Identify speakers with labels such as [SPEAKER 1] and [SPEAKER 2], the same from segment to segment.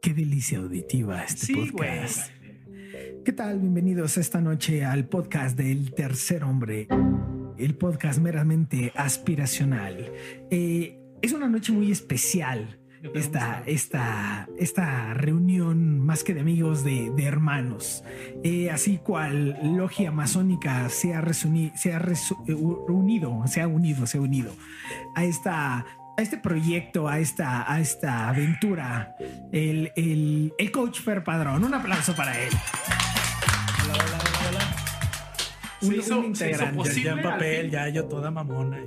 [SPEAKER 1] Qué delicia auditiva este
[SPEAKER 2] Sí, güey.
[SPEAKER 1] podcast. ¿Qué tal? Bienvenidos esta noche al podcast del tercer hombre, el podcast meramente aspiracional. Eh, es una noche muy especial
[SPEAKER 2] Me
[SPEAKER 1] esta,
[SPEAKER 2] gusta.
[SPEAKER 1] esta, esta reunión más que de amigos, de, de hermanos. Eh, así cual logia masónica se ha, resuni- se ha resu- eh, u- unido, se ha unido, se ha unido a esta a este proyecto, a esta, a esta aventura, el, el, el coach Fer Padrón. Un aplauso para él.
[SPEAKER 3] Hola, hola, hola, hola.
[SPEAKER 2] Se
[SPEAKER 1] Un-
[SPEAKER 2] hizo-
[SPEAKER 1] un
[SPEAKER 2] se hizo
[SPEAKER 1] integrante.
[SPEAKER 3] Ya,
[SPEAKER 2] posible
[SPEAKER 3] ya en
[SPEAKER 2] al
[SPEAKER 3] papel,
[SPEAKER 2] fin.
[SPEAKER 3] ya yo toda mamona.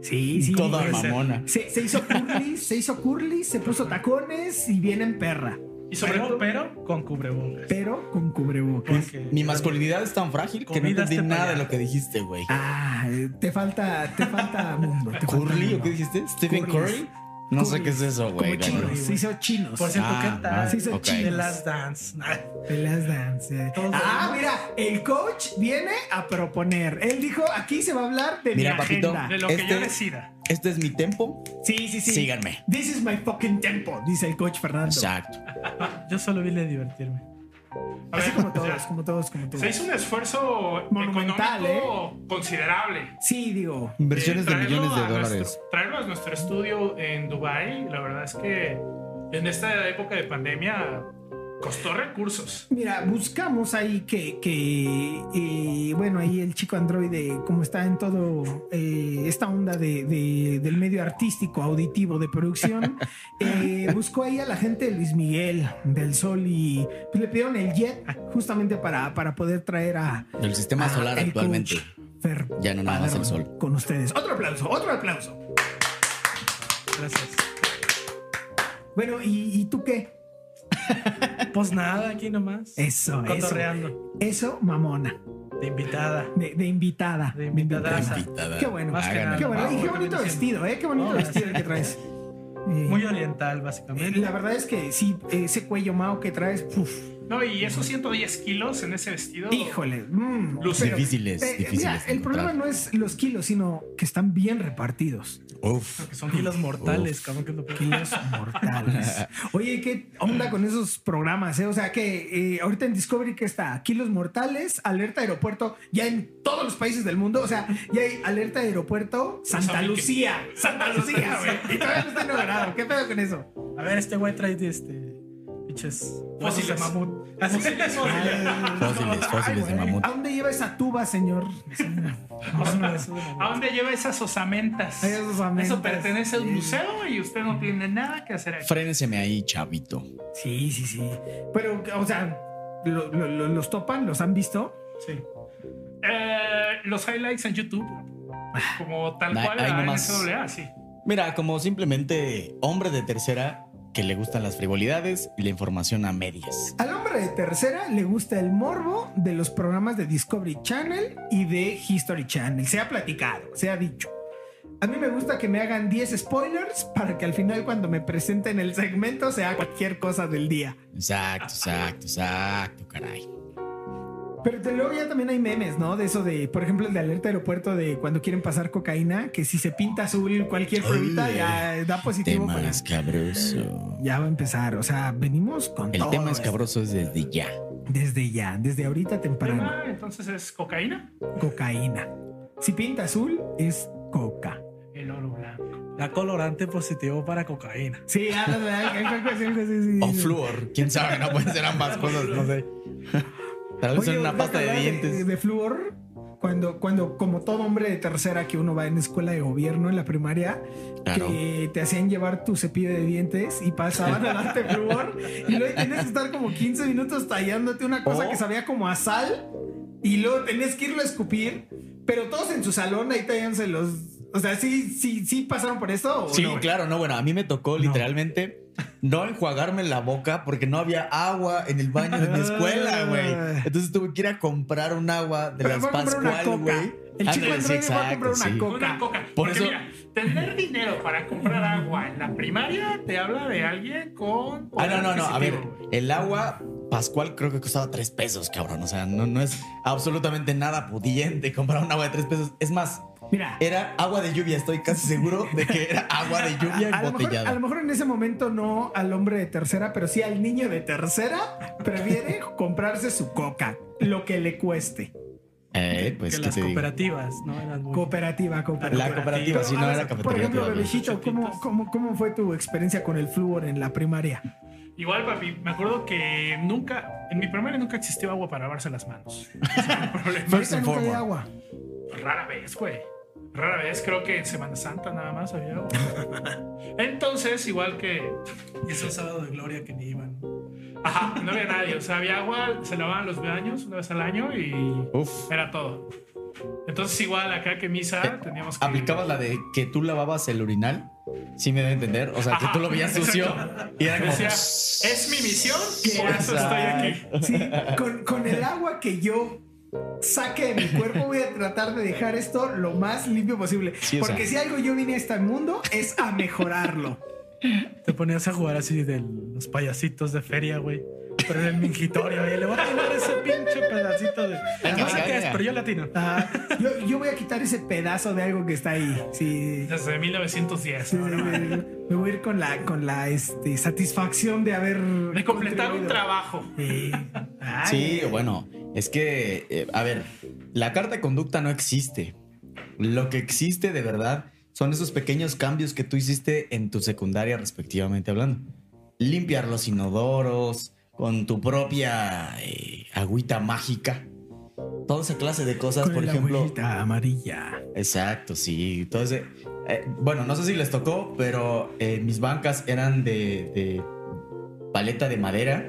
[SPEAKER 1] Sí, sí.
[SPEAKER 4] Toda
[SPEAKER 1] puede ser.
[SPEAKER 4] mamona.
[SPEAKER 1] Se, se hizo curly, se hizo curly, se puso tacones y viene en perra,
[SPEAKER 2] Y sobre
[SPEAKER 3] pero,
[SPEAKER 2] todo,
[SPEAKER 3] pero con cubrebocas.
[SPEAKER 1] pero con cubrebocas.
[SPEAKER 3] Porque-
[SPEAKER 4] Mi masculinidad es tan frágil que no
[SPEAKER 3] Comida
[SPEAKER 4] entendí
[SPEAKER 3] este
[SPEAKER 4] nada de
[SPEAKER 3] payaso.
[SPEAKER 4] lo que dijiste, güey.
[SPEAKER 1] Ah, eh, te falta, te falta mundo. te falta
[SPEAKER 4] ¿Curly o
[SPEAKER 1] mundo.
[SPEAKER 4] qué dijiste? ¿Stephen
[SPEAKER 1] Curly.
[SPEAKER 4] Curry? No sé
[SPEAKER 1] Curly.
[SPEAKER 4] qué es eso,
[SPEAKER 1] Como
[SPEAKER 4] güey.
[SPEAKER 1] chinos,
[SPEAKER 4] cabrón.
[SPEAKER 1] se hizo chinos.
[SPEAKER 3] Por cierto,
[SPEAKER 4] Ah,
[SPEAKER 3] ¿qué tal?
[SPEAKER 4] ah,
[SPEAKER 1] Se hizo
[SPEAKER 4] ok.
[SPEAKER 1] chido.
[SPEAKER 3] De las dance. Ah,
[SPEAKER 1] De las dance.
[SPEAKER 3] Todos
[SPEAKER 1] Ah,
[SPEAKER 3] sabemos.
[SPEAKER 1] mira, el coach viene a proponer. Él dijo, aquí se va a hablar de
[SPEAKER 4] Mira,
[SPEAKER 1] mi
[SPEAKER 4] papito.
[SPEAKER 1] agenda.
[SPEAKER 3] De lo que
[SPEAKER 4] Este-
[SPEAKER 3] yo decida.
[SPEAKER 4] Este es mi tempo.
[SPEAKER 1] Sí, sí, sí.
[SPEAKER 4] Síganme.
[SPEAKER 1] This is my fucking tempo, dice el coach Fernando.
[SPEAKER 4] Exacto.
[SPEAKER 1] Eh,
[SPEAKER 3] Yo solo vine a divertirme.
[SPEAKER 2] a
[SPEAKER 1] Así
[SPEAKER 2] ver,
[SPEAKER 1] como
[SPEAKER 2] o sea,
[SPEAKER 1] todos, como todos, como todos.
[SPEAKER 2] se hizo un esfuerzo
[SPEAKER 1] Monumental,
[SPEAKER 3] ¿eh?
[SPEAKER 2] económico considerable.
[SPEAKER 1] Sí, digo.
[SPEAKER 4] Inversiones
[SPEAKER 2] Eh,
[SPEAKER 4] de
[SPEAKER 2] traerlo
[SPEAKER 4] millones de
[SPEAKER 2] a
[SPEAKER 4] dólares.
[SPEAKER 2] nuestro- traerlo a nuestro estudio en Dubai, la verdad es que en esta época de pandemia costó recursos.
[SPEAKER 1] Mira, buscamos ahí que, que eh, bueno, ahí el chico androide, como está en todo eh, esta onda de, de- del medio artístico, auditivo, de producción, eh, buscó ahí a la gente de Luis Miguel, del Sol, y pues, le pidieron el jet justamente para, para poder traer a...
[SPEAKER 4] El sistema
[SPEAKER 1] a
[SPEAKER 4] solar
[SPEAKER 1] Ah, el
[SPEAKER 4] actualmente.
[SPEAKER 1] coach Fer
[SPEAKER 4] Ya no nada más el
[SPEAKER 1] Padrón
[SPEAKER 4] sol.
[SPEAKER 1] Con ustedes. Otro aplauso, otro aplauso.
[SPEAKER 3] Gracias.
[SPEAKER 1] Bueno, ¿y, y tú qué?
[SPEAKER 3] Pues nada, aquí nomás.
[SPEAKER 1] Eso, eso.
[SPEAKER 3] Cotorreando.
[SPEAKER 1] Eso, mamona.
[SPEAKER 3] De invitada.
[SPEAKER 1] De, de invitada.
[SPEAKER 3] De invitadaza.
[SPEAKER 4] Invitada.
[SPEAKER 1] Qué bueno.
[SPEAKER 3] Más que
[SPEAKER 4] Háganlo.
[SPEAKER 3] nada.
[SPEAKER 1] Qué bueno, y qué
[SPEAKER 3] Porque
[SPEAKER 1] bonito
[SPEAKER 3] viene siendo
[SPEAKER 1] vestido, ¿eh? Qué bonito
[SPEAKER 3] No,
[SPEAKER 1] vestido el que traes. Eh,
[SPEAKER 3] Muy oriental,
[SPEAKER 1] eh,
[SPEAKER 3] básicamente.
[SPEAKER 1] la verdad es que sí, ese cuello mao que traes, puf,
[SPEAKER 2] No, y esos 110 kilos en ese vestido.
[SPEAKER 1] híjole. mm,
[SPEAKER 2] Luce
[SPEAKER 1] pero,
[SPEAKER 4] Difíciles,
[SPEAKER 1] eh,
[SPEAKER 4] difíciles.
[SPEAKER 1] mira,
[SPEAKER 4] de
[SPEAKER 1] el problema
[SPEAKER 4] encontrar.
[SPEAKER 1] no es los kilos, sino que están bien repartidos.
[SPEAKER 4] Uf.
[SPEAKER 3] Porque son kilos mortales, cabrón, que es lo peor.
[SPEAKER 1] Kilos mortales. Oye, ¿qué onda con esos programas? eh? O sea, que eh, ahorita en Discovery que está kilos mortales, alerta aeropuerto, ya en todos los países del mundo. O sea, ya hay alerta aeropuerto, Santa
[SPEAKER 2] Mozambique.
[SPEAKER 1] Lucía, Santa Lucía, güey. Y todavía no está inaugurado. ¿Qué pedo con eso?
[SPEAKER 3] A ver, este güey trae de este. Pinches.
[SPEAKER 2] Fósiles.
[SPEAKER 3] huesos de mamut. Así
[SPEAKER 2] Fósiles,
[SPEAKER 4] Fósiles, fósiles de
[SPEAKER 1] Ay, güey,
[SPEAKER 4] mamut.
[SPEAKER 1] ¿A dónde lleva esa tuba, señor?
[SPEAKER 2] ¿A dónde lleva esas osamentas?
[SPEAKER 1] A esas osamentas.
[SPEAKER 2] Eso pertenece a un
[SPEAKER 1] Sí.
[SPEAKER 2] museo y usted no tiene nada que hacer aquí.
[SPEAKER 4] Fréneseme ahí, chavito.
[SPEAKER 1] Sí, sí, sí. Pero, o sea, lo- lo- lo- ¿los topan? ¿Los han visto?
[SPEAKER 3] Sí.
[SPEAKER 2] Eh, los highlights en YouTube, como tal
[SPEAKER 4] Ahí-
[SPEAKER 2] cual,
[SPEAKER 4] ahí
[SPEAKER 2] la
[SPEAKER 4] nomás.
[SPEAKER 2] NCAA, sí.
[SPEAKER 4] Mira, como simplemente hombre de tercera que le gustan las frivolidades y la información a medias.
[SPEAKER 1] Al hombre de tercera le gusta el morbo de los programas de Discovery Channel y de History Channel. Se ha platicado, se ha dicho. A mí me gusta que me hagan 10 spoilers para que al final cuando me presenten el segmento sea cualquier cosa del día.
[SPEAKER 4] Exacto, exacto, exacto, caray.
[SPEAKER 1] Pero te- luego ya también hay memes, ¿no? De eso de, por ejemplo, el de alerta aeropuerto de cuando quieren pasar cocaína, que si se pinta azul cualquier pruebita
[SPEAKER 4] Ay,
[SPEAKER 1] ya da positivo.
[SPEAKER 4] Tema
[SPEAKER 1] para-
[SPEAKER 4] escabroso.
[SPEAKER 1] Ya va a empezar, o sea, venimos con
[SPEAKER 4] El
[SPEAKER 1] todo
[SPEAKER 4] tema
[SPEAKER 1] esto.
[SPEAKER 4] escabroso es desde ya.
[SPEAKER 1] Desde ya, desde ahorita temprano,
[SPEAKER 2] Ah, entonces es cocaína,
[SPEAKER 1] cocaína. Si pinta azul es coca.
[SPEAKER 2] el oro blanco.
[SPEAKER 3] Da colorante positivo para cocaína.
[SPEAKER 1] Sí, ah, no, no, algo así, algo así, sí,
[SPEAKER 4] O
[SPEAKER 1] sí.
[SPEAKER 4] flúor, quién sabe, no pueden ser ambas cosas, no sé. Tal vez
[SPEAKER 1] Oye,
[SPEAKER 4] en una
[SPEAKER 1] ahorita
[SPEAKER 4] pasta
[SPEAKER 1] que
[SPEAKER 4] de
[SPEAKER 1] hablabas De,
[SPEAKER 4] dientes.
[SPEAKER 1] flúor, cuando, cuando, como todo hombre de tercera que uno va en escuela de gobierno en la primaria,
[SPEAKER 4] Claro.
[SPEAKER 1] que te hacían llevar tu cepillo de dientes y pasaban a darte flúor y luego tenías que estar como 15 minutos tallándote una cosa
[SPEAKER 4] Oh.
[SPEAKER 1] que sabía como a sal y luego tenías que irlo a escupir, pero todos en su salón ahí tallándose los... O sea, ¿sí, sí, sí pasaron por esto? o
[SPEAKER 4] Sí,
[SPEAKER 1] no?
[SPEAKER 4] claro, no, bueno, a mí me tocó literalmente no enjuagarme la boca porque no había agua en el baño de mi escuela, güey. Entonces tuve que ir a comprar un agua de
[SPEAKER 1] Ah. Pero
[SPEAKER 4] las
[SPEAKER 1] fue a comprar una
[SPEAKER 4] Pascual,
[SPEAKER 1] coca.
[SPEAKER 4] güey.
[SPEAKER 1] El chico
[SPEAKER 4] Ándale, sí,
[SPEAKER 1] androide fue a comprar
[SPEAKER 4] exacto,
[SPEAKER 1] una
[SPEAKER 4] sí.
[SPEAKER 1] coca.
[SPEAKER 2] Una coca.
[SPEAKER 4] Por
[SPEAKER 2] Porque
[SPEAKER 4] eso-
[SPEAKER 2] mira, tener dinero para comprar agua en la primaria te habla de alguien con.
[SPEAKER 4] Ah,
[SPEAKER 2] poder
[SPEAKER 4] no, no, no. A ver,
[SPEAKER 2] adquisitivo, güey.
[SPEAKER 4] el agua Pascual creo que costaba tres pesos, cabrón. O sea, no, no es absolutamente nada pudiente comprar un agua de tres pesos. Es más,
[SPEAKER 1] Mira,
[SPEAKER 4] Era agua de lluvia, estoy casi seguro de que era agua de lluvia
[SPEAKER 1] a, lo mejor, a
[SPEAKER 4] embotellada.
[SPEAKER 1] lo mejor en ese momento no al hombre de tercera, pero sí al niño de tercera prefiere comprarse su coca, lo que le cueste.
[SPEAKER 4] Eh, pues
[SPEAKER 3] que
[SPEAKER 4] que
[SPEAKER 3] las
[SPEAKER 4] te digo.
[SPEAKER 3] cooperativas, ¿no? Eran muy...
[SPEAKER 1] Cooperativa, cooperativa.
[SPEAKER 4] La cooperativa, sí,
[SPEAKER 1] Pero,
[SPEAKER 4] no
[SPEAKER 1] a
[SPEAKER 4] era
[SPEAKER 1] ver, Por
[SPEAKER 4] cafetería.
[SPEAKER 1] ejemplo,
[SPEAKER 4] todavía.
[SPEAKER 1] Bebejito, ¿cómo,
[SPEAKER 2] Chupitos.
[SPEAKER 1] cómo, ¿cómo fue tu experiencia con el flúor en la primaria?
[SPEAKER 2] Igual, papi, me acuerdo que nunca, en mi primaria nunca existió agua para lavarse las manos. Ese era el problema.
[SPEAKER 4] First and
[SPEAKER 1] Ahorita nunca hay
[SPEAKER 4] foremost.
[SPEAKER 1] agua.
[SPEAKER 2] Rara vez, güey. Rara vez, creo que en Semana Santa nada más había agua. Entonces, igual que.
[SPEAKER 3] Y es un sábado de gloria que ni iban.
[SPEAKER 2] Ajá, no había nadie. O sea, había agua, se lavaban los baños una vez al año y
[SPEAKER 4] Uf.
[SPEAKER 2] era todo. Entonces, igual acá que misa,
[SPEAKER 1] Eh,
[SPEAKER 2] teníamos que.
[SPEAKER 4] Aplicabas la de que tú lavabas el urinal, sí me da a entender. O sea, que
[SPEAKER 2] Ajá,
[SPEAKER 4] tú lo veías sucio
[SPEAKER 2] exacto.
[SPEAKER 4] y era como.
[SPEAKER 2] Decía, es mi misión, por eso estoy aquí.
[SPEAKER 1] Sí, con, con el agua que yo saque de mi cuerpo voy a tratar de dejar esto lo más limpio posible.
[SPEAKER 4] Sí, o sea.
[SPEAKER 1] Porque si algo yo vine a este mundo es a mejorarlo.
[SPEAKER 3] Te ponías a jugar así de los payasitos de feria, güey. Pero en el mingitorio, güey. Le voy a tirar ese pinche pedacito de.
[SPEAKER 4] Venga,
[SPEAKER 3] No sé
[SPEAKER 4] venga,
[SPEAKER 3] qué es,
[SPEAKER 4] venga.
[SPEAKER 3] pero yo latino.
[SPEAKER 1] Ah, yo, yo voy a quitar ese pedazo de algo que está ahí. Sí.
[SPEAKER 2] Desde 1910.
[SPEAKER 1] Sí,
[SPEAKER 2] ¿no? No,
[SPEAKER 1] me, me voy a ir con la, con la este, satisfacción de haber.
[SPEAKER 2] De completar un
[SPEAKER 1] contribuido.
[SPEAKER 2] trabajo.
[SPEAKER 1] Sí. Ay,
[SPEAKER 4] Sí, bueno, es que, eh, a ver, la carta de conducta no existe. Lo que existe de verdad son esos pequeños cambios que tú hiciste en tu secundaria, respectivamente hablando. Limpiar los inodoros con tu propia eh, agüita mágica. Toda esa clase de cosas,
[SPEAKER 1] con
[SPEAKER 4] por
[SPEAKER 1] la
[SPEAKER 4] ejemplo.
[SPEAKER 1] abuelita amarilla.
[SPEAKER 4] Exacto, sí. Entonces, eh, bueno, no sé si les tocó, pero eh, mis bancas eran de, de paleta de madera.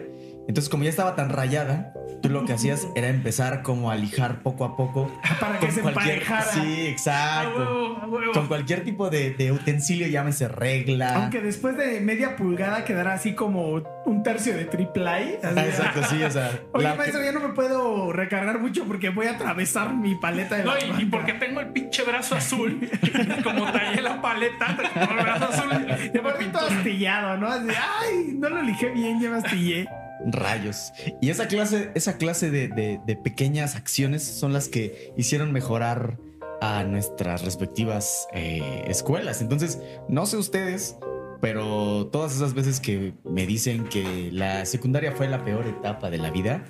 [SPEAKER 4] Entonces, como ya estaba tan rayada, tú lo que hacías era empezar como a lijar poco a poco.
[SPEAKER 1] Para que
[SPEAKER 4] con
[SPEAKER 1] se
[SPEAKER 4] cualquier,
[SPEAKER 1] emparejara. Ah,
[SPEAKER 4] sí,
[SPEAKER 2] A
[SPEAKER 4] exacto.
[SPEAKER 2] huevo, a huevo.
[SPEAKER 4] Con cualquier tipo de, de utensilio, llámese regla.
[SPEAKER 1] Aunque después de media pulgada quedará así como un tercio de triple A. así
[SPEAKER 4] Ah,
[SPEAKER 1] de-
[SPEAKER 4] Exacto, sí, o sea.
[SPEAKER 1] Oye,
[SPEAKER 4] la-
[SPEAKER 1] maestro, ya no me puedo recargar mucho porque voy a atravesar mi paleta de
[SPEAKER 2] No,
[SPEAKER 1] las
[SPEAKER 2] y, y porque tengo el pinche brazo azul, como tallé la paleta, tengo el brazo azul,
[SPEAKER 1] De
[SPEAKER 2] ya me pintó.
[SPEAKER 1] astillado, ¿no? Así, ay, no lo lijé bien, ya me astillé.
[SPEAKER 4] Rayos. Y esa clase, esa clase de, de- de pequeñas acciones son las que hicieron mejorar a nuestras respectivas eh, escuelas. Entonces, no sé ustedes, pero todas esas veces que me dicen que la secundaria fue la peor etapa de la vida,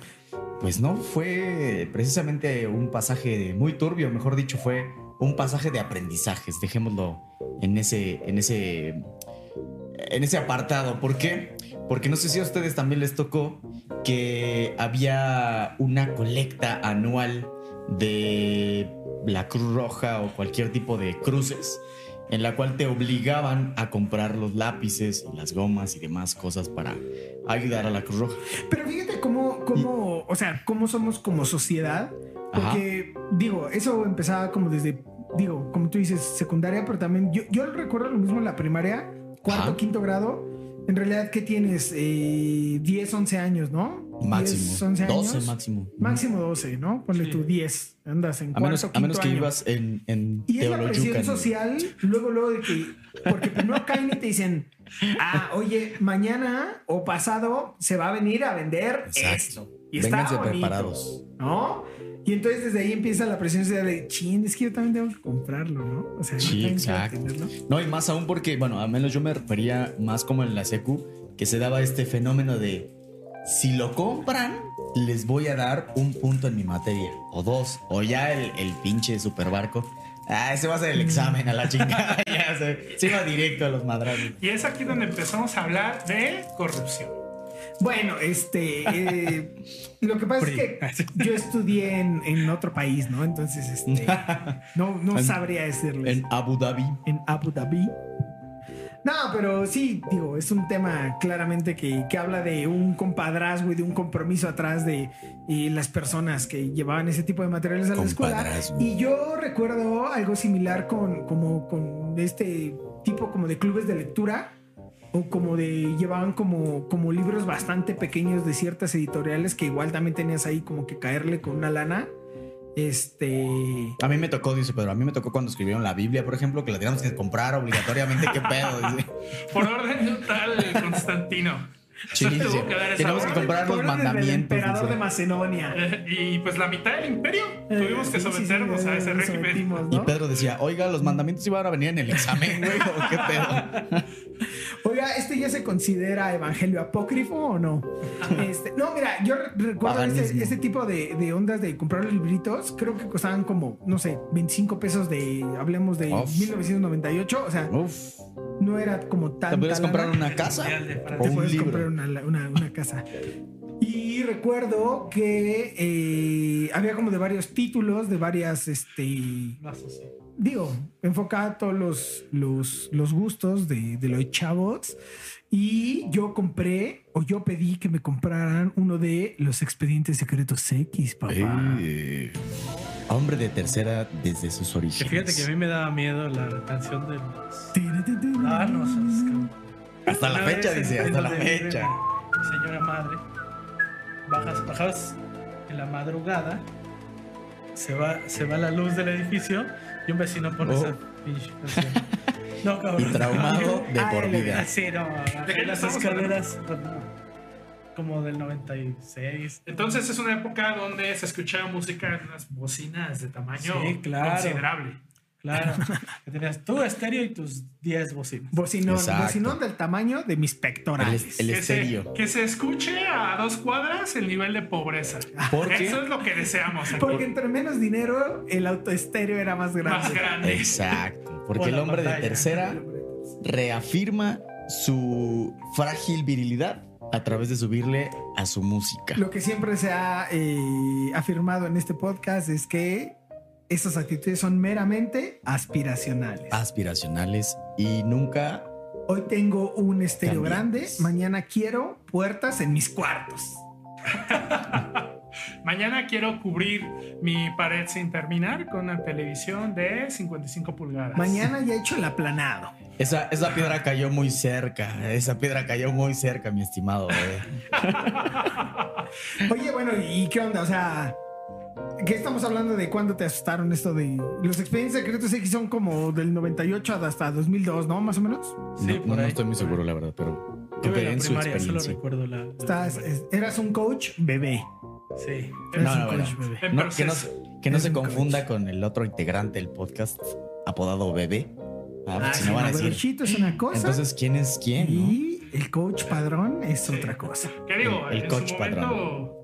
[SPEAKER 4] pues no fue precisamente un pasaje muy turbio, mejor dicho, fue un pasaje de aprendizajes. Dejémoslo en ese, en ese, en ese apartado. ¿Por qué? Porque no sé si a ustedes también les tocó que había una colecta anual de la Cruz Roja o cualquier tipo de cruces en la cual te obligaban a comprar los lápices, las gomas y demás cosas para ayudar a la Cruz Roja.
[SPEAKER 1] Pero fíjate cómo, cómo, o sea, cómo somos como sociedad. Porque, digo, eso empezaba como desde, digo, como tú dices, secundaria, pero también yo, yo recuerdo lo mismo en la primaria, cuarto,
[SPEAKER 4] Ajá.
[SPEAKER 1] quinto grado. En realidad, ¿qué tienes? Eh, 10, 11 años, ¿no?
[SPEAKER 4] Máximo.
[SPEAKER 1] 11 años.
[SPEAKER 4] 12 máximo.
[SPEAKER 1] Máximo 12, ¿no? Ponle
[SPEAKER 2] Sí.
[SPEAKER 1] tú 10. Andas en
[SPEAKER 4] A
[SPEAKER 1] cuarto,
[SPEAKER 4] menos, a
[SPEAKER 1] quinto
[SPEAKER 4] menos que
[SPEAKER 1] año.
[SPEAKER 4] vivas en, en
[SPEAKER 1] Y es la
[SPEAKER 4] Teoloyucan.
[SPEAKER 1] presión social, luego, luego de que... Porque primero caen y te dicen, ah, oye, mañana o pasado se va a venir a vender
[SPEAKER 4] Exacto.
[SPEAKER 1] esto. Y
[SPEAKER 4] Vénganse
[SPEAKER 1] está bonito,
[SPEAKER 4] preparados.
[SPEAKER 1] ¿no? Y entonces desde ahí empieza la presión social de, chin, es que yo también tengo que comprarlo, ¿no? O sea, yo
[SPEAKER 4] Sí,
[SPEAKER 1] también tengo que
[SPEAKER 4] exacto.
[SPEAKER 1] tenerlo".
[SPEAKER 4] No, y más aún porque, bueno, al menos yo me refería más como en la secu, que se daba este fenómeno de si lo compran, les voy a dar un punto en mi materia, o dos, o ya el, el pinche superbarco. Ah, ese va a ser el
[SPEAKER 2] Mm.
[SPEAKER 4] examen a la chingada. ya se, se iba directo a los madrazos.
[SPEAKER 2] Y es aquí donde empezamos a hablar de corrupción.
[SPEAKER 1] Bueno, este, eh, lo que pasa es
[SPEAKER 3] Pri.
[SPEAKER 1] que yo estudié en, en otro país, ¿no? Entonces, este, no, no sabría decirles.
[SPEAKER 4] En Abu Dhabi.
[SPEAKER 1] en Abu Dhabi. No, pero sí, digo, es un tema claramente que, que habla de un compadrazgo y de un compromiso atrás de y las personas que llevaban ese tipo de materiales a la escuela.
[SPEAKER 4] Compadrazgo.
[SPEAKER 1] Y yo recuerdo algo similar con, como, con este tipo como de clubes de lectura o como de llevaban como, como libros bastante pequeños de ciertas editoriales que igual también tenías ahí como que caerle con una lana. Este...
[SPEAKER 4] A mí me tocó, dice Pedro, a mí me tocó cuando escribieron la Biblia, por ejemplo, que la teníamos que comprar obligatoriamente. ¿Qué pedo? Dice.
[SPEAKER 2] Por orden de un tal Constantino.
[SPEAKER 4] Sí,
[SPEAKER 2] Tuvo
[SPEAKER 4] sí.
[SPEAKER 2] que haber esa
[SPEAKER 4] Tenemos que
[SPEAKER 2] orden.
[SPEAKER 4] comprar los
[SPEAKER 1] Por orden del
[SPEAKER 4] mandamientos.
[SPEAKER 1] emperador de
[SPEAKER 4] dice.
[SPEAKER 1] Macedonia.
[SPEAKER 2] Eh, Y pues la mitad del imperio tuvimos que
[SPEAKER 1] Eh, Sí, sí, sí,
[SPEAKER 2] someternos a ese
[SPEAKER 1] nos
[SPEAKER 2] régimen.
[SPEAKER 1] sometimos,
[SPEAKER 4] Y
[SPEAKER 1] ¿no?
[SPEAKER 4] Pedro decía, oiga, los mandamientos iban a venir en el examen, güey. ¿o ¿Qué pedo?
[SPEAKER 1] Oiga, ¿este ya se considera evangelio apócrifo o no? Este, no, mira, yo re- recuerdo ese,
[SPEAKER 4] Paganismo.
[SPEAKER 1] ese tipo de, de ondas de comprar libritos. Creo que costaban como, no sé, 25 pesos de, hablemos de
[SPEAKER 4] Uf.
[SPEAKER 1] 1998. O sea,
[SPEAKER 4] Uf.
[SPEAKER 1] no era como tan.
[SPEAKER 4] ¿Te pudieras comprar una casa?
[SPEAKER 2] Mundial de
[SPEAKER 4] O
[SPEAKER 1] Te
[SPEAKER 2] Francia.
[SPEAKER 4] un
[SPEAKER 1] puedes
[SPEAKER 4] libro.
[SPEAKER 1] comprar una, la- una- una casa. Y recuerdo que eh, había como de varios títulos, de varias, este,
[SPEAKER 2] No, eso sí.
[SPEAKER 1] digo, enfocada a todos los, los, los gustos de, de los chavos. Y yo compré, o yo pedí que me compraran uno de los expedientes secretos X, papá.
[SPEAKER 4] Eh, hombre de tercera desde sus
[SPEAKER 3] Que
[SPEAKER 4] orígenes.
[SPEAKER 3] fíjate que a mí me daba miedo la canción de los. Ah, no, eso es como-
[SPEAKER 4] Hasta la
[SPEAKER 3] Una
[SPEAKER 4] fecha,
[SPEAKER 3] vez
[SPEAKER 4] dice,
[SPEAKER 3] en
[SPEAKER 4] hasta la
[SPEAKER 3] donde vive
[SPEAKER 4] fecha.
[SPEAKER 3] mi Señora madre, bajas, bajas en la madrugada, se va, se va la luz del edificio y un vecino pone
[SPEAKER 4] Oh.
[SPEAKER 3] esa pinche canción. No,
[SPEAKER 4] Y
[SPEAKER 3] cabrón.
[SPEAKER 4] traumado de por vida.
[SPEAKER 3] Así, no.
[SPEAKER 2] ¿De qué
[SPEAKER 3] Las
[SPEAKER 2] estamos
[SPEAKER 3] escaleras. Como del 96.
[SPEAKER 2] Entonces es una época donde se escuchaba música en unas bocinas de tamaño
[SPEAKER 3] Sí, claro.
[SPEAKER 2] considerable.
[SPEAKER 3] Claro. Que tenías tu estéreo y tus 10 bocinas.
[SPEAKER 1] Bocinón,
[SPEAKER 4] Exacto.
[SPEAKER 1] bocinón del tamaño de mis pectorales.
[SPEAKER 4] El
[SPEAKER 2] Que se,
[SPEAKER 4] estéreo.
[SPEAKER 2] que se escuche a dos cuadras el nivel de pobreza.
[SPEAKER 4] Porque
[SPEAKER 2] Eso es lo que deseamos. aquí.
[SPEAKER 1] Porque entre menos dinero, el autoestéreo era más grande.
[SPEAKER 2] Más grande.
[SPEAKER 4] Exacto.
[SPEAKER 3] Por
[SPEAKER 4] Porque el
[SPEAKER 3] la
[SPEAKER 4] hombre de
[SPEAKER 3] pantalla.
[SPEAKER 4] tercera reafirma su frágil virilidad a través de subirle a su música.
[SPEAKER 1] Lo que siempre se ha eh, afirmado en este podcast es que esas actitudes son meramente aspiracionales.
[SPEAKER 4] Aspiracionales y nunca.
[SPEAKER 1] Hoy tengo un estéreo
[SPEAKER 4] También.
[SPEAKER 1] grande, mañana quiero puertas en mis cuartos.
[SPEAKER 2] Mañana quiero cubrir mi pared sin terminar con una televisión de 55 pulgadas.
[SPEAKER 1] Mañana ya he hecho el aplanado.
[SPEAKER 4] Esa, esa piedra cayó muy cerca. Esa piedra cayó muy cerca, mi estimado. eh.
[SPEAKER 1] Oye, bueno, ¿y qué onda? O sea, ¿qué estamos hablando de cuándo te asustaron esto de los expedientes secretos X son como del 98 hasta 2002, ¿no? Más o menos.
[SPEAKER 3] Sí,
[SPEAKER 4] no,
[SPEAKER 3] por
[SPEAKER 4] no, no
[SPEAKER 3] ahí.
[SPEAKER 4] estoy muy seguro, la verdad, pero.
[SPEAKER 3] Yo
[SPEAKER 4] ok,
[SPEAKER 3] en la
[SPEAKER 4] en su
[SPEAKER 3] primaria solo
[SPEAKER 4] experiencia.
[SPEAKER 3] recuerdo la. la
[SPEAKER 1] Estás,
[SPEAKER 3] primaria.
[SPEAKER 1] es- eras un coach bebé.
[SPEAKER 3] Sí.
[SPEAKER 1] Eras
[SPEAKER 4] No,
[SPEAKER 1] un
[SPEAKER 4] no,
[SPEAKER 1] coach
[SPEAKER 4] bueno.
[SPEAKER 1] bebé.
[SPEAKER 2] En
[SPEAKER 4] No, que no,
[SPEAKER 2] proceso.
[SPEAKER 4] que no
[SPEAKER 1] Es
[SPEAKER 4] se
[SPEAKER 1] un
[SPEAKER 4] confunda
[SPEAKER 1] coach.
[SPEAKER 4] con el otro integrante del podcast apodado Bebé. Ah, porque
[SPEAKER 1] Ah,
[SPEAKER 4] si
[SPEAKER 1] sí,
[SPEAKER 4] no van a
[SPEAKER 1] no,
[SPEAKER 4] decir.
[SPEAKER 1] bebecito es una cosa.
[SPEAKER 4] Entonces, ¿quién es quién? no?
[SPEAKER 1] Y el coach padrón es
[SPEAKER 2] Sí.
[SPEAKER 1] otra cosa.
[SPEAKER 2] ¿Qué digo?
[SPEAKER 4] El- el
[SPEAKER 2] en
[SPEAKER 4] coach
[SPEAKER 2] su momento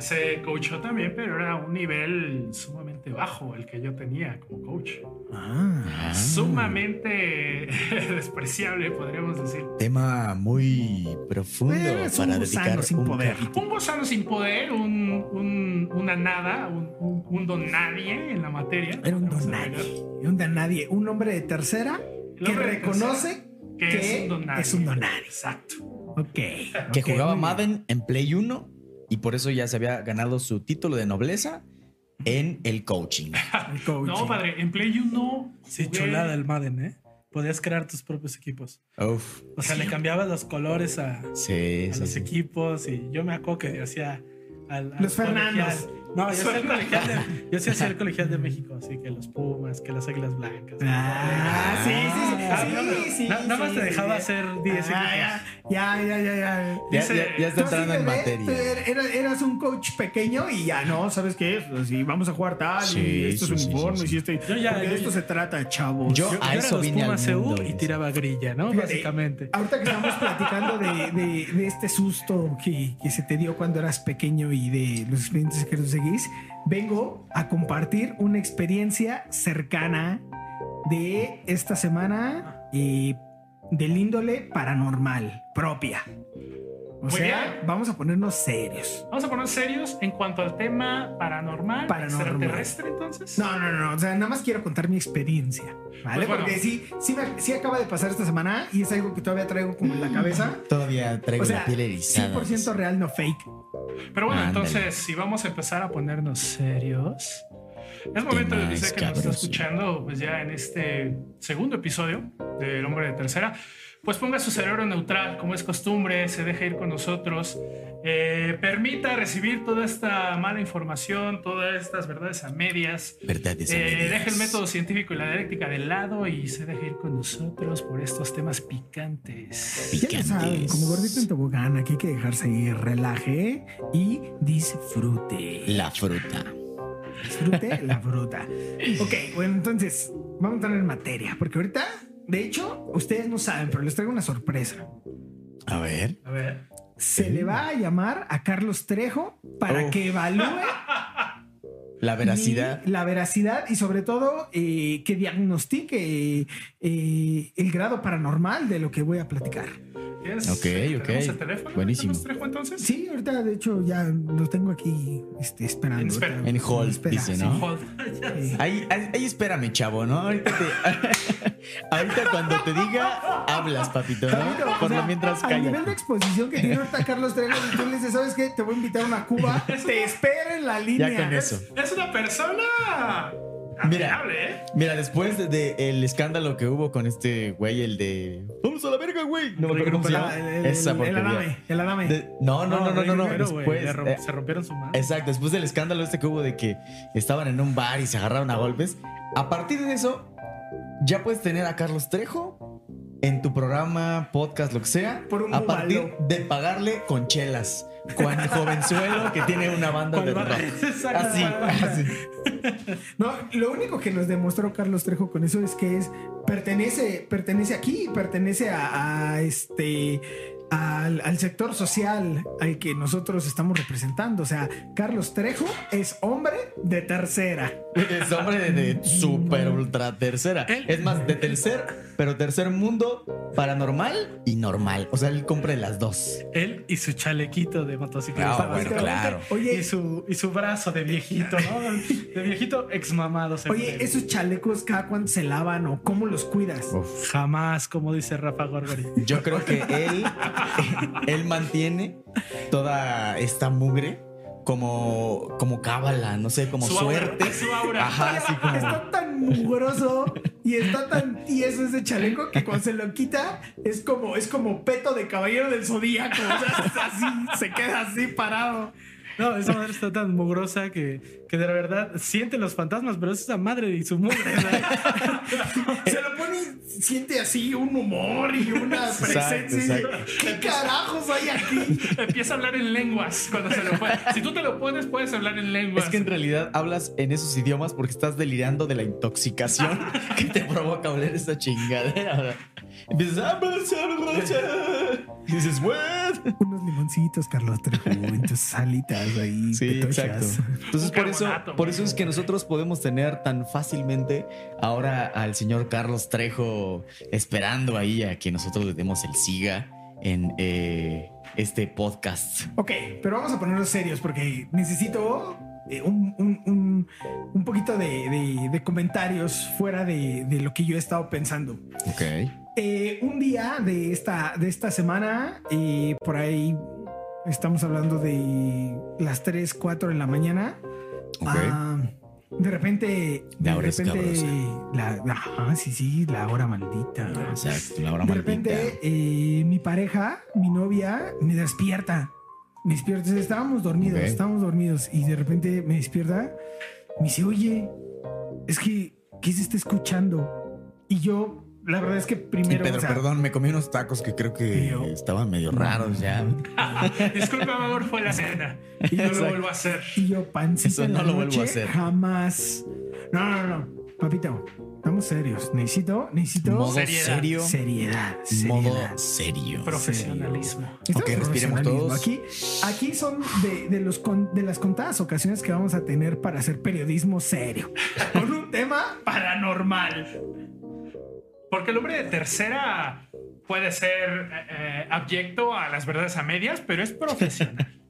[SPEAKER 2] se coachó también, pero era un nivel sumamente bajo el que yo tenía como coach.
[SPEAKER 1] Ah.
[SPEAKER 4] Ah.
[SPEAKER 2] Sumamente eh, despreciable, podríamos decir.
[SPEAKER 4] Tema muy profundo
[SPEAKER 1] Bueno, Eh, es un gusano
[SPEAKER 4] para dedicar
[SPEAKER 1] sin
[SPEAKER 4] un
[SPEAKER 1] poder.
[SPEAKER 4] capítulo.
[SPEAKER 2] Un gusano sin poder, un, un- una nada, un, un, un don nadie en la materia.
[SPEAKER 1] Era un
[SPEAKER 2] Vamos
[SPEAKER 1] don
[SPEAKER 2] a
[SPEAKER 1] nadie.
[SPEAKER 2] agregar.
[SPEAKER 1] Un don nadie. Un hombre de tercera
[SPEAKER 2] El
[SPEAKER 1] que
[SPEAKER 2] hombre de
[SPEAKER 1] reconoce
[SPEAKER 2] Que es un don nadie.
[SPEAKER 1] es un don nadie.
[SPEAKER 2] Exacto.
[SPEAKER 1] Ok.
[SPEAKER 4] que
[SPEAKER 1] ok,
[SPEAKER 4] jugaba
[SPEAKER 1] muy bien.
[SPEAKER 4] Madden en Play 1 y por eso ya se había ganado su título de nobleza en el coaching.
[SPEAKER 1] El coaching.
[SPEAKER 2] No, padre, en Play 1.
[SPEAKER 3] Sí,
[SPEAKER 2] jugué-
[SPEAKER 3] chulada el Madden, ¿eh? Podías crear tus propios equipos.
[SPEAKER 4] Uf,
[SPEAKER 3] O sea, le cambiabas los colores a, a
[SPEAKER 4] sí, sí,
[SPEAKER 3] los
[SPEAKER 4] sí.
[SPEAKER 3] equipos y yo me acuerdo que hacía al, al
[SPEAKER 1] Los Fernandos.
[SPEAKER 3] colegial. No, yo hacía el colegial de, yo sí hacía el colegial de México, así que los Pumas, que las Águilas Blancas.
[SPEAKER 1] Ah, sí,
[SPEAKER 3] Ah, no, no,
[SPEAKER 1] sí, sí, sí, sí,
[SPEAKER 3] na- nada más
[SPEAKER 1] sí,
[SPEAKER 3] te
[SPEAKER 1] sí,
[SPEAKER 3] dejaba
[SPEAKER 1] sí.
[SPEAKER 3] hacer 10
[SPEAKER 1] Ah,
[SPEAKER 3] equipos.
[SPEAKER 1] ya, ya, ya, ya, ya.
[SPEAKER 4] Ya,
[SPEAKER 2] Dice-
[SPEAKER 4] ya- ya está
[SPEAKER 1] Tú así,
[SPEAKER 4] entrando en
[SPEAKER 1] bebé, tú
[SPEAKER 4] materia.
[SPEAKER 1] er- era- eras un coach pequeño y ya no, ¿sabes qué? Pues, Si vamos a jugar tal,
[SPEAKER 4] Sí,
[SPEAKER 1] y estos
[SPEAKER 4] sí, sí,
[SPEAKER 1] uniformes
[SPEAKER 4] sí, sí.
[SPEAKER 1] y este.
[SPEAKER 3] Yo ya-
[SPEAKER 1] porque
[SPEAKER 3] yo
[SPEAKER 1] de esto
[SPEAKER 3] ya-
[SPEAKER 1] se trata, chavos.
[SPEAKER 4] Yo-
[SPEAKER 3] Yo,
[SPEAKER 4] A
[SPEAKER 3] yo era
[SPEAKER 4] eso
[SPEAKER 3] los
[SPEAKER 4] vine al
[SPEAKER 3] Pumas CU
[SPEAKER 4] mundo,
[SPEAKER 3] y
[SPEAKER 4] dice.
[SPEAKER 3] tiraba grilla, ¿no?
[SPEAKER 1] Fíjate,
[SPEAKER 3] Básicamente.
[SPEAKER 1] Ahorita que estamos platicando de, de- de este susto que, que se te dio cuando eras pequeño y de los expedientes que nos seguís, vengo a compartir una experiencia cercana de esta semana eh, del índole paranormal propia. O
[SPEAKER 2] Muy
[SPEAKER 1] sea,
[SPEAKER 2] bien.
[SPEAKER 1] vamos a ponernos serios.
[SPEAKER 2] Vamos a poner serios en cuanto al tema paranormal,
[SPEAKER 1] Paranormal.
[SPEAKER 2] extraterrestre, entonces.
[SPEAKER 1] No, no, no. O sea, nada más quiero contar mi experiencia. ¿Vale?
[SPEAKER 2] Pues bueno.
[SPEAKER 1] Porque sí, sí, me- sí acaba de pasar esta semana y es algo que todavía traigo como en
[SPEAKER 2] Mm.
[SPEAKER 1] la cabeza.
[SPEAKER 4] Todavía traigo
[SPEAKER 1] O sea,
[SPEAKER 4] la piel erizada.
[SPEAKER 1] 100% real, no fake.
[SPEAKER 2] Pero bueno,
[SPEAKER 4] Ándale.
[SPEAKER 2] entonces, si vamos a empezar a ponernos serios, Es momento de
[SPEAKER 4] Temas
[SPEAKER 2] que nos está
[SPEAKER 4] cabrosos.
[SPEAKER 2] escuchando, pues ya en este segundo episodio de El Hombre de Tercera, pues ponga su cerebro neutral, como es costumbre, se deje ir con nosotros, eh, permita recibir toda esta mala información, todas estas verdades a medias,
[SPEAKER 4] Verdades. a
[SPEAKER 2] eh,
[SPEAKER 4] medias.
[SPEAKER 2] deje el método científico y la dialéctica de lado y se deje ir con nosotros por estos temas picantes.
[SPEAKER 1] Ya lo saben,
[SPEAKER 4] Picantes.
[SPEAKER 1] como gordito en tobogán, aquí hay que dejarse ir, relaje y disfrute.
[SPEAKER 4] La fruta.
[SPEAKER 1] Disfrute la fruta. Ok, bueno, entonces vamos a entrar en materia, porque ahorita, de hecho, ustedes no saben, pero les traigo una sorpresa.
[SPEAKER 4] A ver.
[SPEAKER 2] A ver,
[SPEAKER 1] Se le va a llamar a Carlos Trejo para
[SPEAKER 4] Oh.
[SPEAKER 1] que evalúe
[SPEAKER 4] La veracidad.
[SPEAKER 1] mi- la veracidad y sobre todo eh, que diagnostique eh, eh, el grado paranormal de lo que voy a platicar.
[SPEAKER 2] ¿tienes,
[SPEAKER 4] Ok,
[SPEAKER 2] eh,
[SPEAKER 4] ok.
[SPEAKER 2] tenemos el teléfono?
[SPEAKER 4] Buenísimo.
[SPEAKER 2] ¿Los Trejo, entonces?
[SPEAKER 1] Sí, ahorita de hecho ya lo tengo aquí este, esperando.
[SPEAKER 2] En espera.
[SPEAKER 1] Ahorita-
[SPEAKER 4] En hold, dice, ¿no?
[SPEAKER 2] Hold. Ya
[SPEAKER 1] Sí.
[SPEAKER 4] Ahí, ahí, ahí espérame, chavo, ¿no? Ahorita, te- ahorita cuando te diga, hablas, papito,
[SPEAKER 1] Amigo,
[SPEAKER 4] ¿no?
[SPEAKER 1] o
[SPEAKER 4] Por
[SPEAKER 1] sea,
[SPEAKER 4] lo mientras
[SPEAKER 1] Al nivel de
[SPEAKER 4] callas.
[SPEAKER 1] exposición que tiene ahorita Carlos Trejo, y tú le dices, ¿sabes qué? Te voy a invitar a una Cuba.
[SPEAKER 2] Este,
[SPEAKER 1] Te espero en la línea.
[SPEAKER 4] Ya con eso.
[SPEAKER 2] Es una persona.
[SPEAKER 4] Mira.
[SPEAKER 2] admirable, ¿eh?
[SPEAKER 4] Mira, después del de, el escándalo que hubo con este güey, el de. ¡Vamos a la verga, güey! No me acuerdo cómo se llama.
[SPEAKER 1] El- el-
[SPEAKER 4] Esa
[SPEAKER 1] el
[SPEAKER 4] porquería.
[SPEAKER 1] adame, el adame.
[SPEAKER 4] De- no, no, no, no, no, no.
[SPEAKER 3] primero, güey,
[SPEAKER 4] Después,
[SPEAKER 3] le rom-
[SPEAKER 4] eh,
[SPEAKER 3] se rompieron su mano.
[SPEAKER 4] Exacto, después del escándalo este que hubo de que estaban en un bar y se agarraron a golpes. A partir de eso, ya puedes tener a Carlos Trejo en tu programa, podcast, lo que sea.
[SPEAKER 1] Por un
[SPEAKER 4] a partir
[SPEAKER 1] búbalo.
[SPEAKER 4] de pagarle con chelas. Juan Jovenzuelo, que tiene una banda de rock. Así, así.
[SPEAKER 1] No, lo único que nos demostró Carlos Trejo con eso es que es pertenece, pertenece aquí, pertenece a, a este al, al sector social al que nosotros estamos representando. O sea, Carlos Trejo es hombre de tercera.
[SPEAKER 4] Es hombre de, de super ultra tercera.
[SPEAKER 3] Él-
[SPEAKER 4] Es más, de tercer, pero tercer mundo, paranormal y normal. O sea, él compra las dos.
[SPEAKER 3] Él y su chalequito de motocicleta.
[SPEAKER 4] Ah, bueno,
[SPEAKER 3] básicamente.
[SPEAKER 4] claro.
[SPEAKER 1] Oye,
[SPEAKER 3] Y su, y su brazo de viejito, ¿no? De viejito exmamado. se
[SPEAKER 1] oye,
[SPEAKER 3] puede.
[SPEAKER 1] esos chalecos cada cuando se lavan o cómo los cuidas.
[SPEAKER 4] Uf.
[SPEAKER 3] Jamás, como dice Rafa Gorgori.
[SPEAKER 4] Yo creo que él, él mantiene toda esta mugre como, como cábala, no sé, como
[SPEAKER 2] Su aura,
[SPEAKER 4] suerte.
[SPEAKER 2] su aura.
[SPEAKER 4] Ajá, así como.
[SPEAKER 1] Está tan mugroso y está tan tieso ese chaleco que cuando se lo quita es como, es como peto de caballero del zodíaco. O sea, es así, se queda así parado.
[SPEAKER 3] No, esa madre está tan mugrosa que, que de la verdad siente los fantasmas, pero es esa madre y su mugre. ¿verdad?
[SPEAKER 1] Se lo pone y siente así un humor y una
[SPEAKER 4] Exacto,
[SPEAKER 1] presencia.
[SPEAKER 4] exacto.
[SPEAKER 1] ¿Qué carajos hay aquí?
[SPEAKER 2] Empieza a hablar en lenguas cuando se lo pone. Si tú te lo pones, puedes hablar en lenguas.
[SPEAKER 4] Es que en realidad hablas en esos idiomas porque estás delirando de la intoxicación que te provoca oler esa chingadera. Empiezas. "Ah, bla, bla, bla, bla". Y dices, ¿what?
[SPEAKER 1] Unos limoncitos, Carlos Trejo, en tus salitas ahí.
[SPEAKER 4] Sí, exacto. Entonces,
[SPEAKER 2] Un
[SPEAKER 4] por eso,
[SPEAKER 2] carbonato,
[SPEAKER 4] por
[SPEAKER 2] güey.
[SPEAKER 4] eso es que nosotros podemos tener tan fácilmente ahora al señor Carlos Trejo esperando ahí a que nosotros le demos el siga en eh, este podcast.
[SPEAKER 1] Ok, pero vamos a ponernos serios porque necesito eh, un, un- un- un poquito de, de- de comentarios fuera de, de lo que yo he estado pensando.
[SPEAKER 4] Ok.
[SPEAKER 1] Eh, un día de esta, de esta semana, eh, por ahí estamos hablando de las 3, 4 de la mañana. Ah, de repente,
[SPEAKER 4] La
[SPEAKER 1] de
[SPEAKER 4] hora
[SPEAKER 1] repente, la, ajá, sí, sí, la hora maldita.
[SPEAKER 4] Exacto, la hora
[SPEAKER 1] De repente, eh, mi pareja, mi novia, me despierta. Me despierta. Entonces, Estábamos dormidos,
[SPEAKER 4] Ok.
[SPEAKER 1] estábamos dormidos. Y de repente me despierta. Me dice, oye, es que, ¿qué se está escuchando? Y yo, la verdad es que
[SPEAKER 4] Y
[SPEAKER 1] primero.
[SPEAKER 4] Pedro,
[SPEAKER 1] o sea,
[SPEAKER 4] perdón, me comí unos tacos que creo que
[SPEAKER 1] Yo-
[SPEAKER 4] estaban medio raros ya.
[SPEAKER 2] Disculpa, mi amor, fue la cena. Y no lo
[SPEAKER 4] Exacto.
[SPEAKER 2] vuelvo a hacer.
[SPEAKER 1] Y yo, pancita
[SPEAKER 4] Eso
[SPEAKER 1] en la
[SPEAKER 4] no lo vuelvo
[SPEAKER 1] noche,
[SPEAKER 4] a hacer.
[SPEAKER 1] Jamás. No, no, no, no. Papito, estamos serios. Necesito, necesito.
[SPEAKER 4] Modo
[SPEAKER 2] Seriedad.
[SPEAKER 4] serio.
[SPEAKER 1] Seriedad,
[SPEAKER 4] Modo
[SPEAKER 1] seriedad.
[SPEAKER 4] serio.
[SPEAKER 2] Profesionalismo.
[SPEAKER 1] Esto
[SPEAKER 4] Ok,
[SPEAKER 1] es
[SPEAKER 4] respiremos
[SPEAKER 1] profesionalismo.
[SPEAKER 4] todos.
[SPEAKER 1] Aquí, aquí son de, de los con- de las contadas ocasiones que vamos a tener para hacer periodismo serio. Con un tema
[SPEAKER 2] Paranormal. Porque el hombre de tercera puede ser eh, eh, abyecto a las verdades a medias, pero es profesional.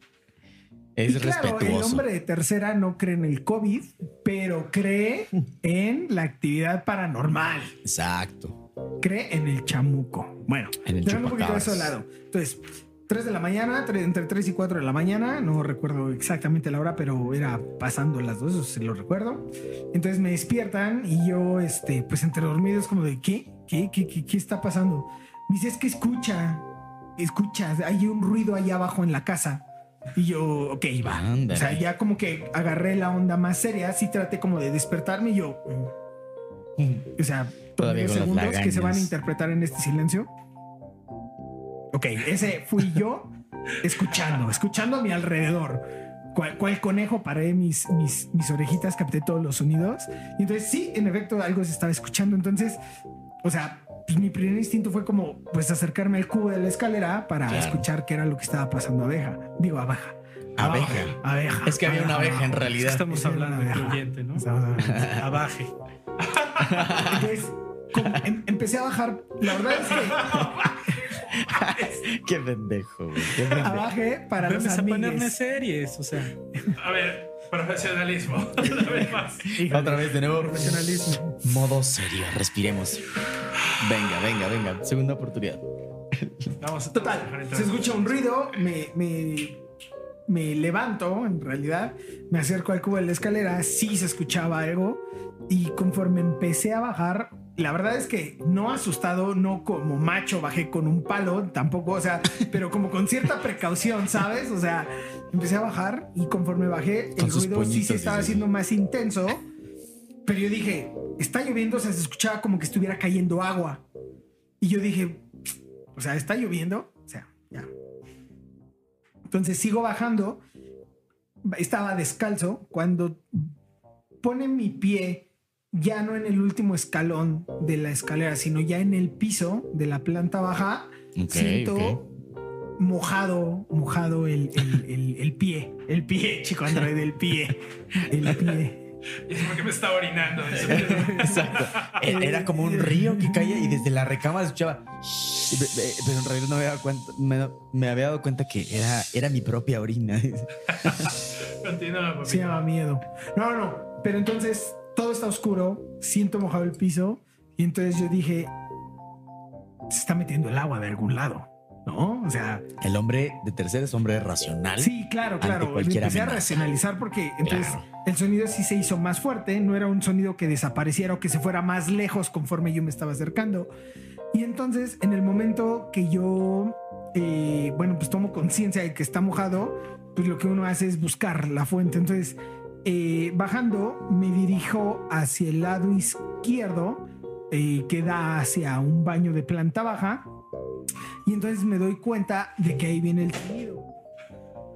[SPEAKER 4] Es
[SPEAKER 1] y claro, el
[SPEAKER 4] respetuoso.
[SPEAKER 1] hombre de tercera no cree en el COVID, pero cree en la actividad paranormal.
[SPEAKER 4] Exacto.
[SPEAKER 1] Cree en el chamuco. Bueno,
[SPEAKER 4] En el
[SPEAKER 1] dejando un poquito
[SPEAKER 4] chupacabras.
[SPEAKER 1] eso de lado. Entonces, 3 de la mañana, tre- entre 3 y 4 de la mañana, no recuerdo exactamente la hora, pero era pasando las dos, eso sí lo recuerdo. Entonces me despiertan y yo, este, pues entre dormidos, como de, ¿qué? ¿Qué, qué, qué, qué está pasando? Me dice, es que escucha, escucha, hay un ruido allá abajo en la casa. Y yo, ok, va.
[SPEAKER 4] Ándale.
[SPEAKER 1] O sea, ya como que agarré la onda más seria, sí traté como de despertarme y yo, mm, o sea,
[SPEAKER 4] Mm. Todavía
[SPEAKER 1] los
[SPEAKER 4] con los
[SPEAKER 1] segundos que se van a
[SPEAKER 4] lagañas.
[SPEAKER 1] interpretar en este silencio. Ok, ese fui yo escuchando, escuchando a mi alrededor. Cual, cual conejo paré mis, mis, mis orejitas, capté todos los sonidos. Y entonces sí, en efecto, algo se estaba escuchando. Entonces, o sea, pues, mi primer instinto fue como pues acercarme al cubo de la escalera para
[SPEAKER 4] Claro.
[SPEAKER 1] escuchar qué era lo que estaba pasando abeja. Digo, abeja.
[SPEAKER 4] Abeja.
[SPEAKER 1] Abeja.
[SPEAKER 4] Es que había una abeja en
[SPEAKER 1] ah,
[SPEAKER 3] Es que
[SPEAKER 4] realidad.
[SPEAKER 3] estamos hablando de
[SPEAKER 1] Ajá.
[SPEAKER 3] incluyente, ¿no?
[SPEAKER 1] realidad.
[SPEAKER 3] Abaje.
[SPEAKER 1] Entonces, como em- empecé a bajar. La verdad es que
[SPEAKER 4] Qué pendejo, güey. Qué pendejo.
[SPEAKER 1] abajé para los
[SPEAKER 3] Vamos a ponerme
[SPEAKER 1] amigues.
[SPEAKER 3] series, o sea,
[SPEAKER 2] A ver, profesionalismo. Una vez más.
[SPEAKER 4] Otra vez de nuevo.
[SPEAKER 3] profesionalismo.
[SPEAKER 4] Modo serio, respiremos. Venga, venga, venga. Segunda oportunidad.
[SPEAKER 2] Vamos a trabajar
[SPEAKER 1] Total,
[SPEAKER 2] en
[SPEAKER 1] se escucha un ruido, me, me, me levanto, en realidad, me acerco al cubo de la escalera, sí se escuchaba algo, y conforme empecé a bajar, la verdad es que no asustado, no como macho, bajé con un palo, tampoco, o sea, pero como con cierta precaución, ¿sabes? O sea, empecé a bajar y conforme bajé,
[SPEAKER 4] Con
[SPEAKER 1] el
[SPEAKER 4] sus
[SPEAKER 1] ruido sí
[SPEAKER 4] puñitos,
[SPEAKER 1] se estaba
[SPEAKER 4] dices,
[SPEAKER 1] haciendo más intenso, pero yo dije, está lloviendo, o sea, se escuchaba como que estuviera cayendo agua. Y yo dije, o sea, está lloviendo. O sea, ya. Entonces sigo bajando. Estaba descalzo cuando pone mi pie ya no en el último escalón de la escalera, sino ya en el piso de la planta baja.
[SPEAKER 4] Ok,
[SPEAKER 1] siento
[SPEAKER 4] ok.
[SPEAKER 1] mojado, mojado el, el- el- el pie. El pie, chico Android, el pie. El pie.
[SPEAKER 2] Es porque me estaba orinando. Eso-
[SPEAKER 4] Exacto. E- Era como un río que caía y desde la recámara escuchaba. "Shh". Pe- pe- Pero en realidad no me había dado cuenta, me, me había dado cuenta que era, era mi propia orina.
[SPEAKER 2] Continúa, papito.
[SPEAKER 1] Se llama miedo. No, no, no. Pero entonces todo está oscuro, siento mojado el piso y entonces yo dije, se está metiendo el agua de algún lado, ¿no? O sea,
[SPEAKER 4] El hombre de tercero es hombre racional.
[SPEAKER 1] sí, claro,
[SPEAKER 4] Ante
[SPEAKER 1] claro.
[SPEAKER 4] cualquier
[SPEAKER 1] Empecé a
[SPEAKER 4] amenaza.
[SPEAKER 1] racionalizar porque entonces
[SPEAKER 4] Claro.
[SPEAKER 1] el sonido sí se hizo más fuerte, no era un sonido que desapareciera o que se fuera más lejos conforme yo me estaba acercando. Y entonces en el momento que yo, eh, bueno, pues tomo conciencia de que está mojado, pues lo que uno hace es buscar la fuente. Entonces, eh, bajando, me dirijo hacia el lado izquierdo eh, que da hacia un baño de planta baja. Y entonces me doy cuenta de que ahí viene el sonido.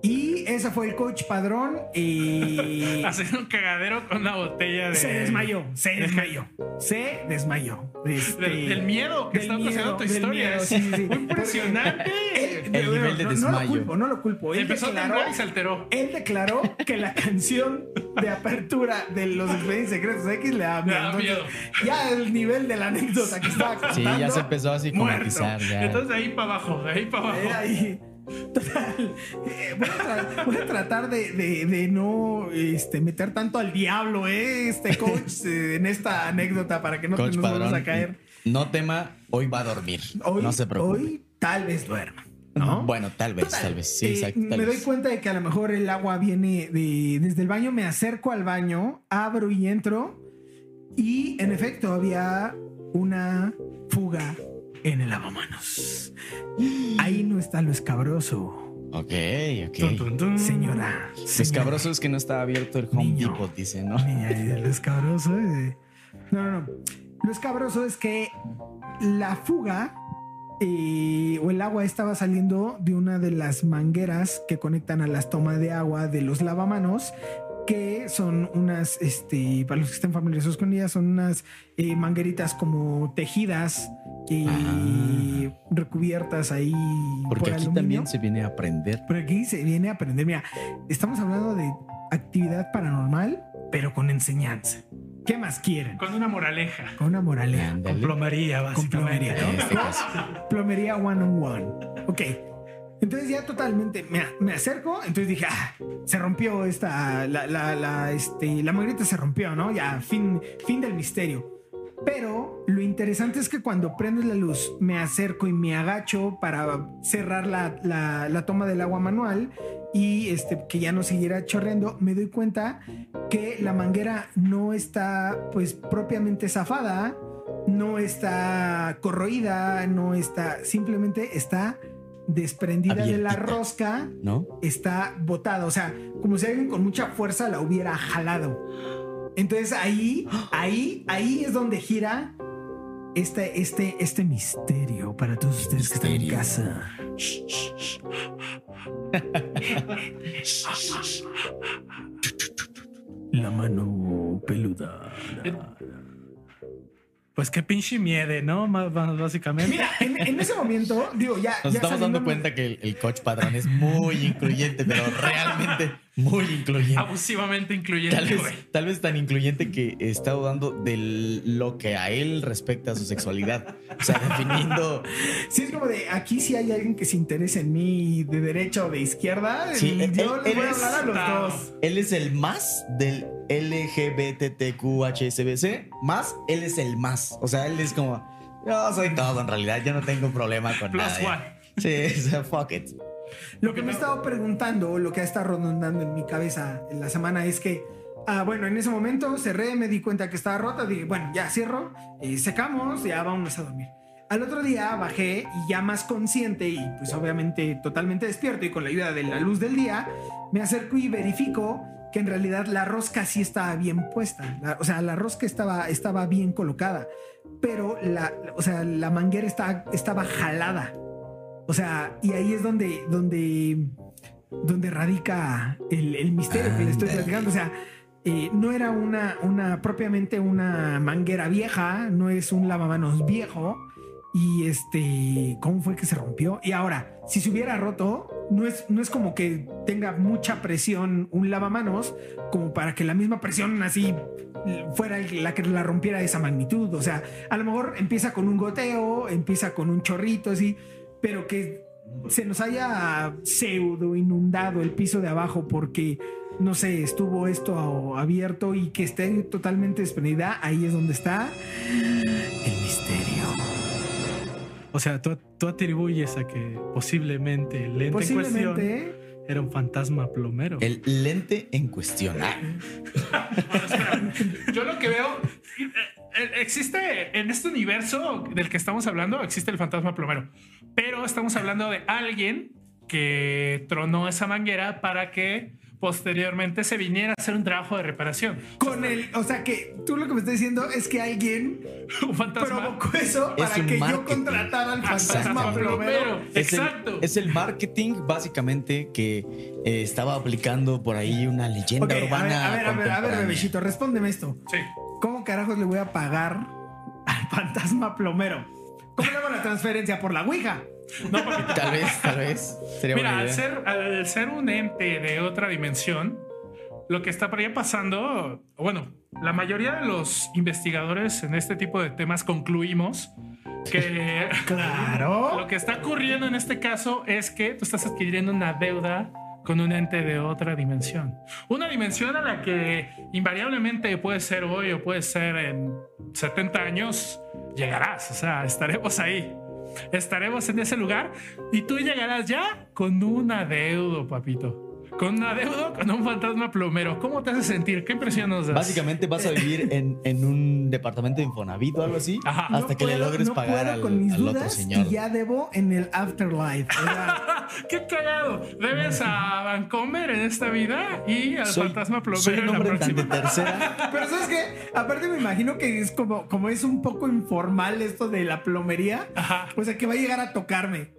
[SPEAKER 1] Y ese fue el coach padrón. eh,
[SPEAKER 2] Hacer un cagadero con una botella de.
[SPEAKER 1] se desmayó, se desmayó, se desmayó. Este,
[SPEAKER 2] Del, del miedo que
[SPEAKER 1] del
[SPEAKER 2] está ocasionando tu
[SPEAKER 1] miedo, del
[SPEAKER 2] historia.
[SPEAKER 1] miedo,
[SPEAKER 2] es
[SPEAKER 1] sí, sí, sí.
[SPEAKER 2] Impresionante.
[SPEAKER 1] Él-
[SPEAKER 4] El
[SPEAKER 1] no,
[SPEAKER 4] nivel de
[SPEAKER 1] no, No
[SPEAKER 4] desmayo.
[SPEAKER 1] lo culpo, no lo culpo. Él
[SPEAKER 2] Empezó a
[SPEAKER 1] declaró-
[SPEAKER 2] temblar y se alteró.
[SPEAKER 1] él declaró que la canción de apertura de los expedientes secretos X le daba
[SPEAKER 2] Me
[SPEAKER 1] miedo.
[SPEAKER 2] da
[SPEAKER 1] Entonces,
[SPEAKER 2] miedo.
[SPEAKER 1] ya el nivel de la anécdota que estaba contando.
[SPEAKER 4] Sí, ya se empezó a
[SPEAKER 1] muerto.
[SPEAKER 4] psicomatizar. ya.
[SPEAKER 2] Entonces de ahí para abajo, de ahí para abajo.
[SPEAKER 1] Era ahí. Total. Eh, voy, a tra- voy a tratar de, de- de no este, meter tanto al diablo, eh, este coach, eh, en esta anécdota para que no
[SPEAKER 4] Coach
[SPEAKER 1] te nos vamos
[SPEAKER 4] Padrón,
[SPEAKER 1] a caer.
[SPEAKER 4] No tema, hoy va a dormir.
[SPEAKER 1] Hoy,
[SPEAKER 4] no se preocupe.
[SPEAKER 1] hoy tal vez duerma. ¿no?
[SPEAKER 4] Bueno, tal vez, tal vez. Sí,
[SPEAKER 1] Eh,
[SPEAKER 4] exacto. tal
[SPEAKER 1] me doy
[SPEAKER 4] vez.
[SPEAKER 1] cuenta de que a lo mejor el agua viene de, desde el baño, me acerco al baño, abro y entro y en efecto había una fuga en el lavamanos. Ahí no está lo escabroso,
[SPEAKER 4] Ok,
[SPEAKER 2] Tun,
[SPEAKER 4] ok.
[SPEAKER 2] tun, tun.
[SPEAKER 1] señora.
[SPEAKER 4] Lo escabroso es que no estaba abierto el Home
[SPEAKER 1] Niño.
[SPEAKER 4] Depot, dice, ¿no?
[SPEAKER 1] Niña, y lo escabroso. eh. No, no, no. Lo escabroso es que la fuga eh, o el agua estaba saliendo de una de las mangueras que conectan a las tomas de agua de los lavamanos que son unas, este, para los que estén familiarizados con ellas, son unas eh, mangueritas como tejidas y
[SPEAKER 4] Ah.
[SPEAKER 1] recubiertas ahí
[SPEAKER 4] Porque
[SPEAKER 1] por
[SPEAKER 4] aquí
[SPEAKER 1] aluminio.
[SPEAKER 4] también se viene a aprender.
[SPEAKER 1] Pero aquí se viene a aprender. Mira, estamos hablando de actividad paranormal, pero con enseñanza. ¿Qué más quieren?
[SPEAKER 2] Con una moraleja.
[SPEAKER 1] Con una moraleja.
[SPEAKER 4] Ándale.
[SPEAKER 3] Con plomería,
[SPEAKER 1] Con
[SPEAKER 3] básicamente.
[SPEAKER 1] plomería,
[SPEAKER 4] En
[SPEAKER 1] ¿no?
[SPEAKER 4] este caso.
[SPEAKER 1] Plomería one on one. Ok. Entonces ya totalmente me, me acerco. Entonces dije, ah, se rompió esta, la, la, la, este, la manguerita se rompió, ¿no? Ya, fin, fin del misterio. Pero lo interesante es que cuando prendes la luz, me acerco y me agacho para cerrar la, la- la toma del agua manual y este, que ya no siguiera chorreando, me doy cuenta que la manguera no está pues propiamente zafada, no está corroída, no está, simplemente está desprendida de la
[SPEAKER 4] Abiertita.
[SPEAKER 1] rosca
[SPEAKER 4] ¿no?
[SPEAKER 1] está botada, o sea, como si alguien con mucha fuerza la hubiera jalado. Entonces ahí, ahí, ahí es donde gira este, este, este misterio para todos ustedes que
[SPEAKER 4] Misterio.
[SPEAKER 1] están en casa. La mano peluda.
[SPEAKER 3] Pues qué pinche miede, ¿no? Más- más básicamente.
[SPEAKER 1] Mira, en, en ese momento, digo, ya.
[SPEAKER 4] Nos
[SPEAKER 1] ya
[SPEAKER 4] estamos dando
[SPEAKER 1] saliéndonos-
[SPEAKER 4] cuenta que el, el coach padrón es muy incluyente, pero realmente muy
[SPEAKER 1] Ah,
[SPEAKER 4] incluyente.
[SPEAKER 2] Abusivamente
[SPEAKER 4] Tal
[SPEAKER 2] incluyente, güey.
[SPEAKER 4] vez, tal vez tan incluyente que está dudando de lo que a él respecta a su sexualidad. O sea, definiendo.
[SPEAKER 1] Sí, es como de aquí si hay alguien que se interese en mí de derecha o de izquierda,
[SPEAKER 4] Sí,
[SPEAKER 1] el-
[SPEAKER 4] él-
[SPEAKER 1] yo
[SPEAKER 4] él-
[SPEAKER 1] le voy
[SPEAKER 4] él
[SPEAKER 1] a
[SPEAKER 4] es-
[SPEAKER 1] hablar a los
[SPEAKER 2] Ah.
[SPEAKER 1] dos.
[SPEAKER 4] Él es el más del LGBTQHSBC, más él es el más. O sea, él es como. Yo soy todo en realidad, yo no tengo problema con
[SPEAKER 2] Plus
[SPEAKER 4] nada.
[SPEAKER 2] one.
[SPEAKER 4] Sí, o sea, fuck it.
[SPEAKER 1] Lo que me he estado preguntando, o lo que ha estado rondando en mi cabeza en la semana es que, ah, bueno, en ese momento cerré, me di cuenta que estaba rota, dije, bueno, ya cierro, eh, secamos, ya vámonos a dormir. Al otro día bajé y ya más consciente y pues obviamente totalmente despierto y con la ayuda de la luz del día, me acerco y verifico que en realidad la rosca sí estaba bien puesta, La- o sea, la rosca estaba, estaba bien colocada, pero la, o sea, la manguera estaba, estaba jalada. O sea, y ahí es donde, donde, donde radica el, el misterio que le estoy
[SPEAKER 4] Ándale.
[SPEAKER 1] platicando. O sea, eh, no era una, una, propiamente una manguera vieja, no es un lavamanos viejo. Y este, ¿cómo fue que se rompió? Y ahora, si se hubiera roto, no es, no es como que tenga mucha presión un lavamanos, como para que la misma presión así fuera el- la que la rompiera de esa magnitud. O sea, a lo mejor empieza con un goteo, empieza con un chorrito así, pero que se nos haya pseudo inundado el piso de abajo porque no sé, estuvo esto abierto y que esté totalmente desprendida, ahí es donde está el misterio.
[SPEAKER 3] O sea, tú, tú atribuyes a que posiblemente el ente en cuestión
[SPEAKER 1] Posiblemente
[SPEAKER 3] era un fantasma plomero.
[SPEAKER 4] El lente en cuestión. Ah,
[SPEAKER 2] Bueno, espera. Yo lo que veo. eh, eh, Existe en este universo del que estamos hablando, existe el fantasma plomero. Pero estamos hablando de alguien que tronó esa manguera para que posteriormente se viniera a hacer un trabajo de reparación.
[SPEAKER 1] con el, o sea que tú lo que me estás diciendo es que alguien
[SPEAKER 2] Un fantasma.
[SPEAKER 1] provocó eso
[SPEAKER 4] Es
[SPEAKER 1] para
[SPEAKER 4] un
[SPEAKER 1] que yo
[SPEAKER 4] marketing.
[SPEAKER 1] contratara al fantasma
[SPEAKER 4] Exactamente.
[SPEAKER 1] plomero.
[SPEAKER 4] Es el-
[SPEAKER 2] Exacto.
[SPEAKER 4] es el marketing, básicamente, que eh, estaba aplicando por ahí una leyenda
[SPEAKER 1] Ok, a ver,
[SPEAKER 4] urbana.
[SPEAKER 1] a ver, a ver, a ver,
[SPEAKER 4] contemporánea.
[SPEAKER 1] bebecito, respóndeme esto.
[SPEAKER 2] Sí.
[SPEAKER 1] ¿Cómo carajos le voy a pagar al fantasma plomero? ¿Cómo le hago la transferencia por la Ouija?
[SPEAKER 2] No, porque-
[SPEAKER 4] Tal vez, tal vez. Sería
[SPEAKER 2] Mira,
[SPEAKER 4] buena
[SPEAKER 2] al
[SPEAKER 4] idea.
[SPEAKER 2] ser, al ser un ente de otra dimensión, lo que está por ahí pasando, bueno, la mayoría de los investigadores en este tipo de temas concluimos que
[SPEAKER 1] Claro.
[SPEAKER 2] lo que está ocurriendo en este caso es que tú estás adquiriendo una deuda con un ente de otra dimensión. Una dimensión a la que invariablemente puede ser hoy o puede ser en 70 años, llegarás, o sea, estaremos ahí. Estaremos en ese lugar y tú llegarás ya con un adeudo, papito. Con un adeudo, con un fantasma plomero. ¿Cómo te hace sentir? ¿Qué impresión nos das?
[SPEAKER 4] Básicamente vas a vivir en, en un departamento de Infonavit o algo así
[SPEAKER 2] Ajá.
[SPEAKER 4] hasta
[SPEAKER 1] No
[SPEAKER 4] que le
[SPEAKER 1] puedo-
[SPEAKER 4] logres
[SPEAKER 1] no
[SPEAKER 4] pagar
[SPEAKER 1] puedo
[SPEAKER 4] al,
[SPEAKER 1] con mis
[SPEAKER 4] al otro
[SPEAKER 1] dudas
[SPEAKER 4] señor.
[SPEAKER 1] Y ya debo en el afterlife. O sea,
[SPEAKER 2] ¡Qué cagado! Debes a Vancomer en esta vida y al
[SPEAKER 4] Soy,
[SPEAKER 2] fantasma plomero
[SPEAKER 4] soy un
[SPEAKER 2] en la
[SPEAKER 4] hombre tan de
[SPEAKER 2] próxima.
[SPEAKER 4] tercera.
[SPEAKER 1] pero sabes que, aparte me imagino que es como, como es un poco informal esto de la plomería.
[SPEAKER 2] Ajá,
[SPEAKER 1] O sea que va a llegar a tocarme.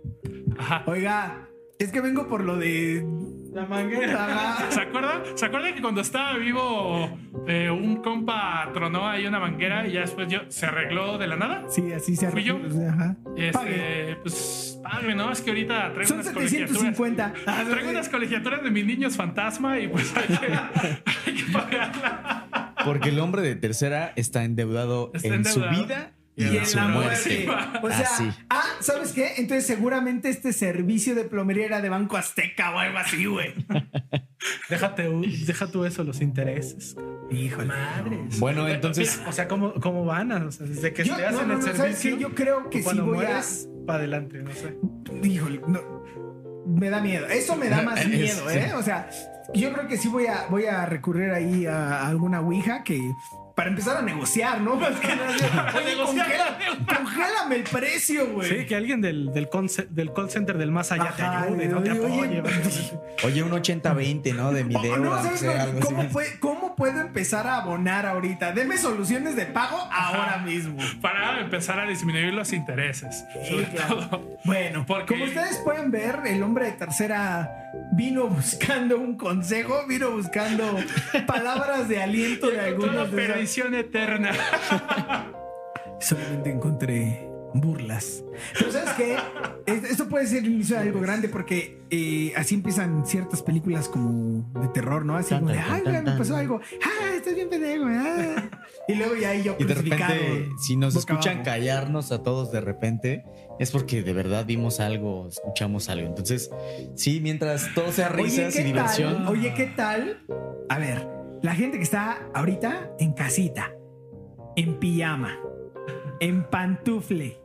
[SPEAKER 2] ajá.
[SPEAKER 1] Oiga, es que vengo por lo de la manguera.
[SPEAKER 2] ¿Se acuerda? ¿Se acuerda que cuando estaba vivo eh, un compa tronó ahí una manguera y ya después yo se arregló de la nada?
[SPEAKER 1] Sí, así se
[SPEAKER 2] Fui yo.
[SPEAKER 1] arregla. Ajá.
[SPEAKER 2] Este,
[SPEAKER 1] Pague.
[SPEAKER 2] pues padre, ¿no? Es que ahorita traigo
[SPEAKER 1] Son
[SPEAKER 2] unas colegiaturas.
[SPEAKER 1] 750. Ah,
[SPEAKER 2] Traigo unas colegiaturas de mis niños fantasma y pues hay que, hay que pagarla.
[SPEAKER 4] Porque el hombre de tercera está endeudado
[SPEAKER 2] Está
[SPEAKER 4] en
[SPEAKER 2] endeudado.
[SPEAKER 4] su vida
[SPEAKER 2] Y
[SPEAKER 4] y,
[SPEAKER 2] en
[SPEAKER 4] en,
[SPEAKER 2] la
[SPEAKER 4] su
[SPEAKER 2] muerte.
[SPEAKER 4] muerte.
[SPEAKER 1] O sea,
[SPEAKER 4] Así.
[SPEAKER 1] ah, ¿sabes qué? Entonces seguramente este servicio de plomería era de Banco Azteca o algo así, güey.
[SPEAKER 3] Déjate, deja tú eso, los intereses.
[SPEAKER 1] Híjole.
[SPEAKER 3] Madres.
[SPEAKER 4] Bueno, entonces,
[SPEAKER 3] Mira, o sea, ¿cómo, cómo van? O sea, desde que
[SPEAKER 1] Yo,
[SPEAKER 3] te
[SPEAKER 1] no,
[SPEAKER 3] hacen
[SPEAKER 1] no,
[SPEAKER 3] el
[SPEAKER 1] no, ¿sabes
[SPEAKER 3] servicio,
[SPEAKER 1] qué? Yo creo que sí
[SPEAKER 3] cuando
[SPEAKER 1] voy
[SPEAKER 3] mueras, para adelante, no sé.
[SPEAKER 1] a. Híjole, no. Me da miedo. Eso me da más
[SPEAKER 4] Es-
[SPEAKER 1] miedo, ¿eh?
[SPEAKER 4] sí.
[SPEAKER 1] O sea, yo creo que sí voy a, voy a recurrir ahí a alguna ouija que. Para empezar a negociar, ¿no? Más que nada. Oye, congela- congélame el precio, güey.
[SPEAKER 3] Sí, que alguien del, del, con- del call center del más allá
[SPEAKER 1] Ajá,
[SPEAKER 3] te ayude, no te
[SPEAKER 1] oye, oye,
[SPEAKER 3] apoye. básicamente.
[SPEAKER 4] oye, un 80-20, ¿no? De mi
[SPEAKER 1] O- o Oh, no,
[SPEAKER 4] deuda. o
[SPEAKER 1] ¿sabes
[SPEAKER 4] sea,
[SPEAKER 1] cómo-
[SPEAKER 4] algo
[SPEAKER 1] ¿cómo,
[SPEAKER 4] así.
[SPEAKER 1] pue- cómo puedo empezar a abonar ahorita? Deme soluciones de pago ahora mismo.
[SPEAKER 2] Para empezar a disminuir los intereses. Sobre todo.
[SPEAKER 1] Bueno,
[SPEAKER 2] Porque-
[SPEAKER 1] como ustedes pueden ver, el hombre de tercera vino buscando un consejo, vino buscando palabras de aliento
[SPEAKER 2] Encontró la
[SPEAKER 1] de algunos. de esas-
[SPEAKER 2] perdición eterna.
[SPEAKER 1] Solamente encontré burlas. Pero ¿sabes qué? Es- Esto puede ser el inicio de algo grande porque eh, así empiezan ciertas películas como de terror, ¿no? Así
[SPEAKER 4] Tan,
[SPEAKER 1] como de,
[SPEAKER 4] tan, tan,
[SPEAKER 1] ay,
[SPEAKER 4] tan,
[SPEAKER 1] güey, me
[SPEAKER 4] tan".
[SPEAKER 1] pasó algo. Ah, estás bien pendejo. ah". Y luego ya ahí yo
[SPEAKER 4] Y de
[SPEAKER 1] crucificado,
[SPEAKER 4] repente, si nos
[SPEAKER 1] boca
[SPEAKER 4] escuchan
[SPEAKER 1] abajo.
[SPEAKER 4] callarnos a todos de repente, es porque de verdad vimos algo, escuchamos algo. Entonces, sí, mientras todo sea risas
[SPEAKER 1] ¿qué
[SPEAKER 4] y diversión.
[SPEAKER 1] Tal? Oye, ¿qué tal? A ver, la gente que está ahorita en casita, en pijama, en pantufle,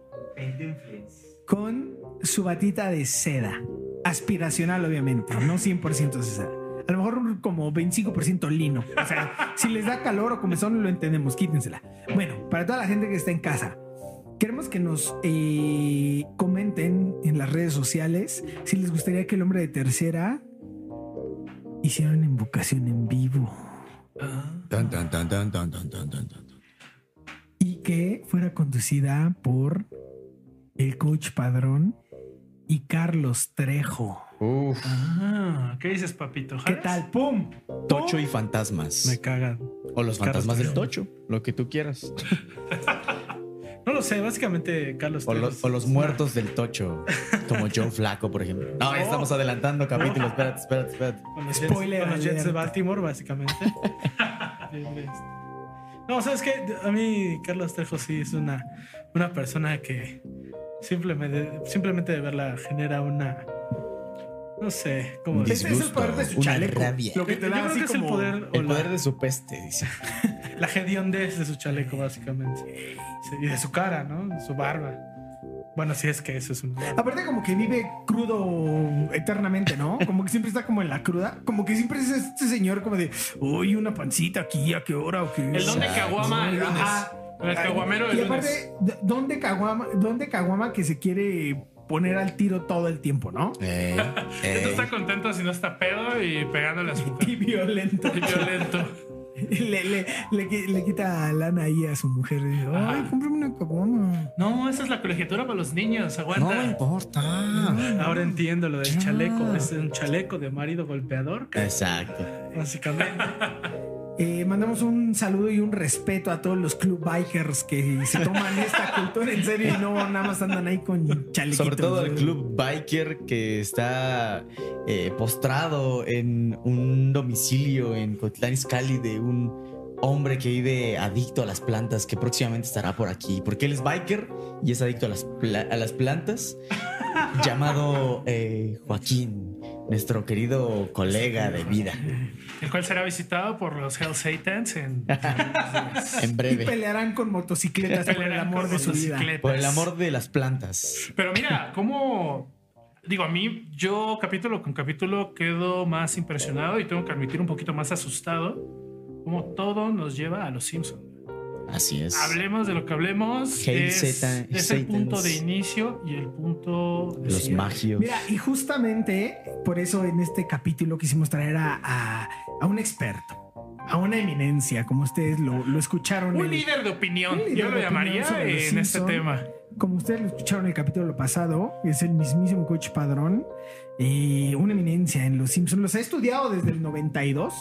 [SPEAKER 1] con su batita de seda, aspiracional obviamente, no 100% de seda. A lo mejor un- como 25% lino. O sea, si les da calor o comezón, lo entendemos, quítensela. Bueno, para toda la gente que está en casa, Queremos que nos eh, comenten en las redes sociales si les gustaría que el hombre de tercera hiciera una invocación en vivo Ah.
[SPEAKER 5] Tan, tan, tan, tan, tan, tan, tan, tan, tan.
[SPEAKER 1] y que fuera conducida por el coach Padrón y Carlos Trejo.
[SPEAKER 4] Uf,
[SPEAKER 2] Ah, ¿Qué dices, papito?
[SPEAKER 1] ¿Qué
[SPEAKER 2] ¿Jalas?
[SPEAKER 1] tal? ¡Pum!
[SPEAKER 4] tocho y
[SPEAKER 3] Me
[SPEAKER 4] fantasmas.
[SPEAKER 3] cagan.
[SPEAKER 4] O los
[SPEAKER 3] Carlos
[SPEAKER 4] fantasmas del
[SPEAKER 3] Trejo.
[SPEAKER 4] tocho, lo que tú quieras.
[SPEAKER 3] No lo sé, básicamente Carlos.
[SPEAKER 4] O, lo-
[SPEAKER 3] Trejo
[SPEAKER 4] o los
[SPEAKER 3] es
[SPEAKER 4] muertos del tocho, como Joe Flaco, por ejemplo. No, ya estamos adelantando capítulos. Espérate, espérate, espérate.
[SPEAKER 3] una- Con los,
[SPEAKER 1] Spoiler
[SPEAKER 3] Jets, con los Jets de
[SPEAKER 1] alert.
[SPEAKER 3] Baltimore, básicamente. no, ¿sabes qué? A mí, Carlos Trejo sí es una, una persona que simplemente, simplemente de verla genera una. No sé cómo
[SPEAKER 4] Un
[SPEAKER 1] Ese
[SPEAKER 3] decir.
[SPEAKER 1] este es el
[SPEAKER 4] Disgusto,
[SPEAKER 1] poder de su
[SPEAKER 4] una
[SPEAKER 1] chaleco.
[SPEAKER 4] rabia.
[SPEAKER 1] Lo que te
[SPEAKER 3] Yo
[SPEAKER 1] da
[SPEAKER 3] creo
[SPEAKER 1] así
[SPEAKER 3] que es el
[SPEAKER 1] como...
[SPEAKER 3] poder, o
[SPEAKER 4] El
[SPEAKER 3] la-
[SPEAKER 4] poder de su peste, dice.
[SPEAKER 3] La hediondez de su
[SPEAKER 1] Eh.
[SPEAKER 3] chaleco, básicamente. Sí, y de su cara, ¿no? Su barba. Bueno, si es que eso es un.
[SPEAKER 1] Aparte como que vive crudo eternamente, ¿no? Como que siempre está como en la cruda. Como que siempre es este señor como de, uy, una pancita aquí, ¿a qué hora? ¿O qué?
[SPEAKER 2] El don de
[SPEAKER 4] Exacto.
[SPEAKER 2] Caguama el lunes.
[SPEAKER 1] Ah, Ajá.
[SPEAKER 2] El caguamero
[SPEAKER 1] Y
[SPEAKER 2] del lunes.
[SPEAKER 1] aparte, d- ¿dónde Caguama, dónde Caguama que se quiere poner al tiro todo el tiempo, no?
[SPEAKER 4] Eh,
[SPEAKER 2] Esto
[SPEAKER 4] eh.
[SPEAKER 2] Este está contento si no está pedo y pegándole a su
[SPEAKER 1] Y
[SPEAKER 2] mujer.
[SPEAKER 1] violento.
[SPEAKER 2] Y violento.
[SPEAKER 1] le, le, le, qui- le quita lana ahí a su mujer. Y dice,
[SPEAKER 2] Ajá.
[SPEAKER 1] Ay, cómprame una Caguama.
[SPEAKER 2] No, esa es la colegiatura para los niños.
[SPEAKER 4] No me
[SPEAKER 2] Aguanta.
[SPEAKER 4] importa.
[SPEAKER 1] Ah.
[SPEAKER 3] Ahora entiendo lo del chaleco. Es un chaleco de marido golpeador,
[SPEAKER 4] Exacto.
[SPEAKER 3] básicamente.
[SPEAKER 1] Eh, mandamos un saludo y un respeto a todos los club bikers que se toman esta cultura en serio y no nada más andan ahí con chalequitos.
[SPEAKER 4] Sobre todo el
[SPEAKER 1] eh.
[SPEAKER 4] club biker que está eh, postrado en un domicilio en Cotlán Iscali de un hombre que vive adicto a las plantas, que próximamente estará por aquí, porque él es biker y es adicto a las, pla- a las plantas, llamado eh, Joaquín, nuestro querido colega de vida,
[SPEAKER 2] El cual será visitado por los Hell Satans en
[SPEAKER 4] en
[SPEAKER 1] Y
[SPEAKER 4] breve.
[SPEAKER 1] pelearán con motocicletas por el
[SPEAKER 2] Pelearán
[SPEAKER 1] amor
[SPEAKER 2] con
[SPEAKER 1] de su vida.
[SPEAKER 2] motocicletas.
[SPEAKER 4] Por el amor de las plantas.
[SPEAKER 2] Pero mira, cómo. Digo, a mí, yo capítulo con capítulo quedo más impresionado y tengo que admitir un poquito más asustado como todo nos lleva a los Simpsons.
[SPEAKER 4] Así es.
[SPEAKER 2] Hablemos de lo que hablemos.
[SPEAKER 4] Hail
[SPEAKER 2] es
[SPEAKER 4] Satan-
[SPEAKER 2] es el punto
[SPEAKER 4] Satans.
[SPEAKER 2] de inicio y el punto de
[SPEAKER 4] Los
[SPEAKER 2] cierre.
[SPEAKER 4] magios.
[SPEAKER 1] Mira, y justamente por eso en este capítulo quisimos traer a, a- a un experto, a una eminencia, como ustedes lo, lo escucharon.
[SPEAKER 2] Un
[SPEAKER 1] el-
[SPEAKER 2] líder de opinión,
[SPEAKER 1] Un líder
[SPEAKER 2] yo
[SPEAKER 1] de
[SPEAKER 2] lo
[SPEAKER 1] opinión
[SPEAKER 2] llamaría
[SPEAKER 1] sobre los
[SPEAKER 2] en este
[SPEAKER 1] Simpson.
[SPEAKER 2] tema.
[SPEAKER 1] como ustedes lo escucharon en el capítulo pasado, es el mismísimo Coach Padrón, eh, una eminencia en Los Simpsons. Los ha estudiado desde el 92,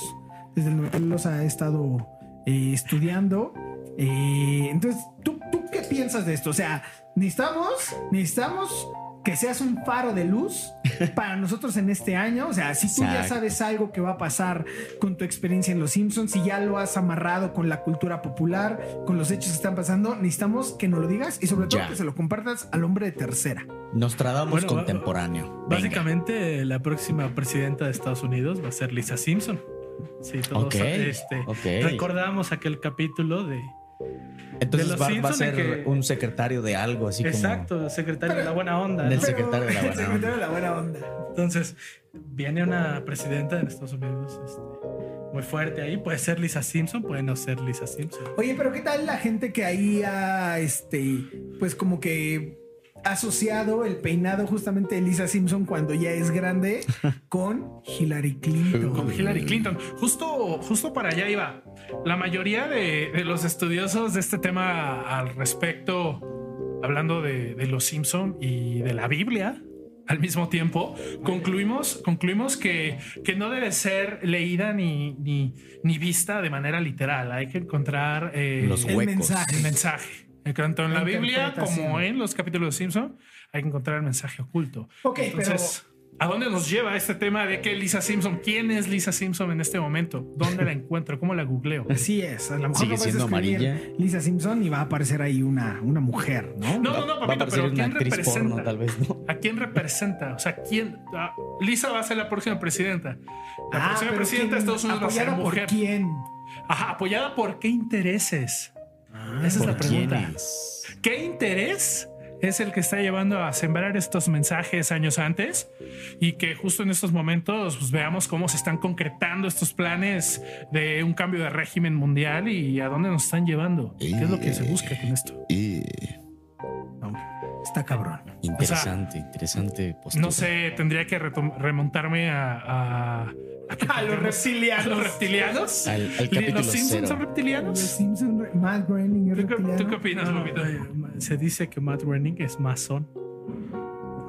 [SPEAKER 1] desde el 92 los ha estado eh, estudiando. Eh, entonces, ¿tú, ¿tú qué piensas de esto? O sea, necesitamos, necesitamos que seas un faro de luz para nosotros en este año. O sea, si tú ya
[SPEAKER 4] Exacto.
[SPEAKER 1] sabes algo que va a pasar con tu experiencia en Los Simpsons, si ya lo has amarrado con la cultura popular, con los hechos que están pasando, necesitamos que nos lo digas y sobre todo
[SPEAKER 4] Ya.
[SPEAKER 1] que se lo compartas al hombre de tercera.
[SPEAKER 4] Nostradamus
[SPEAKER 3] Bueno, va-
[SPEAKER 4] contemporáneo. Venga.
[SPEAKER 3] Básicamente, la próxima presidenta de Estados Unidos va a ser Lisa Simpson. Sí, todos
[SPEAKER 4] Ok,
[SPEAKER 3] este,
[SPEAKER 4] ok.
[SPEAKER 3] recordamos aquel capítulo de.
[SPEAKER 4] Entonces
[SPEAKER 3] de los
[SPEAKER 4] va, va a
[SPEAKER 3] Simpson
[SPEAKER 4] ser
[SPEAKER 3] en que-
[SPEAKER 4] un secretario de algo, así
[SPEAKER 3] exacto, secretario de la buena onda.
[SPEAKER 4] Del
[SPEAKER 3] ¿no?
[SPEAKER 4] sec- secretario de la buena
[SPEAKER 1] El secretario de la buena onda.
[SPEAKER 3] Entonces, viene una presidenta en Estados Unidos este, muy fuerte ahí. Puede ser Lisa Simpson, puede no ser Lisa Simpson.
[SPEAKER 1] Oye, pero ¿qué tal la gente que ahí ha, este, pues como que asociado el peinado justamente de Lisa Simpson cuando ya es grande con Hillary Clinton?
[SPEAKER 2] con Hillary Clinton. Justo, justo para allá iba. La mayoría de, de los estudiosos de este tema al respecto, hablando de, de los Simpson y de la Biblia, al mismo tiempo, concluimos, concluimos que, que no debe ser leída ni, ni, ni vista de manera literal. Hay que encontrar eh,
[SPEAKER 4] como los
[SPEAKER 1] el
[SPEAKER 4] huecos.
[SPEAKER 1] mensaje.
[SPEAKER 2] el mensaje. Tanto en la
[SPEAKER 1] La
[SPEAKER 2] Biblia
[SPEAKER 1] interpretación.
[SPEAKER 2] como en los capítulos de Simpson, hay que encontrar el mensaje oculto.
[SPEAKER 1] Ok,
[SPEAKER 2] Entonces, ¿a dónde nos lleva este tema de que Lisa Simpson? ¿Quién es Lisa Simpson en este momento? ¿Dónde la encuentro? ¿Cómo la googleo?
[SPEAKER 1] pero así es. A lo mejor
[SPEAKER 4] Sigue
[SPEAKER 1] no puedes
[SPEAKER 4] siendo
[SPEAKER 1] escribir
[SPEAKER 4] amarilla.
[SPEAKER 1] Lisa Simpson y va a aparecer ahí una, una mujer, ¿no?
[SPEAKER 2] No, no,
[SPEAKER 4] Va-
[SPEAKER 2] no,
[SPEAKER 4] va a
[SPEAKER 2] papito,
[SPEAKER 4] parecer
[SPEAKER 2] pero
[SPEAKER 4] una
[SPEAKER 2] ¿quién
[SPEAKER 4] actriz
[SPEAKER 2] representa?
[SPEAKER 4] porno, tal vez, ¿no?
[SPEAKER 2] ¿A quién representa? O sea, ¿quién? Ah, Lisa va a ser la próxima presidenta. La próxima
[SPEAKER 1] Ah, pero
[SPEAKER 2] presidenta de
[SPEAKER 1] ¿quién-
[SPEAKER 2] Estados Unidos va a ser
[SPEAKER 1] apoyada
[SPEAKER 2] mujer.
[SPEAKER 1] por quién?
[SPEAKER 2] Ajá, ¿apoyada por qué intereses? Esa es la
[SPEAKER 4] Ah, ¿Por
[SPEAKER 2] pregunta.
[SPEAKER 4] quiénes?
[SPEAKER 2] ¿Qué interés es el que está llevando a sembrar estos mensajes años antes? Y que justo en estos momentos pues, veamos cómo se están concretando estos planes de un cambio de régimen mundial y a dónde nos están llevando. ¿Qué es lo que se busca con esto?
[SPEAKER 5] Y
[SPEAKER 1] Está cabrón.
[SPEAKER 4] Interesante, interesante postura.
[SPEAKER 2] No sé, tendría que retom- remontarme a... a- a que-
[SPEAKER 1] A los reptilianos.
[SPEAKER 2] ¿A los reptilianos?
[SPEAKER 4] Al- al
[SPEAKER 2] ¿Los
[SPEAKER 4] capítulo
[SPEAKER 2] Simpsons
[SPEAKER 4] cero.
[SPEAKER 2] son
[SPEAKER 1] Los
[SPEAKER 2] reptilianos?
[SPEAKER 1] Simpson, re- Matt Groening es
[SPEAKER 2] ¿Tú, qué- tú qué
[SPEAKER 1] reptiliano.
[SPEAKER 2] opinas,
[SPEAKER 3] No,
[SPEAKER 2] Lupita?
[SPEAKER 3] eh, se dice que Matt Groening es masón.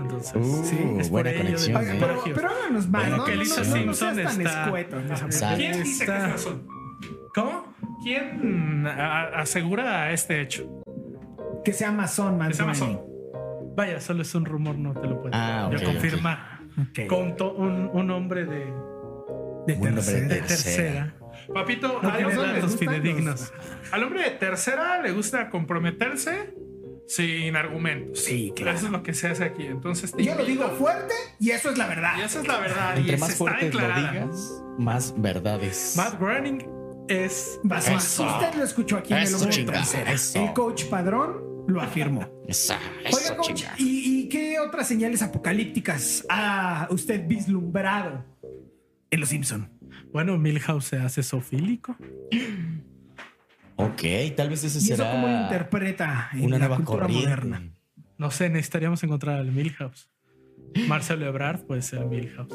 [SPEAKER 3] Entonces,
[SPEAKER 4] Uh,
[SPEAKER 3] sí, es por
[SPEAKER 4] buena
[SPEAKER 3] ello,
[SPEAKER 4] conexión,
[SPEAKER 3] de-
[SPEAKER 4] eh.
[SPEAKER 3] por
[SPEAKER 1] Pero,
[SPEAKER 3] ello.
[SPEAKER 1] pero háganos mal,
[SPEAKER 4] Bueno,
[SPEAKER 1] ¿no?
[SPEAKER 4] que
[SPEAKER 1] No, no,
[SPEAKER 4] Lisa
[SPEAKER 1] no, no
[SPEAKER 3] Simpson
[SPEAKER 1] seas tan
[SPEAKER 3] está-
[SPEAKER 1] escueto. en esa
[SPEAKER 4] Exacto.
[SPEAKER 2] ¿Quién dice que es
[SPEAKER 3] Está-
[SPEAKER 2] razón?
[SPEAKER 3] ¿Cómo?
[SPEAKER 2] ¿Quién a- asegura este hecho?
[SPEAKER 1] Que sea Amazon, Matt
[SPEAKER 2] Es Amazon.
[SPEAKER 1] Groening.
[SPEAKER 3] Vaya, solo es un rumor, no te lo puedo
[SPEAKER 4] Ah,
[SPEAKER 3] yo
[SPEAKER 4] ok,
[SPEAKER 3] confirma.
[SPEAKER 1] Ok.
[SPEAKER 3] Conto un, un hombre de,
[SPEAKER 1] De
[SPEAKER 4] ah, Un hombre
[SPEAKER 1] tercera.
[SPEAKER 3] de
[SPEAKER 4] Tercera.
[SPEAKER 3] tercera.
[SPEAKER 2] Papito,
[SPEAKER 3] No
[SPEAKER 2] ¿a
[SPEAKER 3] tiene
[SPEAKER 2] dónde le
[SPEAKER 3] datos
[SPEAKER 2] gustan
[SPEAKER 3] fidedignos.
[SPEAKER 2] los- Al hombre de tercera le gusta comprometerse sin argumentos.
[SPEAKER 1] Sí, claro.
[SPEAKER 2] Eso es lo que se hace aquí. Entonces, te
[SPEAKER 1] Yo lo
[SPEAKER 2] invito-
[SPEAKER 1] digo fuerte y eso es la verdad.
[SPEAKER 2] Y esa es la verdad.
[SPEAKER 4] Entre
[SPEAKER 2] y
[SPEAKER 4] más
[SPEAKER 2] más está
[SPEAKER 4] fuertes lo
[SPEAKER 2] declarada.
[SPEAKER 4] digas, más verdades.
[SPEAKER 3] Matt Groening es
[SPEAKER 1] Basón.
[SPEAKER 4] Eso.
[SPEAKER 1] Usted lo escuchó aquí en el
[SPEAKER 4] Eso,
[SPEAKER 1] hombre de
[SPEAKER 4] chingada,
[SPEAKER 1] tercera.
[SPEAKER 4] eso.
[SPEAKER 1] El coach Padrón lo afirmó.
[SPEAKER 4] Esa,
[SPEAKER 1] Oiga,
[SPEAKER 4] esa
[SPEAKER 1] coach,
[SPEAKER 4] chinga.
[SPEAKER 1] ¿y, y qué otras señales apocalípticas ha usted vislumbrado en Los Simpson?
[SPEAKER 3] Bueno, Milhouse se hace zoofílico.
[SPEAKER 4] Ok, tal vez ese
[SPEAKER 1] ¿Y eso
[SPEAKER 4] será
[SPEAKER 1] cómo lo interpreta en
[SPEAKER 4] una
[SPEAKER 1] la
[SPEAKER 4] nueva
[SPEAKER 1] cultura
[SPEAKER 4] corriente.
[SPEAKER 1] moderna?
[SPEAKER 3] No sé, necesitaríamos encontrar al Milhouse. Marcelo Ebrard puede ser Milhouse.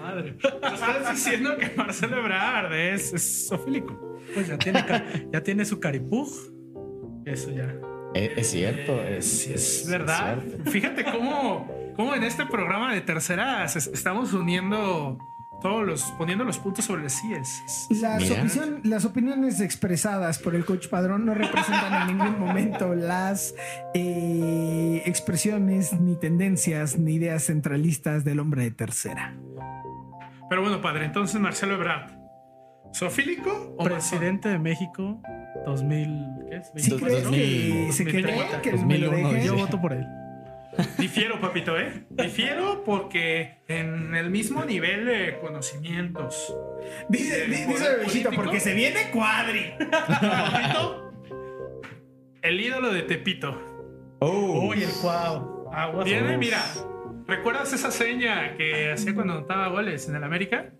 [SPEAKER 2] Madre. ¿No estás diciendo que Marcelo Ebrard es, es zoofílico.
[SPEAKER 3] Pues ya tiene, ca- ya tiene su caripuj. Eso ya.
[SPEAKER 4] Eh, Es, cierto, es,
[SPEAKER 2] Sí, es verdad.
[SPEAKER 4] cierto.
[SPEAKER 2] Fíjate cómo, cómo en este programa de terceras es- estamos uniendo todos los, poniendo los puntos sobre las sillas.
[SPEAKER 1] Las,
[SPEAKER 4] Mira.
[SPEAKER 1] opinión- las opiniones expresadas por el coach Padrón no representan en ningún momento las eh, expresiones, ni tendencias, ni ideas centralistas del hombre de tercera.
[SPEAKER 2] Pero bueno, padre, entonces Marcelo Ebrard, ¿sofílico o masón?
[SPEAKER 3] Presidente de México 2000. ¿Qué es?
[SPEAKER 1] ¿Sí
[SPEAKER 3] 24,
[SPEAKER 1] crees
[SPEAKER 3] ¿no?
[SPEAKER 1] que se cree
[SPEAKER 2] 2030,
[SPEAKER 1] que me lo
[SPEAKER 4] 2001
[SPEAKER 1] dejen?
[SPEAKER 3] Yo
[SPEAKER 4] Sí.
[SPEAKER 3] voto por él.
[SPEAKER 2] Difiero, papito, ¿eh? Difiero porque en el mismo nivel de conocimientos.
[SPEAKER 1] Dice, di- dice
[SPEAKER 2] ¿Poder
[SPEAKER 1] Bebecito,
[SPEAKER 2] político?
[SPEAKER 1] porque se viene cuadri.
[SPEAKER 2] Papito, el ídolo de Tepito.
[SPEAKER 4] Oh,
[SPEAKER 3] Uy, el cuau. Aguas.
[SPEAKER 2] Viene, mira, ¿recuerdas esa seña que hacía cuando anotaba goles en el América?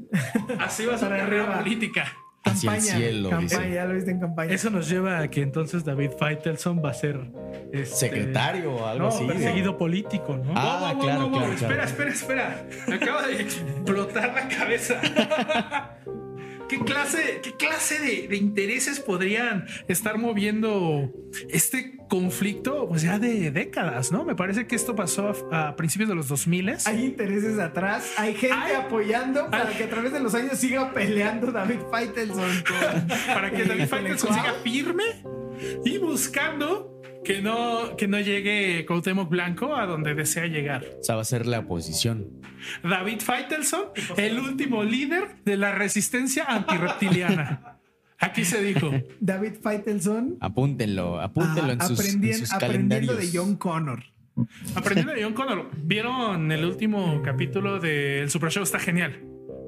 [SPEAKER 2] Así va a ser
[SPEAKER 1] Para
[SPEAKER 2] carrera
[SPEAKER 1] arriba.
[SPEAKER 2] política.
[SPEAKER 4] hacia el
[SPEAKER 1] Campaña,
[SPEAKER 4] cielo,
[SPEAKER 1] campaña,
[SPEAKER 4] dice.
[SPEAKER 1] ya lo viste en campaña.
[SPEAKER 3] Eso nos lleva a que entonces David Feitelson va a ser este,
[SPEAKER 4] Secretario o algo
[SPEAKER 3] no,
[SPEAKER 4] así.
[SPEAKER 3] perseguido político, ¿no?
[SPEAKER 4] Ah,
[SPEAKER 2] Wow, wow, wow,
[SPEAKER 4] claro,
[SPEAKER 2] wow, wow.
[SPEAKER 4] claro,
[SPEAKER 2] Espera,
[SPEAKER 4] claro.
[SPEAKER 2] espera, espera. Me acaba de explotar la cabeza. ¿Qué clase, qué clase de, de intereses podrían estar moviendo este conflicto? Pues ya de décadas, ¿no? Me parece que esto pasó a, a principios de los 2000.
[SPEAKER 1] Hay intereses atrás, hay gente
[SPEAKER 2] Ay.
[SPEAKER 1] apoyando para que a través de los años siga peleando David Faitelson. con-
[SPEAKER 2] Para que David
[SPEAKER 1] con el
[SPEAKER 2] Faitelson
[SPEAKER 1] Cuau.
[SPEAKER 2] siga firme y buscando que no, que no llegue Cuauhtémoc Blanco a donde desea llegar.
[SPEAKER 4] O sea, va a ser la oposición.
[SPEAKER 2] David Feitelson, el último líder de la resistencia antirreptiliana. Aquí se dijo.
[SPEAKER 1] David Faitelson
[SPEAKER 4] Apúntenlo, apúntenlo
[SPEAKER 1] ah,
[SPEAKER 4] en sus,
[SPEAKER 1] aprendi-
[SPEAKER 4] en sus
[SPEAKER 1] aprendiendo
[SPEAKER 4] calendarios.
[SPEAKER 1] de John Connor.
[SPEAKER 2] Aprendiendo de John Connor. ¿Vieron el último capítulo del Super Show? Está genial.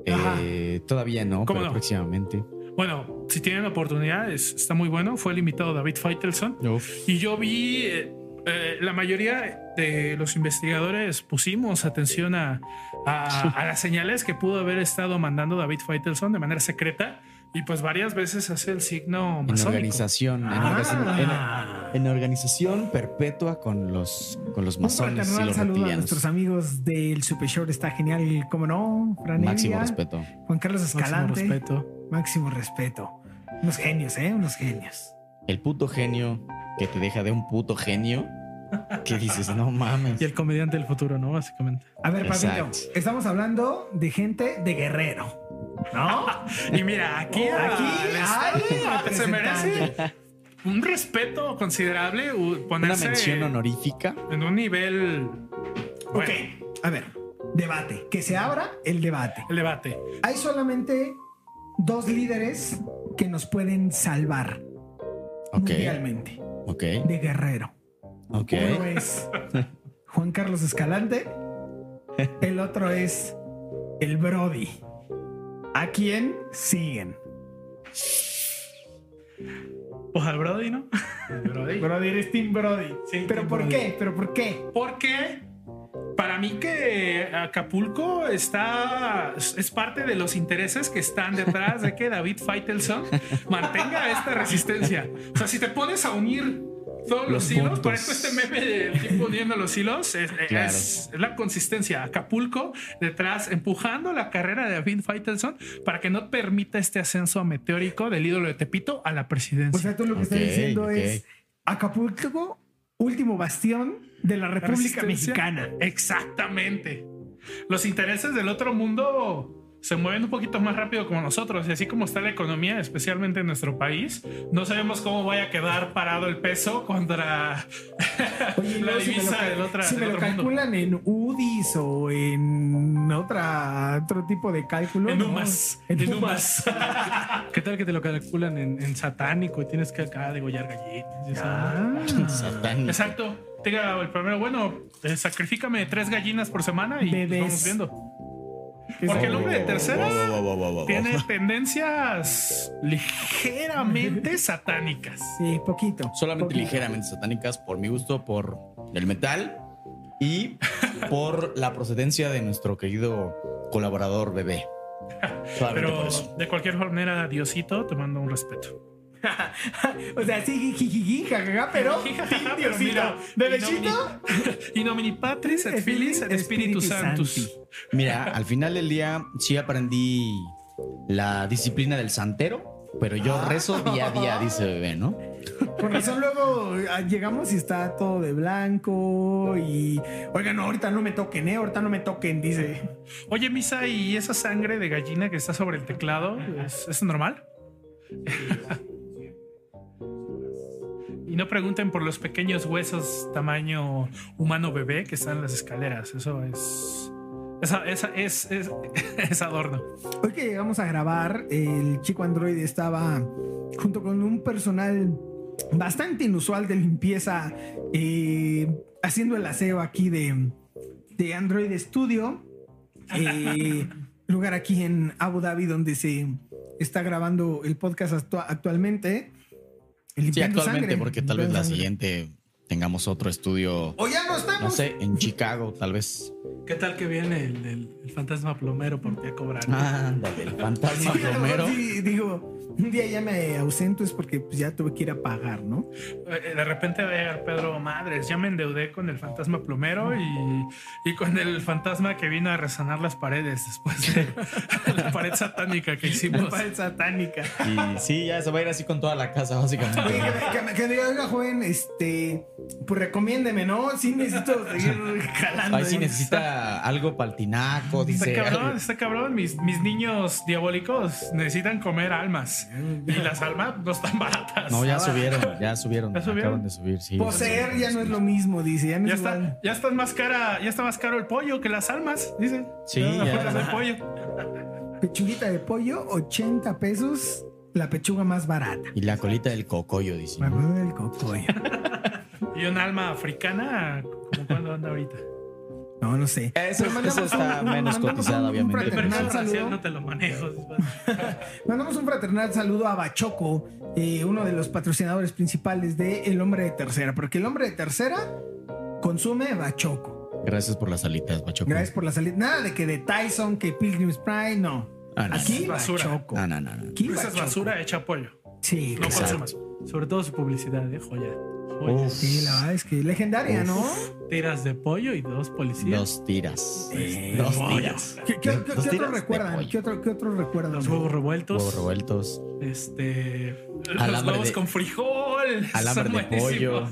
[SPEAKER 4] Eh, todavía no,
[SPEAKER 2] ¿Cómo
[SPEAKER 4] pero
[SPEAKER 2] no?
[SPEAKER 4] próximamente.
[SPEAKER 2] Bueno, si tienen oportunidad, es- está muy bueno. Fue el invitado David Feitelson. Y yo vi, eh, eh, la mayoría de los investigadores pusimos atención a, a- a las señales que pudo haber estado mandando David Feitelson de manera secreta y pues varias veces hace el signo
[SPEAKER 4] En
[SPEAKER 2] masónico.
[SPEAKER 4] organización, en,
[SPEAKER 1] Ah.
[SPEAKER 4] organización en, en organización perpetua con los, con los
[SPEAKER 1] Un
[SPEAKER 4] masones y
[SPEAKER 1] fraternal
[SPEAKER 4] los
[SPEAKER 1] saludo a nuestros
[SPEAKER 4] reptilianos.
[SPEAKER 1] amigos del Super Show. Está genial, como no, Fran
[SPEAKER 4] Máximo
[SPEAKER 1] Evia,
[SPEAKER 4] respeto.
[SPEAKER 1] Juan Carlos
[SPEAKER 3] Máximo
[SPEAKER 1] Escalante. Máximo
[SPEAKER 3] respeto.
[SPEAKER 1] respeto. Unos genios, ¿eh? Unos genios.
[SPEAKER 4] El puto genio que te deja de un puto genio que dices, no mames.
[SPEAKER 3] Y el comediante del futuro, ¿no? Básicamente.
[SPEAKER 1] A ver, Pablito,
[SPEAKER 4] Exacto.
[SPEAKER 1] estamos hablando de gente de guerrero, ¿no?
[SPEAKER 2] Y mira, aquí,
[SPEAKER 4] Oh,
[SPEAKER 1] Aquí
[SPEAKER 2] al
[SPEAKER 1] hay
[SPEAKER 2] Estado se merece un respeto considerable u-
[SPEAKER 4] Una
[SPEAKER 2] ponerse
[SPEAKER 4] mención honorífica.
[SPEAKER 2] en un nivel.
[SPEAKER 1] Ok,
[SPEAKER 2] Bueno,
[SPEAKER 1] a ver, debate. Que se abra el debate.
[SPEAKER 2] el debate.
[SPEAKER 1] Hay solamente dos líderes que nos pueden salvar
[SPEAKER 4] Ok,
[SPEAKER 1] mundialmente
[SPEAKER 4] ok,
[SPEAKER 1] de guerrero.
[SPEAKER 4] ok.
[SPEAKER 1] Uno es Juan Carlos Escalante, el otro es el Brody. ¿A quién siguen?
[SPEAKER 3] Pues al Brody, ¿no?
[SPEAKER 1] Brody, eres Team Brody.
[SPEAKER 3] Sí,
[SPEAKER 1] ¿Pero
[SPEAKER 3] Team
[SPEAKER 1] por
[SPEAKER 3] Brody.
[SPEAKER 1] qué? ¿Pero por qué?
[SPEAKER 2] Porque para mí que Acapulco está es parte de los intereses que están detrás de que David Feitelson mantenga esta resistencia. O sea, si te pones a unir todos los,
[SPEAKER 4] Los
[SPEAKER 2] hilos, por
[SPEAKER 4] puntos.
[SPEAKER 2] eso este meme de tipo uniendo los hilos es, es-
[SPEAKER 4] Claro.
[SPEAKER 2] es la consistencia. Acapulco detrás empujando la carrera de David Feitelson para que no permita este ascenso meteórico del ídolo de Tepito a la
[SPEAKER 1] O
[SPEAKER 2] presidencia.
[SPEAKER 1] sea, tú lo que estás
[SPEAKER 4] Ok,
[SPEAKER 1] diciendo
[SPEAKER 4] ok.
[SPEAKER 1] es Acapulco, último bastión de la República
[SPEAKER 2] resistencia.
[SPEAKER 1] Mexicana.
[SPEAKER 2] Exactamente. Los intereses del otro mundo se mueven un poquito más rápido como nosotros. Y así como está la economía, especialmente en nuestro país, no sabemos cómo vaya a quedar parado el peso contra
[SPEAKER 1] Oye, y
[SPEAKER 2] la
[SPEAKER 1] luego si me lo
[SPEAKER 2] divisa
[SPEAKER 1] cal-
[SPEAKER 2] del otra-
[SPEAKER 1] si me
[SPEAKER 2] del
[SPEAKER 1] lo
[SPEAKER 2] otro mundo.
[SPEAKER 1] calculan en UDIs o en otra, otro tipo de cálculo.
[SPEAKER 2] en
[SPEAKER 1] no,
[SPEAKER 2] UMAS.
[SPEAKER 1] en
[SPEAKER 2] En
[SPEAKER 1] UMAS.
[SPEAKER 2] UMAS.
[SPEAKER 3] ¿Qué tal que te lo calculan en, en satánico y tienes que acá degollar galletas? ya sabes?
[SPEAKER 1] Ah,
[SPEAKER 4] Satánico.
[SPEAKER 2] Exacto. Tenga el primero, bueno, eh, sacrifícame tres gallinas por semana y pues,
[SPEAKER 1] Bebés.
[SPEAKER 2] vamos viendo.
[SPEAKER 1] que
[SPEAKER 2] Porque
[SPEAKER 1] se-
[SPEAKER 2] el hombre de tercera
[SPEAKER 4] Wow, wow, wow, wow, wow,
[SPEAKER 2] tiene
[SPEAKER 4] wow.
[SPEAKER 3] Oh.
[SPEAKER 2] tendencias ligeramente satánicas.
[SPEAKER 1] Sí, poquito.
[SPEAKER 4] Solamente
[SPEAKER 1] poquito.
[SPEAKER 4] ligeramente satánicas por mi gusto por el metal y por la procedencia de nuestro querido colaborador bebé. Solamente por
[SPEAKER 2] Pero
[SPEAKER 4] eso.
[SPEAKER 2] de cualquier manera, Diosito, te mando un respeto.
[SPEAKER 1] O sea, sí, jijiji, jajaja, pero.
[SPEAKER 2] Jajaja,
[SPEAKER 1] Team
[SPEAKER 2] pero
[SPEAKER 1] Diosito.
[SPEAKER 2] mira,
[SPEAKER 1] Bebecito.
[SPEAKER 2] In nomine Patris et Filis et Spiritus Sanctus.
[SPEAKER 4] Mira, al final del día sí aprendí la disciplina del santero, pero yo
[SPEAKER 1] Ah.
[SPEAKER 4] rezo día a día, dice bebé, ¿no?
[SPEAKER 1] Por razón, luego ah, llegamos y está todo de blanco. Y oigan, no, ahorita no me toquen, ¿eh? Ahorita no me toquen, dice.
[SPEAKER 2] Oye, Misa, ¿y esa sangre de gallina que está sobre el teclado es, es normal? y no pregunten por los pequeños huesos tamaño humano bebé que están en las escaleras. Eso es. Esa, esa, es, es, es adorno.
[SPEAKER 1] Hoy que llegamos a grabar, el chico android estaba junto con un personal bastante inusual de limpieza eh, haciendo el aseo aquí de, de Android Studio, eh, lugar aquí en Abu Dhabi donde se está grabando el podcast actua- actualmente.
[SPEAKER 4] Sí,
[SPEAKER 1] limpiando
[SPEAKER 4] actualmente,
[SPEAKER 1] sangre,
[SPEAKER 4] porque tal vez
[SPEAKER 1] limpiando
[SPEAKER 4] la
[SPEAKER 1] sangre.
[SPEAKER 4] siguiente tengamos otro estudio,
[SPEAKER 1] O ya no estamos.
[SPEAKER 4] no sé, en Chicago, tal vez.
[SPEAKER 3] ¿Qué tal que viene el, el- el fantasma plomero por ti a cobrar?
[SPEAKER 1] Ah,
[SPEAKER 4] Ándale, el
[SPEAKER 1] Sí,
[SPEAKER 4] fantasma
[SPEAKER 1] a lo mejor
[SPEAKER 4] Romero.
[SPEAKER 1] sí, digo, un día ya me ausento es porque pues, ya tuve que ir a pagar, ¿no?
[SPEAKER 2] Eh, De repente va a llegar Pedro Madres. Ya me endeudé con el fantasma plomero y, y con el fantasma que vino a resanar las paredes después de la pared satánica que
[SPEAKER 1] La
[SPEAKER 2] hicimos.
[SPEAKER 1] pared satánica.
[SPEAKER 4] Y sí, ya se va a ir así con toda la casa,
[SPEAKER 1] Oye,
[SPEAKER 4] básicamente.
[SPEAKER 1] que, me- que, me- que me diga, oiga, joven, este, pues recomiéndeme, ¿no? Sí necesito seguir jalando.
[SPEAKER 4] Ahí sí necesita algo para el tinaco,
[SPEAKER 2] Está
[SPEAKER 4] dice.
[SPEAKER 2] cabrón, está cabrón. Mis, mis niños diabólicos necesitan comer almas. caras. Y las almas no están baratas.
[SPEAKER 4] No, ya
[SPEAKER 1] Ah, va.
[SPEAKER 4] subieron, ya subieron.
[SPEAKER 2] ¿Ya subieron?
[SPEAKER 4] Acaban de subir, sí.
[SPEAKER 1] Poseer
[SPEAKER 4] Sí,
[SPEAKER 1] ya
[SPEAKER 4] sí,
[SPEAKER 1] no es
[SPEAKER 4] sí.
[SPEAKER 1] lo mismo, dice. Ya no
[SPEAKER 2] Ya
[SPEAKER 1] es
[SPEAKER 2] está,
[SPEAKER 1] igual.
[SPEAKER 2] ya está más cara, ya está más caro el pollo que las almas, dicen.
[SPEAKER 4] Sí,
[SPEAKER 2] Las
[SPEAKER 4] ya.
[SPEAKER 2] almas del pollo.
[SPEAKER 1] Pechuguita de pollo, 80 pesos. La pechuga más barata.
[SPEAKER 4] Y la colita del cocoyo, dice.
[SPEAKER 1] Me acuerdo del cocoyo.
[SPEAKER 2] Y un alma africana, como cuando anda ahorita.
[SPEAKER 1] No, no sé.
[SPEAKER 4] Eso, eso está
[SPEAKER 1] un-
[SPEAKER 4] menos
[SPEAKER 1] mandamos
[SPEAKER 4] cotizada,
[SPEAKER 1] un
[SPEAKER 4] obviamente.
[SPEAKER 2] El
[SPEAKER 1] Pero
[SPEAKER 2] perfil
[SPEAKER 1] no,
[SPEAKER 2] racial
[SPEAKER 1] saludo.
[SPEAKER 2] no te lo manejo.
[SPEAKER 1] Mandamos un fraternal saludo a Bachoco, eh, uno de los patrocinadores principales de El Hombre de Tercera, porque El Hombre de Tercera consume Bachoco.
[SPEAKER 4] Gracias por las alitas, macho.
[SPEAKER 1] Gracias por la salida. Nada de que de Tyson, que Pilgrim's Pride, no.
[SPEAKER 4] Ah, no.
[SPEAKER 1] Aquí
[SPEAKER 2] Es basura.
[SPEAKER 1] Bachoco.
[SPEAKER 4] No, no, no. no.
[SPEAKER 1] Aquí
[SPEAKER 2] Esa es
[SPEAKER 1] Bachoco.
[SPEAKER 2] basura hecha pollo.
[SPEAKER 1] Sí,
[SPEAKER 2] No
[SPEAKER 1] claro.
[SPEAKER 4] Exacto.
[SPEAKER 2] consumas.
[SPEAKER 3] Sobre todo su publicidad, de joya. Joya.
[SPEAKER 4] Uf,
[SPEAKER 1] Sí, la verdad es que legendaria, ¿no?
[SPEAKER 3] Tiras de pollo y dos policías.
[SPEAKER 4] dos tiras.
[SPEAKER 1] Eh,
[SPEAKER 4] dos
[SPEAKER 2] pollo.
[SPEAKER 4] tiras.
[SPEAKER 1] ¿Qué, qué- qué-
[SPEAKER 4] Dos
[SPEAKER 1] qué otro
[SPEAKER 4] tiras de
[SPEAKER 1] recuerdan?
[SPEAKER 4] pollo.
[SPEAKER 1] ¿Qué otro, qué otro recuerdan?
[SPEAKER 3] Los huevos revueltos.
[SPEAKER 4] Huevos revueltos.
[SPEAKER 3] Este.
[SPEAKER 2] Los
[SPEAKER 4] Alambre
[SPEAKER 2] huevos
[SPEAKER 4] de-
[SPEAKER 2] con frijol.
[SPEAKER 4] alambre
[SPEAKER 2] son
[SPEAKER 4] de
[SPEAKER 2] buenísimos.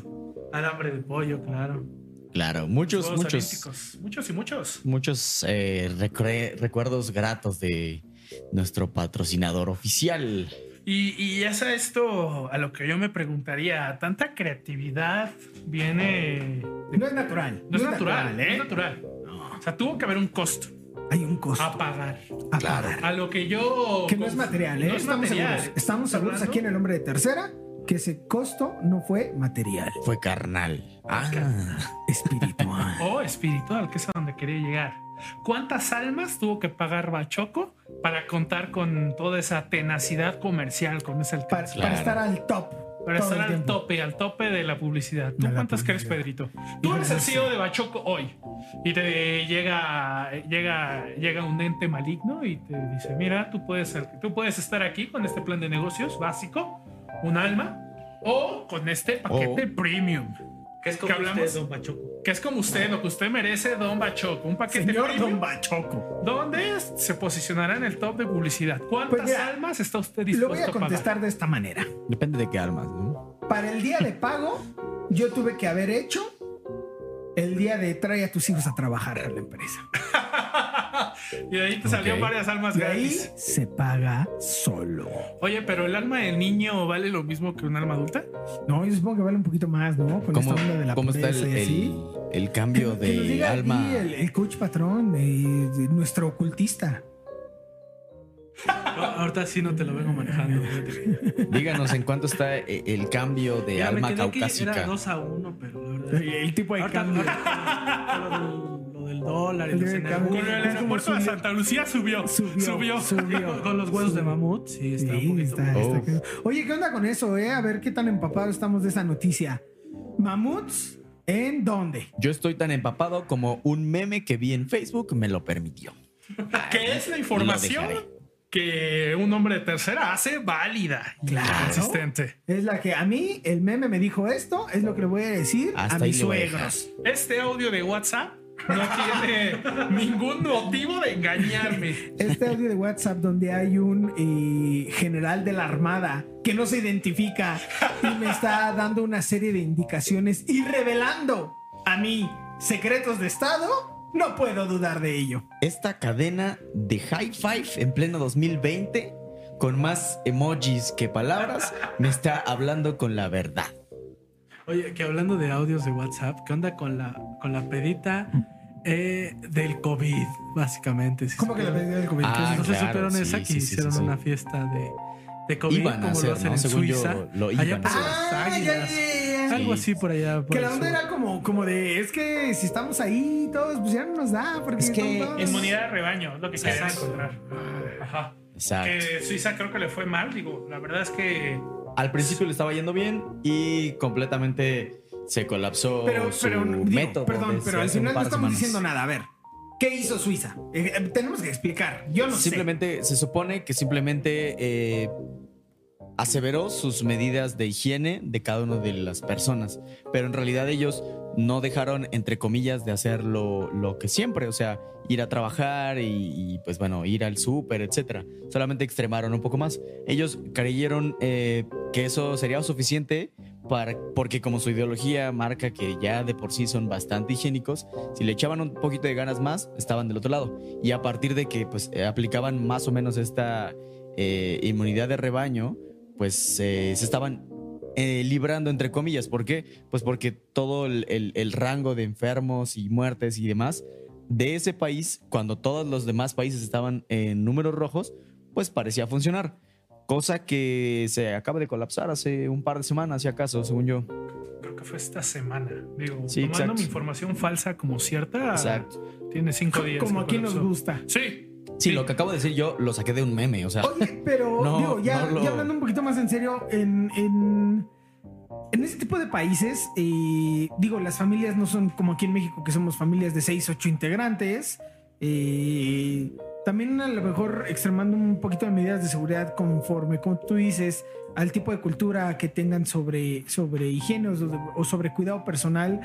[SPEAKER 3] Alambre de pollo, claro.
[SPEAKER 4] Claro, muchos,
[SPEAKER 2] Juegos
[SPEAKER 4] muchos.
[SPEAKER 2] olímpicos. Muchos y muchos.
[SPEAKER 4] muchos eh, recre- recuerdos gratos de nuestro patrocinador oficial.
[SPEAKER 2] Y, y es a esto a lo que yo me preguntaría. Tanta creatividad viene.
[SPEAKER 1] No es natural.
[SPEAKER 2] No es natural,
[SPEAKER 1] ¿eh?
[SPEAKER 2] ¿eh? No es natural. O sea, tuvo que haber un costo
[SPEAKER 1] Hay un costo
[SPEAKER 2] a pagar.
[SPEAKER 1] a
[SPEAKER 4] claro.
[SPEAKER 1] pagar.
[SPEAKER 2] A lo que yo.
[SPEAKER 1] Que no es material, ¿eh?
[SPEAKER 2] Ah, No es
[SPEAKER 1] Estamos
[SPEAKER 2] material.
[SPEAKER 1] seguros. Estamos seguros aquí en el hombre de tercera que ese costo no fue material,
[SPEAKER 4] Fue carnal. Ah,
[SPEAKER 1] espiritual.
[SPEAKER 2] O Oh, espiritual, que es a donde quería llegar. ¿Cuántas almas tuvo que pagar Bachoco para contar con toda esa tenacidad comercial, con ese
[SPEAKER 1] para,
[SPEAKER 2] alcance?
[SPEAKER 1] para
[SPEAKER 4] Claro.
[SPEAKER 1] estar al top.
[SPEAKER 2] Para
[SPEAKER 1] todo
[SPEAKER 2] estar
[SPEAKER 1] el
[SPEAKER 2] al
[SPEAKER 1] tiempo.
[SPEAKER 2] tope, al tope de la publicidad.
[SPEAKER 1] De
[SPEAKER 2] ¿Tú
[SPEAKER 1] la
[SPEAKER 2] cuántas crees,
[SPEAKER 1] publicidad.
[SPEAKER 2] Pedrito? Tú
[SPEAKER 1] Yo
[SPEAKER 2] eres el
[SPEAKER 1] no sé.
[SPEAKER 2] CEO de Bachoco hoy y te llega, llega, llega un ente maligno y te dice, mira, tú puedes, ser- tú puedes estar aquí con este plan de negocios básico, un alma, o con este paquete premium.
[SPEAKER 3] ¿Qué es
[SPEAKER 2] como usted,
[SPEAKER 3] don Pachuco?
[SPEAKER 2] Que es como usted, lo que usted merece, Don Bachoco. Un paquete
[SPEAKER 1] Señor
[SPEAKER 2] premium
[SPEAKER 1] Don Bachoco.
[SPEAKER 2] donde es- se posicionará en el top de publicidad. ¿Cuántas
[SPEAKER 1] Pues mira,
[SPEAKER 2] almas está usted
[SPEAKER 1] Lo
[SPEAKER 2] dispuesto
[SPEAKER 1] voy a
[SPEAKER 2] a pagar?
[SPEAKER 1] contestar de esta manera.
[SPEAKER 4] Depende de qué armas, ¿no?
[SPEAKER 1] Para el día de pago, yo tuve que haber hecho el día de trae a tus hijos a trabajar a la empresa.
[SPEAKER 2] y de ahí te salieron
[SPEAKER 4] Ok.
[SPEAKER 2] varias almas
[SPEAKER 1] Y ahí
[SPEAKER 2] gratis.
[SPEAKER 1] se paga solo.
[SPEAKER 2] Oye, pero el alma del niño vale lo mismo que un alma adulta.
[SPEAKER 1] No, yo supongo que vale un poquito más, ¿no? Con
[SPEAKER 4] ¿Cómo,
[SPEAKER 1] esta onda de la
[SPEAKER 4] cómo está el,
[SPEAKER 1] pobreza y así.
[SPEAKER 4] el, el cambio
[SPEAKER 1] Que- que nos
[SPEAKER 4] de
[SPEAKER 1] diga
[SPEAKER 4] alma?
[SPEAKER 1] aquí El, el coach patrón, eh, de nuestro ocultista.
[SPEAKER 3] Ahorita sí no te lo vengo manejando. fíjate.
[SPEAKER 4] Díganos en cuánto está e- el cambio de
[SPEAKER 3] Mira, me
[SPEAKER 4] alma
[SPEAKER 3] quedé que
[SPEAKER 4] caucásica.
[SPEAKER 3] era 2 a 1, pero la verdad.
[SPEAKER 1] El, el tipo de
[SPEAKER 3] Ahorita,
[SPEAKER 1] cambio.
[SPEAKER 3] ahorita, lo del- lo del dólar y
[SPEAKER 1] El
[SPEAKER 3] los
[SPEAKER 1] de
[SPEAKER 3] energúmenos.
[SPEAKER 1] cambio.
[SPEAKER 2] Con el
[SPEAKER 1] Es como
[SPEAKER 2] aeropuerto de
[SPEAKER 1] subió.
[SPEAKER 2] Santa Lucía subió. Subió.
[SPEAKER 1] Subió.
[SPEAKER 3] Con- Con los huesos de mamut, sí, está un
[SPEAKER 1] Sí,
[SPEAKER 3] poquito.
[SPEAKER 1] está- está
[SPEAKER 4] Uf.
[SPEAKER 1] cañón. Oye, ¿qué onda con eso, eh? A ver qué tan empapados estamos de esa noticia. ¿Mamuts en dónde?
[SPEAKER 4] Yo estoy tan empapado como un meme que vi en Facebook me lo permitió.
[SPEAKER 2] Que es la información
[SPEAKER 4] dejaré.
[SPEAKER 2] que un hombre de tercera hace válida y
[SPEAKER 1] Claro.
[SPEAKER 2] consistente.
[SPEAKER 1] Es la que a mí el meme me dijo esto, es lo que le voy a decir
[SPEAKER 4] Hasta
[SPEAKER 1] a
[SPEAKER 4] ahí
[SPEAKER 1] mis
[SPEAKER 4] le voy a
[SPEAKER 1] suegros.
[SPEAKER 2] Este audio de WhatsApp no tiene ningún motivo de engañarme.
[SPEAKER 1] Este audio de WhatsApp donde hay un eh, general de la Armada que no se identifica y me está dando una serie de indicaciones y revelando a mí secretos de Estado, no puedo dudar de ello.
[SPEAKER 4] esta cadena de high five en pleno 2020 con más emojis que palabras me está hablando con la verdad.
[SPEAKER 3] Oye, que hablando de audios de WhatsApp, ¿qué onda con la, con la pedita eh, del COVID, básicamente? Si
[SPEAKER 1] ¿Cómo que la
[SPEAKER 3] supieron-
[SPEAKER 1] medida del COVID?
[SPEAKER 4] Ah,
[SPEAKER 1] ¿Qué es
[SPEAKER 3] Entonces,
[SPEAKER 1] eso?
[SPEAKER 3] no se
[SPEAKER 4] claro,
[SPEAKER 3] supieron
[SPEAKER 4] sí,
[SPEAKER 3] esa que
[SPEAKER 4] sí, sí,
[SPEAKER 3] hicieron
[SPEAKER 4] sí, sí.
[SPEAKER 3] una fiesta de, de COVID,
[SPEAKER 4] Iban a
[SPEAKER 3] como
[SPEAKER 4] hacer,
[SPEAKER 3] lo hacen
[SPEAKER 4] ¿no?
[SPEAKER 3] en
[SPEAKER 4] Según yo,
[SPEAKER 3] Suiza.
[SPEAKER 4] lo
[SPEAKER 3] allá
[SPEAKER 4] iban a
[SPEAKER 3] por las
[SPEAKER 1] Ah, ya,
[SPEAKER 3] águilas.
[SPEAKER 1] ya, ya.
[SPEAKER 3] Algo
[SPEAKER 4] Sí.
[SPEAKER 3] así por allá. por
[SPEAKER 1] Que
[SPEAKER 3] el
[SPEAKER 1] la onda
[SPEAKER 3] sur.
[SPEAKER 1] era como, como de, es que si estamos ahí todos, pues ya no nos da, porque
[SPEAKER 4] Es que
[SPEAKER 1] son todos-
[SPEAKER 2] Inmunidad de rebaño, es lo que querían
[SPEAKER 4] Exacto.
[SPEAKER 2] encontrar. Ajá.
[SPEAKER 4] Exacto.
[SPEAKER 1] Eh,
[SPEAKER 2] Que Suiza creo que le fue mal, digo, la verdad es que
[SPEAKER 4] Al principio le estaba yendo bien y completamente se colapsó
[SPEAKER 1] pero,
[SPEAKER 4] su
[SPEAKER 1] pero digo,
[SPEAKER 4] método.
[SPEAKER 1] perdón,
[SPEAKER 4] desde
[SPEAKER 1] pero al
[SPEAKER 4] hace un
[SPEAKER 1] final no
[SPEAKER 4] par de
[SPEAKER 1] estamos
[SPEAKER 4] semanas.
[SPEAKER 1] diciendo nada. A ver, ¿qué hizo Suiza? Eh, eh, tenemos que explicar. Yo no
[SPEAKER 4] Simplemente se supone que simplemente eh, aseveró sus medidas de higiene de cada una de las personas, pero en realidad ellos no dejaron, entre comillas, de hacer lo, lo que siempre, o sea, ir a trabajar y, y, pues bueno, ir al súper, etcétera. Solamente extremaron un poco más. Ellos creyeron eh, que eso sería suficiente para, porque como su ideología marca que ya de por sí son bastante higiénicos, si le echaban un poquito de ganas más, estaban del otro lado. Y a partir de que pues eh, aplicaban más o menos esta eh, inmunidad de rebaño, pues eh, se estaban eh, librando, entre comillas. ¿Por qué? Pues porque todo el, el- el rango de enfermos y muertes y demás de ese país, cuando todos los demás países estaban en números rojos, pues parecía funcionar. Cosa que se acaba de colapsar hace un par de semanas, si acaso, según yo.
[SPEAKER 2] Creo que fue esta semana. Digo,
[SPEAKER 4] Sí,
[SPEAKER 2] tomando
[SPEAKER 4] exacto.
[SPEAKER 2] mi información falsa como cierta,
[SPEAKER 4] Exacto.
[SPEAKER 2] tiene cinco días.
[SPEAKER 1] Como
[SPEAKER 2] que
[SPEAKER 1] aquí nos
[SPEAKER 2] colapsó.
[SPEAKER 1] gusta.
[SPEAKER 2] Sí,
[SPEAKER 4] Sí, lo que acabo de decir yo lo saqué de un meme, o sea.
[SPEAKER 1] Oye, pero
[SPEAKER 4] No,
[SPEAKER 1] digo, ya,
[SPEAKER 4] no lo-
[SPEAKER 1] ya hablando un poquito más en serio, en, en, en ese tipo de países, eh, digo, las familias no son como aquí en México, que somos familias de 6, 8 integrantes. eh, también a lo mejor extremando un poquito de medidas de seguridad conforme, como tú dices, al tipo de cultura que tengan sobre, sobre higiene o, sobre- o sobre cuidado personal,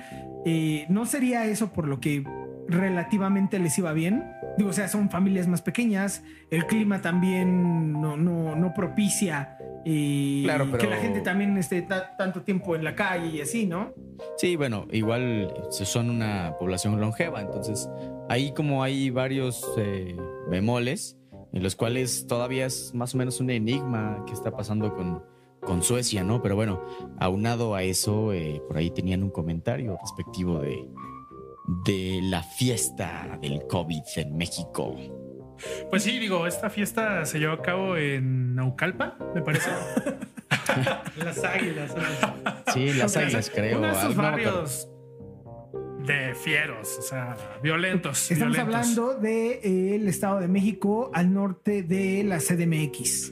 [SPEAKER 1] eh, ¿no sería eso por lo que relativamente les iba bien? Digo, o sea, son familias más pequeñas, el clima también no, no, no propicia eh,
[SPEAKER 4] Claro, pero-
[SPEAKER 1] que la gente también esté ta- tanto tiempo en la calle y así, ¿no?
[SPEAKER 4] Sí, bueno, igual se- son una población longeva, entonces ahí como hay varios eh, bemoles, en los cuales todavía es más o menos un enigma que está pasando con, con Suecia, ¿no? Pero bueno, aunado a eso, eh, por ahí tenían un comentario respectivo de, de la fiesta del COVID en México.
[SPEAKER 2] pues sí, digo, esta fiesta se llevó a cabo en Naucalpa, me parece.
[SPEAKER 3] Las águilas.
[SPEAKER 4] Sí, las
[SPEAKER 2] Ok.
[SPEAKER 4] águilas, creo.
[SPEAKER 2] Uno de esos
[SPEAKER 4] algo, no me acuerdo.
[SPEAKER 2] barrios de fieros, o sea, violentos.
[SPEAKER 1] Estamos
[SPEAKER 2] violentos.
[SPEAKER 1] hablando del Estado de México al norte de la CDMX.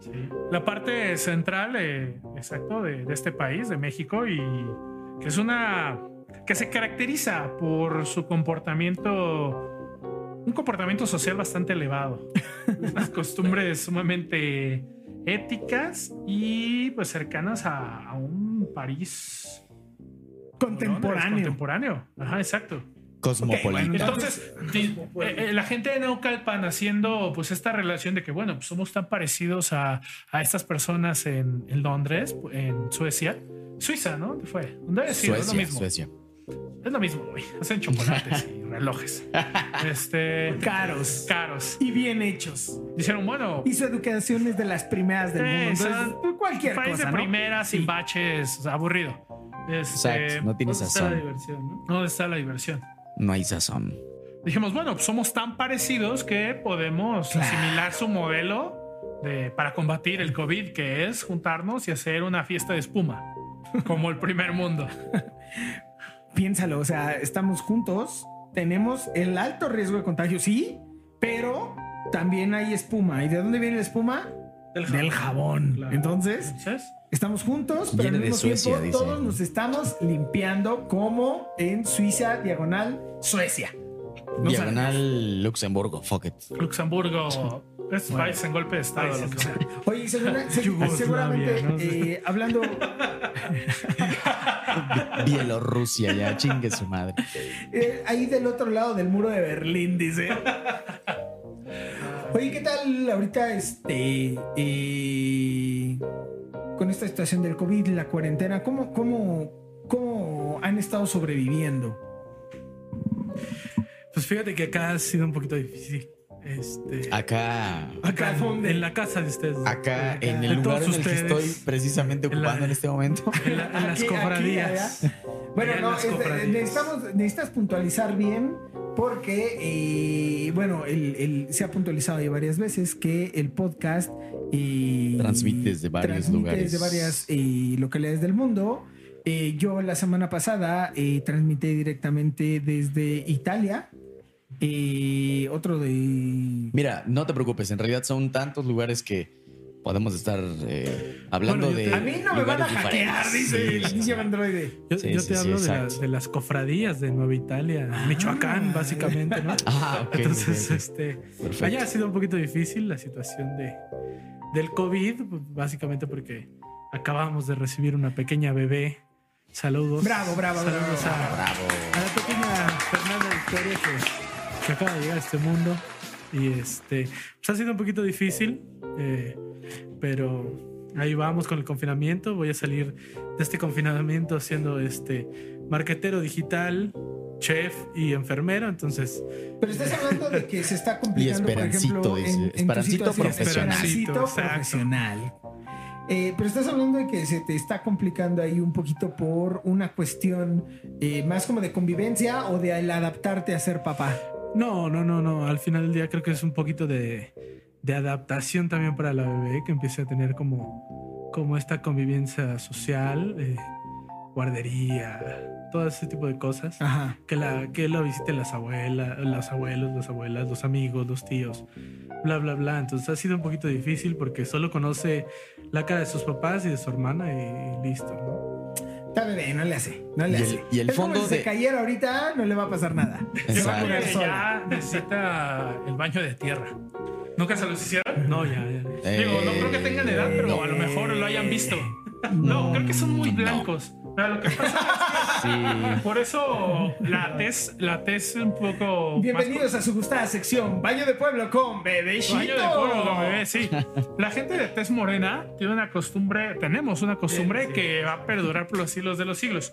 [SPEAKER 2] Sí. La parte central, eh, exacto, de, de este país, de México, y que es una que se caracteriza por su comportamiento, un comportamiento social bastante elevado, unas costumbres sumamente éticas y pues cercanas a, a un París
[SPEAKER 1] Contemporáneo.
[SPEAKER 2] contemporáneo. Ajá, exacto.
[SPEAKER 4] Cosmopolita.
[SPEAKER 2] Entonces, di- eh, eh, la gente de Naucalpan haciendo pues esta relación de que, bueno, pues somos tan parecidos a, a estas personas en, en Londres, en Suecia, Suiza, ¿no? ¿Qué fue? ¿Dónde decir? Es lo
[SPEAKER 4] Suecia,
[SPEAKER 2] mismo.
[SPEAKER 4] Suecia.
[SPEAKER 2] Es lo mismo, güey. Hacen chocolates y relojes. Este,
[SPEAKER 1] Caros.
[SPEAKER 2] caros.
[SPEAKER 1] Y bien hechos.
[SPEAKER 2] Dijeron, bueno,
[SPEAKER 1] Y su educación es de las primeras del
[SPEAKER 2] Sí,
[SPEAKER 1] mundo.
[SPEAKER 2] son-
[SPEAKER 1] Entonces, pues, cualquier
[SPEAKER 2] país
[SPEAKER 1] cosa,
[SPEAKER 2] de
[SPEAKER 1] ¿no?
[SPEAKER 2] primera, sin
[SPEAKER 1] Sí.
[SPEAKER 2] baches, o sea, aburrido. Este,
[SPEAKER 4] Exacto, no tiene
[SPEAKER 3] ¿Dónde está la
[SPEAKER 4] sazón.
[SPEAKER 3] diversión, no?
[SPEAKER 2] ¿Dónde está la diversión?
[SPEAKER 4] No hay sazón.
[SPEAKER 2] dijimos, bueno, pues somos tan parecidos que podemos
[SPEAKER 1] Claro.
[SPEAKER 2] asimilar su modelo de, para combatir el COVID, que es juntarnos y hacer una fiesta de espuma, como el primer mundo.
[SPEAKER 1] Piénsalo, o sea, estamos juntos, tenemos el alto riesgo de contagio, sí, pero también hay espuma. ¿Y de dónde viene la espuma?
[SPEAKER 3] Del
[SPEAKER 1] Del jabón.
[SPEAKER 3] Claro.
[SPEAKER 1] Entonces,
[SPEAKER 2] Entonces,
[SPEAKER 1] estamos juntos, pero al
[SPEAKER 4] Viene de
[SPEAKER 1] mismo
[SPEAKER 4] Suecia,
[SPEAKER 1] tiempo
[SPEAKER 4] dice.
[SPEAKER 1] todos nos estamos limpiando como en Suiza, diagonal, Suecia. No
[SPEAKER 4] Diagonal Luxemburgo, fuck it.
[SPEAKER 2] Luxemburgo, estos países en golpe de estado, lo que sea.
[SPEAKER 1] Oye, segura- se-
[SPEAKER 3] Yugoslavia,
[SPEAKER 1] seguramente
[SPEAKER 3] no sé.
[SPEAKER 1] eh, hablando,
[SPEAKER 4] Bielorrusia, ya chingue su madre.
[SPEAKER 1] eh, ahí del otro lado del muro de Berlín, dice. Oye, ¿qué tal ahorita este eh, con esta situación del COVID, la cuarentena? ¿Cómo, cómo, cómo han estado sobreviviendo?
[SPEAKER 3] Pues fíjate que acá ha sido un poquito difícil. Este,
[SPEAKER 4] Acá,
[SPEAKER 1] ¿Acá
[SPEAKER 3] en-
[SPEAKER 1] dónde?
[SPEAKER 3] En la casa de ustedes.
[SPEAKER 4] acá, en el
[SPEAKER 3] De
[SPEAKER 4] lugar en
[SPEAKER 3] todos
[SPEAKER 4] el que
[SPEAKER 3] ustedes.
[SPEAKER 4] estoy precisamente
[SPEAKER 3] En la-
[SPEAKER 4] ocupando en este momento.
[SPEAKER 3] En, la- en las
[SPEAKER 1] Aquí- aquí,
[SPEAKER 3] cofradías.
[SPEAKER 1] allá. Bueno,
[SPEAKER 3] Allá en
[SPEAKER 1] no,
[SPEAKER 3] las
[SPEAKER 1] es-
[SPEAKER 3] cofradías.
[SPEAKER 1] necesitamos, necesitas puntualizar bien porque, eh, bueno, el- el- se ha puntualizado ya varias veces que el podcast eh,
[SPEAKER 4] Transmite desde varios
[SPEAKER 1] transmite
[SPEAKER 4] lugares.
[SPEAKER 1] desde varias eh, localidades del mundo. Eh, yo la semana pasada eh, transmití directamente desde Italia. Eh, otro de...
[SPEAKER 4] Mira, no te preocupes, en realidad son tantos lugares que podemos estar eh, hablando
[SPEAKER 3] Bueno, yo
[SPEAKER 4] de.
[SPEAKER 3] te-
[SPEAKER 1] A mí no me van a
[SPEAKER 4] lugares
[SPEAKER 1] hackear,
[SPEAKER 4] diferentes.
[SPEAKER 1] dice el
[SPEAKER 4] Sí.
[SPEAKER 1] pinche androide.
[SPEAKER 3] Yo,
[SPEAKER 4] Sí,
[SPEAKER 3] yo
[SPEAKER 4] sí,
[SPEAKER 3] te
[SPEAKER 4] sí,
[SPEAKER 3] hablo de, la-
[SPEAKER 4] exacto.
[SPEAKER 3] de las cofradías de Nueva Italia,
[SPEAKER 1] Ah.
[SPEAKER 3] Michoacán, básicamente, ¿no?
[SPEAKER 4] Ah, ok.
[SPEAKER 3] Entonces,
[SPEAKER 4] ok, ok.
[SPEAKER 3] este,
[SPEAKER 4] Perfecto.
[SPEAKER 3] allá ha sido un poquito difícil la situación de, del COVID, pues, básicamente porque acabamos de recibir una pequeña bebé. Saludos.
[SPEAKER 1] Bravo, bravo, bravo,
[SPEAKER 3] Saludos a,
[SPEAKER 4] Bravo.
[SPEAKER 3] a la pequeña Fernanda Victoria que, que acaba de llegar a este mundo. Y este, pues ha sido un poquito difícil, eh, pero ahí vamos con el confinamiento. Voy a salir de este confinamiento siendo este marquetero digital, chef y enfermero, entonces
[SPEAKER 1] Pero estás hablando de que se está complicando,
[SPEAKER 4] Y
[SPEAKER 1] por
[SPEAKER 4] Esperancito,
[SPEAKER 1] ejemplo, en,
[SPEAKER 4] dice.
[SPEAKER 1] en tu
[SPEAKER 4] Esperancito
[SPEAKER 1] situación.
[SPEAKER 4] profesional.
[SPEAKER 1] Esperancito
[SPEAKER 3] Exacto.
[SPEAKER 1] profesional. Eh, pero estás hablando de que se te está complicando ahí un poquito por una cuestión eh, más como de convivencia o de el adaptarte a ser papá.
[SPEAKER 3] No, no, no, no. Al final del día creo que es un poquito de, de adaptación también para la bebé, que empiece a tener como, como esta convivencia social, eh, guardería, todo ese tipo de cosas.
[SPEAKER 1] Ajá.
[SPEAKER 3] Que la, que la visiten las abuelas, los abuelos, las abuelas, los amigos, los tíos, bla, bla, bla. Entonces ha sido un poquito difícil porque solo conoce la cara de sus papás y de su hermana y, y listo, ¿no?
[SPEAKER 1] Está bebé, no le hace, no le
[SPEAKER 4] Y el-
[SPEAKER 1] hace.
[SPEAKER 4] y el
[SPEAKER 1] Es como
[SPEAKER 4] fondo
[SPEAKER 1] si se
[SPEAKER 4] de-
[SPEAKER 1] cayera ahorita, no le va a pasar nada. Se va a
[SPEAKER 4] Exacto.
[SPEAKER 1] poner
[SPEAKER 2] Porque
[SPEAKER 1] sola.
[SPEAKER 2] ya necesita el baño de tierra. ¿Nunca se los hicieron?
[SPEAKER 3] No, ya, ya.
[SPEAKER 4] Eh,
[SPEAKER 2] Digo, no creo que tengan edad, pero a lo mejor lo hayan visto. No, creo que son muy
[SPEAKER 4] No.
[SPEAKER 2] blancos. Pero lo que pasa
[SPEAKER 4] Sí.
[SPEAKER 2] por eso la tez, la tez un poco.
[SPEAKER 1] Bienvenidos a su gustada sección Baño de Pueblo con
[SPEAKER 2] más-
[SPEAKER 1] Bebecito.
[SPEAKER 2] Baño de pueblo, como bebé, sí. La gente de tez morena tiene una costumbre, tenemos una costumbre que va a perdurar por los siglos de los siglos,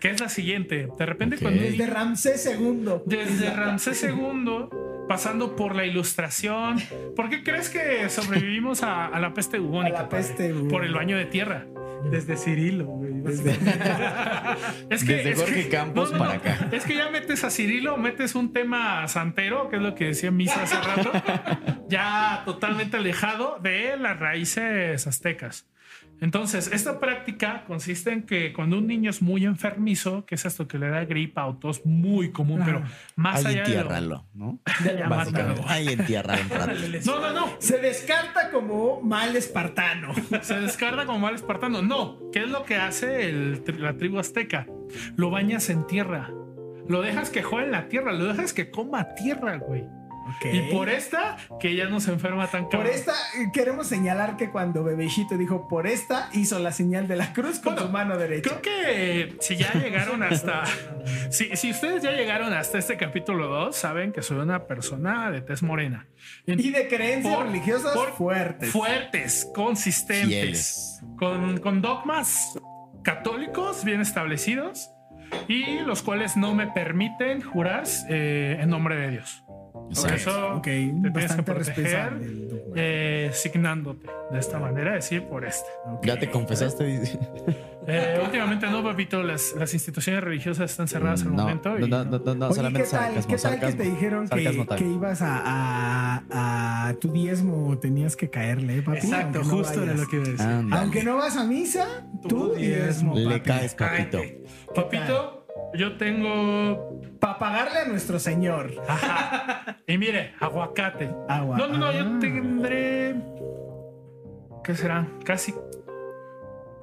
[SPEAKER 2] que es la siguiente. De repente,
[SPEAKER 4] Ok.
[SPEAKER 2] cuando un
[SPEAKER 1] Desde Ramsés II.
[SPEAKER 2] Desde Ramsés II, pasando por la ilustración. ¿Por qué crees que sobrevivimos a, a la peste bubónica?
[SPEAKER 1] A la peste
[SPEAKER 2] padre?
[SPEAKER 1] bubónica.
[SPEAKER 2] Por el baño de tierra.
[SPEAKER 3] Desde Cirilo, güey.
[SPEAKER 2] Es
[SPEAKER 4] Desde Jorge Campos para acá.
[SPEAKER 2] Es que ya metes a Cirilo, metes un tema santero, que es lo que decía Misa hace rato, ya totalmente alejado de las raíces aztecas. Entonces, esta práctica consiste en que cuando un niño es muy enfermizo, que es esto que le da gripa o tos muy común,
[SPEAKER 4] Ah,
[SPEAKER 2] pero más
[SPEAKER 4] Ahí
[SPEAKER 2] allá de lo,
[SPEAKER 4] entiérralo, ¿no?
[SPEAKER 2] Ya
[SPEAKER 4] Básicamente.
[SPEAKER 2] mátalo.
[SPEAKER 4] Ahí entiérralo un rato.
[SPEAKER 2] No, no, no.
[SPEAKER 1] Se descarta como mal espartano.
[SPEAKER 2] Se descarga como mal espartano. No. ¿Qué es lo que hace el tri- la tribu azteca? Lo bañas en tierra. Lo dejas que juegue en la tierra. Lo dejas que coma tierra, güey. Y por esta, que ya no se enferma tan
[SPEAKER 1] e- Por
[SPEAKER 2] cabrón.
[SPEAKER 1] esta, eh, queremos señalar que cuando Bebecito dijo por esta, hizo la señal de la cruz con
[SPEAKER 2] Bueno,
[SPEAKER 1] su mano derecha.
[SPEAKER 2] Creo que si ya llegaron hasta. si, si ustedes ya llegaron hasta este capítulo 2, saben que soy una persona de tez morena.
[SPEAKER 1] Y de creencias
[SPEAKER 2] Por-
[SPEAKER 1] religiosas
[SPEAKER 2] por-
[SPEAKER 1] fuertes.
[SPEAKER 2] Fuertes, consistentes.
[SPEAKER 4] Fieles.
[SPEAKER 2] con, con dogmas católicos bien establecidos y los cuales no me permiten jurar eh, en nombre de Dios. Por
[SPEAKER 4] Exacto.
[SPEAKER 2] eso
[SPEAKER 1] Ok,
[SPEAKER 2] te tienes que
[SPEAKER 1] bastante
[SPEAKER 2] proteger
[SPEAKER 1] responsable. el dogma.
[SPEAKER 2] eh, signándote de esta manera, decir por esta.
[SPEAKER 1] Ok.
[SPEAKER 4] Ya te confesaste. dice.
[SPEAKER 2] Eh, últimamente no, papito, las, las instituciones religiosas están cerradas al
[SPEAKER 4] No,
[SPEAKER 2] momento.
[SPEAKER 4] no,
[SPEAKER 2] y
[SPEAKER 4] no, no, no, no,
[SPEAKER 1] Oye,
[SPEAKER 4] solamente
[SPEAKER 1] ¿qué tal,
[SPEAKER 4] sarcasmo,
[SPEAKER 1] ¿qué tal
[SPEAKER 4] sarcasmo.
[SPEAKER 1] que te dijeron
[SPEAKER 4] Sarcasmo
[SPEAKER 1] que,
[SPEAKER 4] tal.
[SPEAKER 1] que ibas a, a- a tu diezmo tenías que caerle, eh, papi? Aunque
[SPEAKER 3] Exacto,
[SPEAKER 1] no
[SPEAKER 3] justo era
[SPEAKER 1] vayas.
[SPEAKER 3] lo que iba a decir.
[SPEAKER 4] Ándale.
[SPEAKER 1] Aunque no vas a misa,
[SPEAKER 3] Tu
[SPEAKER 1] tú diezmo.
[SPEAKER 3] diezmo,
[SPEAKER 4] Le
[SPEAKER 1] papi.
[SPEAKER 4] caes, papito.
[SPEAKER 2] Cállate. Papito, yo tengo.
[SPEAKER 1] Para pagarle a nuestro señor.
[SPEAKER 2] Ajá. y mire, aguacate.
[SPEAKER 1] Agua.
[SPEAKER 2] No, no, no, yo
[SPEAKER 1] Ah.
[SPEAKER 2] tendré. ¿Qué será? Casi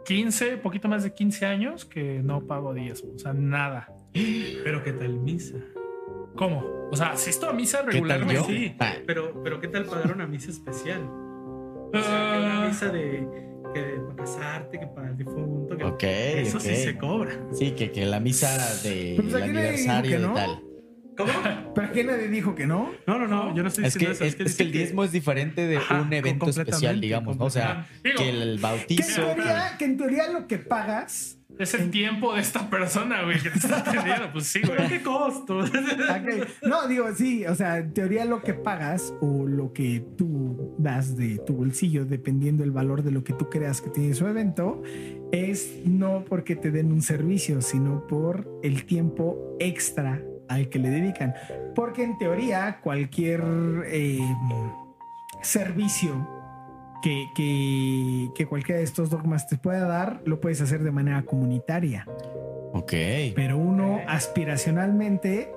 [SPEAKER 2] 15, poquito más de 15 años que no pago diezmo. O sea, nada.
[SPEAKER 3] Ah, Pero qué tal misa.
[SPEAKER 2] ¿Cómo? O sea, asisto a misa
[SPEAKER 4] ¿Qué tal
[SPEAKER 2] regularmente.
[SPEAKER 4] yo?
[SPEAKER 2] Sí.
[SPEAKER 3] Sí,
[SPEAKER 4] Ah.
[SPEAKER 3] pero, pero qué tal pagar una misa especial. O sea, que una
[SPEAKER 2] Ah,
[SPEAKER 3] misa de que de para casarte, que para el difunto, que
[SPEAKER 4] Ok,
[SPEAKER 3] eso
[SPEAKER 4] ok.
[SPEAKER 3] sí se cobra.
[SPEAKER 4] Sí, que, que la misa de
[SPEAKER 1] Pues
[SPEAKER 4] el
[SPEAKER 1] aquí le digo que
[SPEAKER 4] aniversario
[SPEAKER 1] no.
[SPEAKER 4] de tal.
[SPEAKER 3] ¿Cómo?
[SPEAKER 1] ¿Pero qué nadie dijo que no?
[SPEAKER 3] No, no, no, yo no estoy
[SPEAKER 4] Es
[SPEAKER 3] diciendo
[SPEAKER 4] que,
[SPEAKER 3] eso.
[SPEAKER 4] es, es
[SPEAKER 3] dice
[SPEAKER 4] que el diezmo es diferente de
[SPEAKER 3] Ajá,
[SPEAKER 4] un evento
[SPEAKER 3] completamente,
[SPEAKER 4] especial, digamos. ¿no? O
[SPEAKER 2] Ah,
[SPEAKER 4] sea,
[SPEAKER 2] Digo,
[SPEAKER 4] que el
[SPEAKER 1] Que en,
[SPEAKER 4] bautizo.
[SPEAKER 1] teoría, que en teoría lo que pagas.
[SPEAKER 2] es el tiempo de esta persona, güey, que te está atendiendo. Pues sí,
[SPEAKER 3] ¿Pero
[SPEAKER 2] güey.
[SPEAKER 3] qué costo?
[SPEAKER 1] ok, No, digo, sí, o sea, en teoría lo que pagas o lo que tú das de tu bolsillo, dependiendo el valor de lo que tú creas que tiene su evento, es no porque te den un servicio, sino por el tiempo extra al que le dedican. Porque en teoría cualquier eh, servicio que, que, que cualquiera de estos dogmas te pueda dar, lo puedes hacer de manera comunitaria
[SPEAKER 4] Ok.
[SPEAKER 1] pero uno
[SPEAKER 3] Ok.
[SPEAKER 1] aspiracionalmente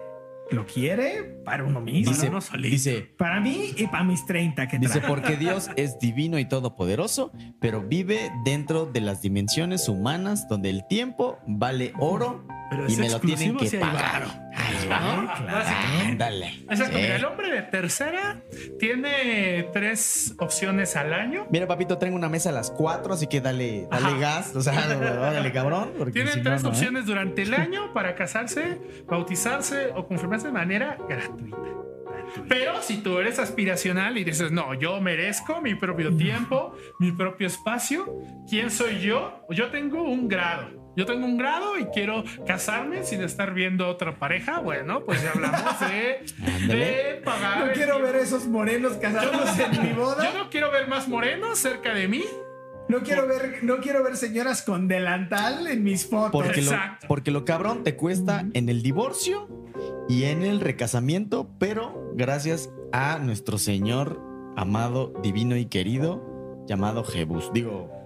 [SPEAKER 1] lo quiere para uno mismo.
[SPEAKER 4] Dice,
[SPEAKER 3] uno solito.
[SPEAKER 4] dice,
[SPEAKER 1] para mí y para mis 30 que
[SPEAKER 4] dice,
[SPEAKER 1] traigo.
[SPEAKER 4] porque Dios es divino y todopoderoso, pero vive dentro de las dimensiones humanas donde el tiempo vale oro
[SPEAKER 3] Pero
[SPEAKER 4] y
[SPEAKER 3] es
[SPEAKER 4] me lo tienen
[SPEAKER 3] exclusivo
[SPEAKER 4] que
[SPEAKER 3] si hay
[SPEAKER 4] pagar.
[SPEAKER 3] varo.
[SPEAKER 4] Ay, va. Ándale.
[SPEAKER 2] Exacto,
[SPEAKER 4] Sí.
[SPEAKER 2] mira, el hombre de tercera tiene tres opciones al año.
[SPEAKER 4] Mira, papito, tengo una mesa a las 4, así que dale, dale
[SPEAKER 2] Ajá.
[SPEAKER 4] gas. O sea, dale, cabrón. porque
[SPEAKER 2] Tienen
[SPEAKER 4] si no,
[SPEAKER 2] tres
[SPEAKER 4] no, ¿eh?
[SPEAKER 2] opciones durante el año para casarse, bautizarse o confirmarse de manera gratuita. Pero si tú eres aspiracional y dices, no, yo merezco mi propio tiempo, mi propio espacio, ¿quién soy yo? Yo tengo un grado. Yo tengo un grado y quiero casarme sin estar viendo otra pareja. Bueno, pues ya hablamos de,
[SPEAKER 4] Ándale.
[SPEAKER 2] de pagar.
[SPEAKER 6] No
[SPEAKER 2] el-
[SPEAKER 6] quiero ver esos morenos casándose en mi
[SPEAKER 2] Yo
[SPEAKER 6] boda.
[SPEAKER 2] no quiero ver más morenos cerca de mí.
[SPEAKER 6] No quiero ver, no quiero ver señoras con delantal en mis fotos.
[SPEAKER 4] Porque lo,
[SPEAKER 2] Exacto.
[SPEAKER 4] porque lo cabrón te cuesta en el divorcio y en el recasamiento, pero gracias a nuestro Señor amado, divino y querido, llamado Jebus. Digo,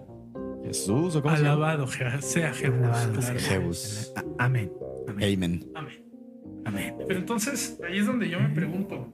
[SPEAKER 4] Jesús o cómo
[SPEAKER 3] Alabado Je- sea Jesús.
[SPEAKER 1] Alabado
[SPEAKER 4] se
[SPEAKER 1] sea.
[SPEAKER 4] llama. Jebus.
[SPEAKER 1] A- Amén. Amén.
[SPEAKER 4] Amen.
[SPEAKER 2] Amén.
[SPEAKER 1] Amén.
[SPEAKER 2] Pero entonces ahí es donde yo me pregunto.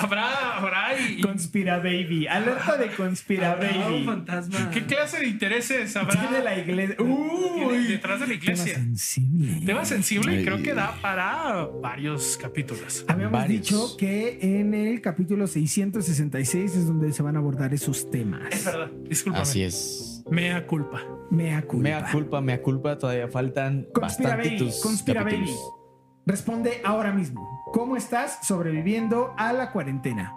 [SPEAKER 2] habrá, habrá y, y
[SPEAKER 6] Conspira Baby. Alerta de
[SPEAKER 2] Ah,
[SPEAKER 6] Conspira
[SPEAKER 3] Habrá un
[SPEAKER 6] Baby.
[SPEAKER 3] fantasma.
[SPEAKER 2] qué clase de intereses habrá
[SPEAKER 6] Tiene la iglesia.
[SPEAKER 2] tiene
[SPEAKER 6] Uy.
[SPEAKER 2] detrás de la
[SPEAKER 1] Tema
[SPEAKER 2] iglesia.
[SPEAKER 1] sensible.
[SPEAKER 2] Tema sensible y
[SPEAKER 4] Ay.
[SPEAKER 2] creo que da para varios capítulos.
[SPEAKER 1] Habíamos
[SPEAKER 4] Varios.
[SPEAKER 1] dicho que en el capítulo 666 es donde se van a abordar esos temas.
[SPEAKER 2] Es verdad. Discúlpame.
[SPEAKER 4] Así es.
[SPEAKER 2] Mea culpa.
[SPEAKER 1] Mea culpa.
[SPEAKER 4] Mea culpa, mea culpa, todavía faltan
[SPEAKER 1] Conspira
[SPEAKER 4] bastante
[SPEAKER 1] baby,
[SPEAKER 4] tus
[SPEAKER 1] conspira
[SPEAKER 4] capítulos.
[SPEAKER 1] baby. Responde ahora mismo. ¿Cómo estás sobreviviendo a la cuarentena?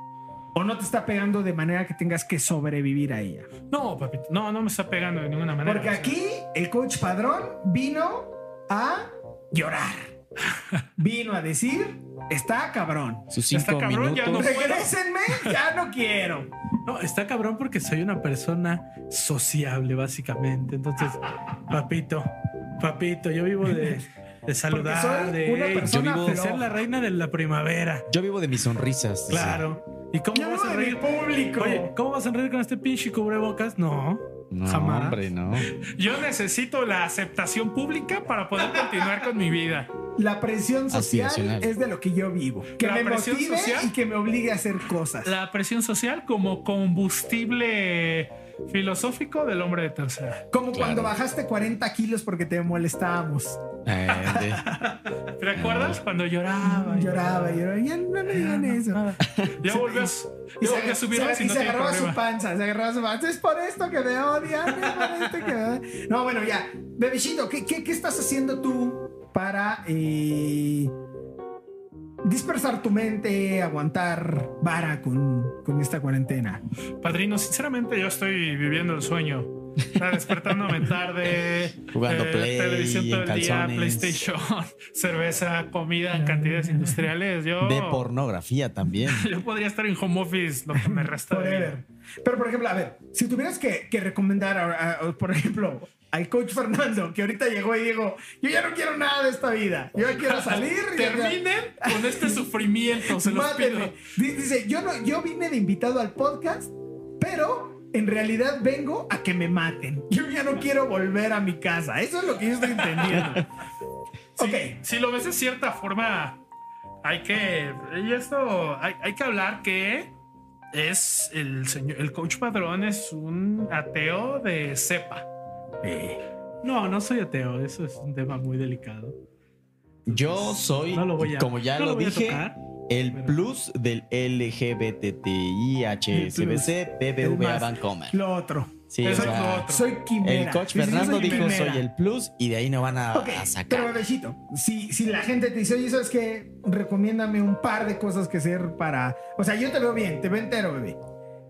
[SPEAKER 1] ¿O no te está pegando de manera que tengas que sobrevivir a ella?
[SPEAKER 2] No, papito. No, no me está pegando de ninguna manera.
[SPEAKER 1] Porque
[SPEAKER 2] O sea,
[SPEAKER 1] aquí el coach Padrón vino a llorar. Vino a decir, está cabrón.
[SPEAKER 4] Sus
[SPEAKER 2] Está
[SPEAKER 4] cinco
[SPEAKER 2] cabrón, ya
[SPEAKER 4] minutos.
[SPEAKER 3] Pues
[SPEAKER 2] no-
[SPEAKER 1] Regrésenme, ya no quiero.
[SPEAKER 3] No, está cabrón porque soy una persona sociable, básicamente. Entonces, papito, papito, yo vivo de, de saludar,
[SPEAKER 1] soy
[SPEAKER 3] de,
[SPEAKER 1] una persona
[SPEAKER 3] yo vivo de
[SPEAKER 1] floja.
[SPEAKER 3] ser la reina de la primavera.
[SPEAKER 4] Yo vivo de mis sonrisas.
[SPEAKER 3] Claro. ¿Y cómo
[SPEAKER 1] Ya
[SPEAKER 3] vas
[SPEAKER 1] no
[SPEAKER 3] a
[SPEAKER 1] en el
[SPEAKER 3] reír?
[SPEAKER 1] público.
[SPEAKER 3] Oye, ¿cómo vas a reír con este pinche cubrebocas? No.
[SPEAKER 4] No,
[SPEAKER 1] Jamás.
[SPEAKER 4] hombre, no.
[SPEAKER 2] Yo necesito la aceptación pública para poder continuar con mi vida.
[SPEAKER 1] La presión social
[SPEAKER 4] Aspiracional.
[SPEAKER 1] es de lo que yo vivo. Que
[SPEAKER 2] La
[SPEAKER 1] me
[SPEAKER 2] presión
[SPEAKER 1] motive
[SPEAKER 2] social-
[SPEAKER 1] y que me obligue a hacer cosas.
[SPEAKER 2] La presión social como combustible filosófico del hombre de tercera.
[SPEAKER 1] Como
[SPEAKER 4] Claro.
[SPEAKER 1] cuando bajaste 40 kilos porque te molestábamos.
[SPEAKER 4] Eh, de-
[SPEAKER 2] ¿Te
[SPEAKER 4] Ah.
[SPEAKER 2] acuerdas cuando lloraba?
[SPEAKER 1] lloraba, lloraba. Ya no me digan eso.
[SPEAKER 2] Ya volvió a, su- ya volvió a subirlo
[SPEAKER 1] se-
[SPEAKER 2] si
[SPEAKER 1] y
[SPEAKER 2] no
[SPEAKER 1] se
[SPEAKER 2] tiene
[SPEAKER 1] agarraba
[SPEAKER 2] problema.
[SPEAKER 1] su panza, se agarraba su panza. Es por esto que me odian, es por esto que me odian. No, bueno, ya. Bebecito, ¿qué, qué, qué estás haciendo tú para eh, dispersar tu mente, aguantar vara con, con esta cuarentena?
[SPEAKER 2] Padrino, sinceramente yo estoy viviendo el sueño. O sea, Despertándome tarde, eh,
[SPEAKER 4] Jugando Play,
[SPEAKER 2] televisión todo
[SPEAKER 4] en
[SPEAKER 2] el día,
[SPEAKER 4] calzones.
[SPEAKER 2] PlayStation, cerveza, comida en cantidades industriales. Yo,
[SPEAKER 4] de pornografía también.
[SPEAKER 2] yo podría estar en home office lo que me resta de vida.
[SPEAKER 1] Forever. Pero, por ejemplo, a ver, si tuvieras que, que recomendar, a- a- a- por ejemplo, al coach Fernando, que ahorita llegó y dijo, yo ya no quiero nada de esta vida, yo ya quiero salir. yo ya-
[SPEAKER 2] Terminen con este sufrimiento, se los
[SPEAKER 1] Mátenme.
[SPEAKER 2] pido.
[SPEAKER 1] Di- Dice, yo, no, yo vine de invitado al podcast, pero en realidad vengo a que me maten. Yo ya no quiero volver a mi casa. Eso es lo que yo estoy entendiendo.
[SPEAKER 2] Si,
[SPEAKER 1] Ok.
[SPEAKER 2] si lo ves de cierta forma, hay que. Y esto, hay, hay que hablar que es el señor, el coach padrón es un ateo de cepa.
[SPEAKER 3] No, no soy ateo. Eso es un tema muy delicado.
[SPEAKER 4] Yo soy,
[SPEAKER 3] No lo voy a-
[SPEAKER 4] como ya
[SPEAKER 3] no
[SPEAKER 4] lo,
[SPEAKER 3] lo voy a
[SPEAKER 4] dije,
[SPEAKER 3] tocar,
[SPEAKER 4] el
[SPEAKER 3] pero-
[SPEAKER 4] plus del LGBTIHSBC
[SPEAKER 1] El más.
[SPEAKER 4] BBVA Bancomer.
[SPEAKER 1] Lo otro.
[SPEAKER 4] Sí,
[SPEAKER 2] Eso
[SPEAKER 4] o
[SPEAKER 2] es
[SPEAKER 4] sea,
[SPEAKER 2] lo otro.
[SPEAKER 1] Soy quimera.
[SPEAKER 4] el coach
[SPEAKER 1] Dice, yo
[SPEAKER 4] Fernando
[SPEAKER 1] soy
[SPEAKER 4] dijo
[SPEAKER 1] quimera.
[SPEAKER 4] soy el plus y de ahí no van a,
[SPEAKER 1] Ok,
[SPEAKER 4] a
[SPEAKER 1] pero
[SPEAKER 4] sacar.
[SPEAKER 1] bebecito, si, si la gente te dice, oye, ¿sabes qué? Recomiéndame un par de cosas que hacer para... O sea, yo te veo bien, te veo entero, bebé.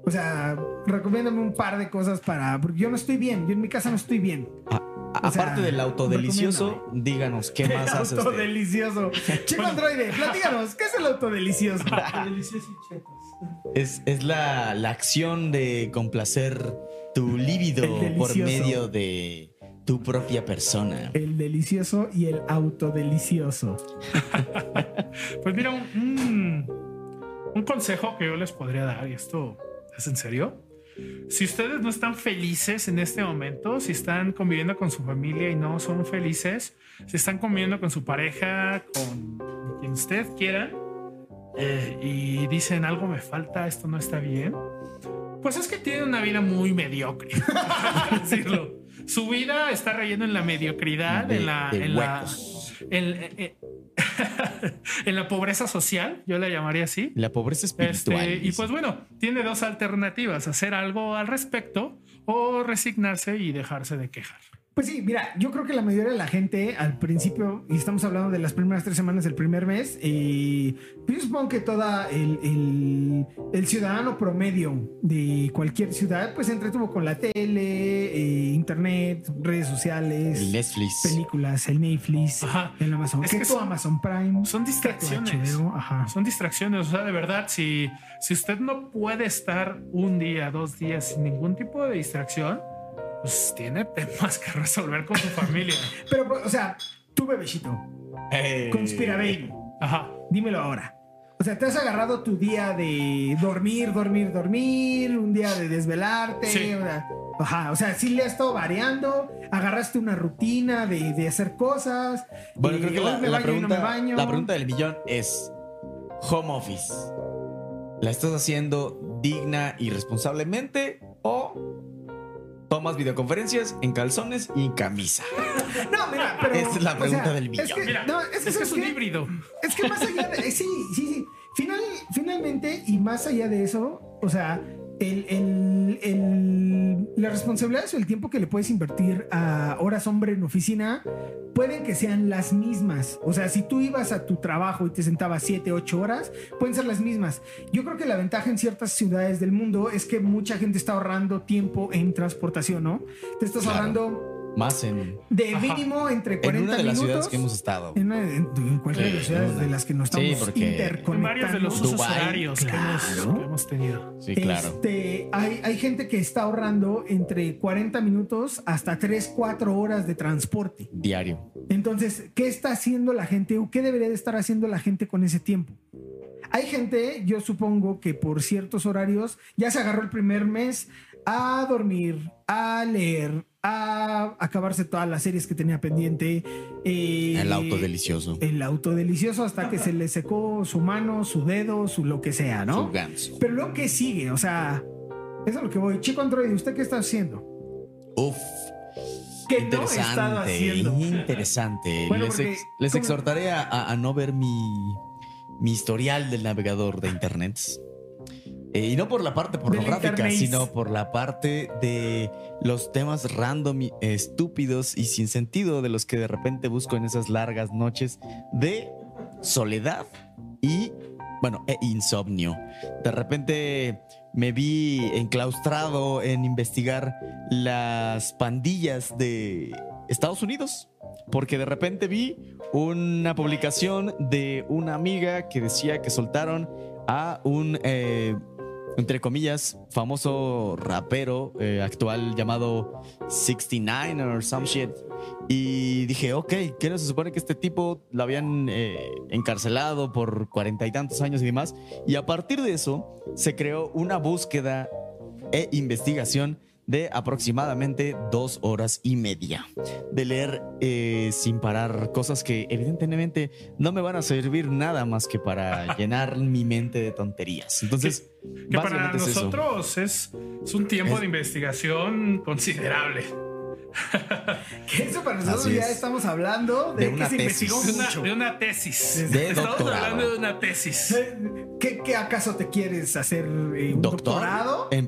[SPEAKER 1] O sea, recomiéndame un par de cosas para... Porque yo no estoy bien, yo en mi casa no estoy bien.
[SPEAKER 4] A-
[SPEAKER 1] o sea,
[SPEAKER 4] Aparte del autodelicioso, díganos qué más hace
[SPEAKER 1] Auto
[SPEAKER 4] usted.
[SPEAKER 1] delicioso. Chico androide, platícanos, ¿qué es el auto delicioso?
[SPEAKER 3] Deliciosos y chetos.
[SPEAKER 4] Es, es la, la acción de complacer tu líbido
[SPEAKER 1] El delicioso.
[SPEAKER 4] por medio de tu propia persona.
[SPEAKER 1] El delicioso y el autodelicioso.
[SPEAKER 2] Pues mira, un, un, un consejo que yo les podría dar, y esto es en serio. Si ustedes no están felices en este momento, si están conviviendo con su familia y no son felices, si están conviviendo con su pareja, con quien usted quiera, eh, y dicen algo me falta, esto no está bien, pues es que tienen una vida muy mediocre, por decirlo. Su vida está relleno en la mediocridad,
[SPEAKER 4] De-
[SPEAKER 2] en la,
[SPEAKER 4] de
[SPEAKER 2] en la,
[SPEAKER 4] huecos.
[SPEAKER 2] en, en- en la pobreza social, yo la llamaría así.
[SPEAKER 4] La pobreza espiritual.
[SPEAKER 2] Este, y
[SPEAKER 4] dice.
[SPEAKER 2] pues bueno, tiene dos alternativas, hacer algo al respecto o resignarse y dejarse de quejar.
[SPEAKER 1] Pues sí, mira, yo creo que la mayoría de la gente al principio, y estamos hablando de las primeras tres semanas del primer mes, eh, pues yo supongo que toda el, el- el ciudadano promedio de cualquier ciudad, pues se entretuvo con la tele, eh, internet, redes
[SPEAKER 4] El
[SPEAKER 1] sociales,
[SPEAKER 4] Netflix.
[SPEAKER 1] películas, el Netflix,
[SPEAKER 2] Ajá.
[SPEAKER 1] el Amazon,
[SPEAKER 2] Es
[SPEAKER 1] que
[SPEAKER 2] que
[SPEAKER 1] tu
[SPEAKER 2] son-
[SPEAKER 1] Amazon Prime,
[SPEAKER 2] Son
[SPEAKER 1] que tu
[SPEAKER 2] distracciones.
[SPEAKER 1] HBO, ajá.
[SPEAKER 2] Son distracciones, o sea, de verdad, si, si usted no puede estar un día, dos días sin ningún tipo de distracción, pues tiene temas que resolver con su familia.
[SPEAKER 1] Pero, o sea, tú bebecito,
[SPEAKER 4] Eh,
[SPEAKER 1] conspira baby.
[SPEAKER 2] Ajá.
[SPEAKER 1] Dímelo ahora. O sea, te has agarrado tu día de dormir, dormir, dormir, un día de desvelarte.
[SPEAKER 2] Sí.
[SPEAKER 1] una- Ajá, o sea, sí le has estado variando, agarraste una rutina de, de hacer cosas.
[SPEAKER 4] Bueno,
[SPEAKER 1] y
[SPEAKER 4] creo que
[SPEAKER 1] hoy
[SPEAKER 4] la,
[SPEAKER 1] me baño y no
[SPEAKER 4] la
[SPEAKER 1] me
[SPEAKER 4] pregunta,
[SPEAKER 1] baño.
[SPEAKER 4] la pregunta del millón es: ¿Home office? ¿La estás haciendo digna y responsablemente o tomas videoconferencias en calzones y en camisa?
[SPEAKER 1] No, mira, pero.
[SPEAKER 4] Esa es la
[SPEAKER 1] o
[SPEAKER 4] pregunta
[SPEAKER 1] sea,
[SPEAKER 4] del
[SPEAKER 1] Es
[SPEAKER 4] millón.
[SPEAKER 1] que,
[SPEAKER 2] Mira,
[SPEAKER 1] no, es que,
[SPEAKER 2] Es que
[SPEAKER 1] ¿sabes
[SPEAKER 2] es un
[SPEAKER 1] qué?
[SPEAKER 2] híbrido.
[SPEAKER 1] Es que más allá de. eh, Sí, sí, sí. Final, finalmente, y más allá de eso, o sea, el, el, el- las responsabilidades o el tiempo que le puedes invertir a horas hombre en oficina pueden que sean las mismas. O sea, si tú ibas a tu trabajo y te sentabas 7, 8 horas, pueden ser las mismas. Yo creo que la ventaja en ciertas ciudades del mundo es que mucha gente está ahorrando tiempo en transportación, ¿no? Te estás
[SPEAKER 4] Claro.
[SPEAKER 1] ahorrando
[SPEAKER 4] Más en,
[SPEAKER 1] de
[SPEAKER 2] Ajá.
[SPEAKER 1] mínimo entre
[SPEAKER 4] en
[SPEAKER 1] 40
[SPEAKER 4] una de las ciudades
[SPEAKER 1] minutos.
[SPEAKER 4] que hemos estado.
[SPEAKER 1] En, una- en- en cualquiera de las
[SPEAKER 4] Sí,
[SPEAKER 1] ciudades
[SPEAKER 4] en una.
[SPEAKER 1] de las que nos
[SPEAKER 4] Sí,
[SPEAKER 1] estamos
[SPEAKER 4] porque-
[SPEAKER 2] En
[SPEAKER 1] interconectando.
[SPEAKER 2] varios de los usos
[SPEAKER 4] Dubái,
[SPEAKER 2] horarios que hemos-
[SPEAKER 1] claro.
[SPEAKER 2] que hemos tenido.
[SPEAKER 4] Sí, claro.
[SPEAKER 1] Este, hay, hay gente que está ahorrando entre 40 minutos hasta 3, 4 horas de transporte.
[SPEAKER 4] Diario.
[SPEAKER 1] Entonces, ¿qué está haciendo la gente o qué debería de estar haciendo la gente con ese tiempo? Hay gente, yo supongo que por ciertos horarios ya se agarró el primer mes a dormir, a leer, a acabarse todas las series que tenía pendiente. eh,
[SPEAKER 4] El auto delicioso.
[SPEAKER 1] el auto delicioso hasta que se le secó su mano, su dedo, su lo que sea,
[SPEAKER 4] Su
[SPEAKER 1] ¿no?
[SPEAKER 4] ganso.
[SPEAKER 1] Pero luego que sigue, o sea, eso es lo que voy. Chico Android, ¿usted qué está haciendo?
[SPEAKER 4] Uf.
[SPEAKER 1] Que no he estado
[SPEAKER 4] Interesante.
[SPEAKER 1] haciendo.
[SPEAKER 4] interesante.
[SPEAKER 1] Bueno,
[SPEAKER 4] les
[SPEAKER 1] porque-
[SPEAKER 4] ex- les
[SPEAKER 1] ¿cómo?
[SPEAKER 4] exhortaré a, a- a no ver mi, mi historial del navegador de internet. Eh, y no por la parte pornográfica,
[SPEAKER 1] internet.
[SPEAKER 4] sino por la parte de los temas random, y, eh, estúpidos y sin sentido de los que de repente busco en esas largas noches de soledad y, bueno, e insomnio. De repente me vi enclaustrado en investigar las pandillas de Estados Unidos, porque de repente vi una publicación de una amiga que decía que soltaron a un, eh, entre comillas, famoso rapero eh, actual llamado 69 or some shit. Y dije, ok, ¿qué no se supone que este tipo lo habían eh, encarcelado por cuarenta y tantos años y demás? Y a partir de eso se creó una búsqueda e investigación de aproximadamente dos horas y media de leer eh, sin parar cosas que evidentemente no me van a servir nada más que para llenar mi mente de tonterías. Entonces,
[SPEAKER 2] Que para
[SPEAKER 4] básicamente es eso.
[SPEAKER 2] nosotros es, es un tiempo
[SPEAKER 4] Es-
[SPEAKER 2] de investigación considerable.
[SPEAKER 1] Que eso para nosotros
[SPEAKER 4] Así
[SPEAKER 1] ya
[SPEAKER 4] es.
[SPEAKER 1] estamos hablando
[SPEAKER 4] De
[SPEAKER 1] de, que
[SPEAKER 4] una
[SPEAKER 1] se
[SPEAKER 4] tesis.
[SPEAKER 1] investigó
[SPEAKER 2] De una,
[SPEAKER 1] mucho.
[SPEAKER 2] de una tesis.
[SPEAKER 4] De
[SPEAKER 2] Estamos
[SPEAKER 4] doctorado.
[SPEAKER 2] hablando de una tesis.
[SPEAKER 1] ¿Qué, qué acaso te quieres hacer eh, un
[SPEAKER 4] Doctor
[SPEAKER 1] doctorado?
[SPEAKER 4] en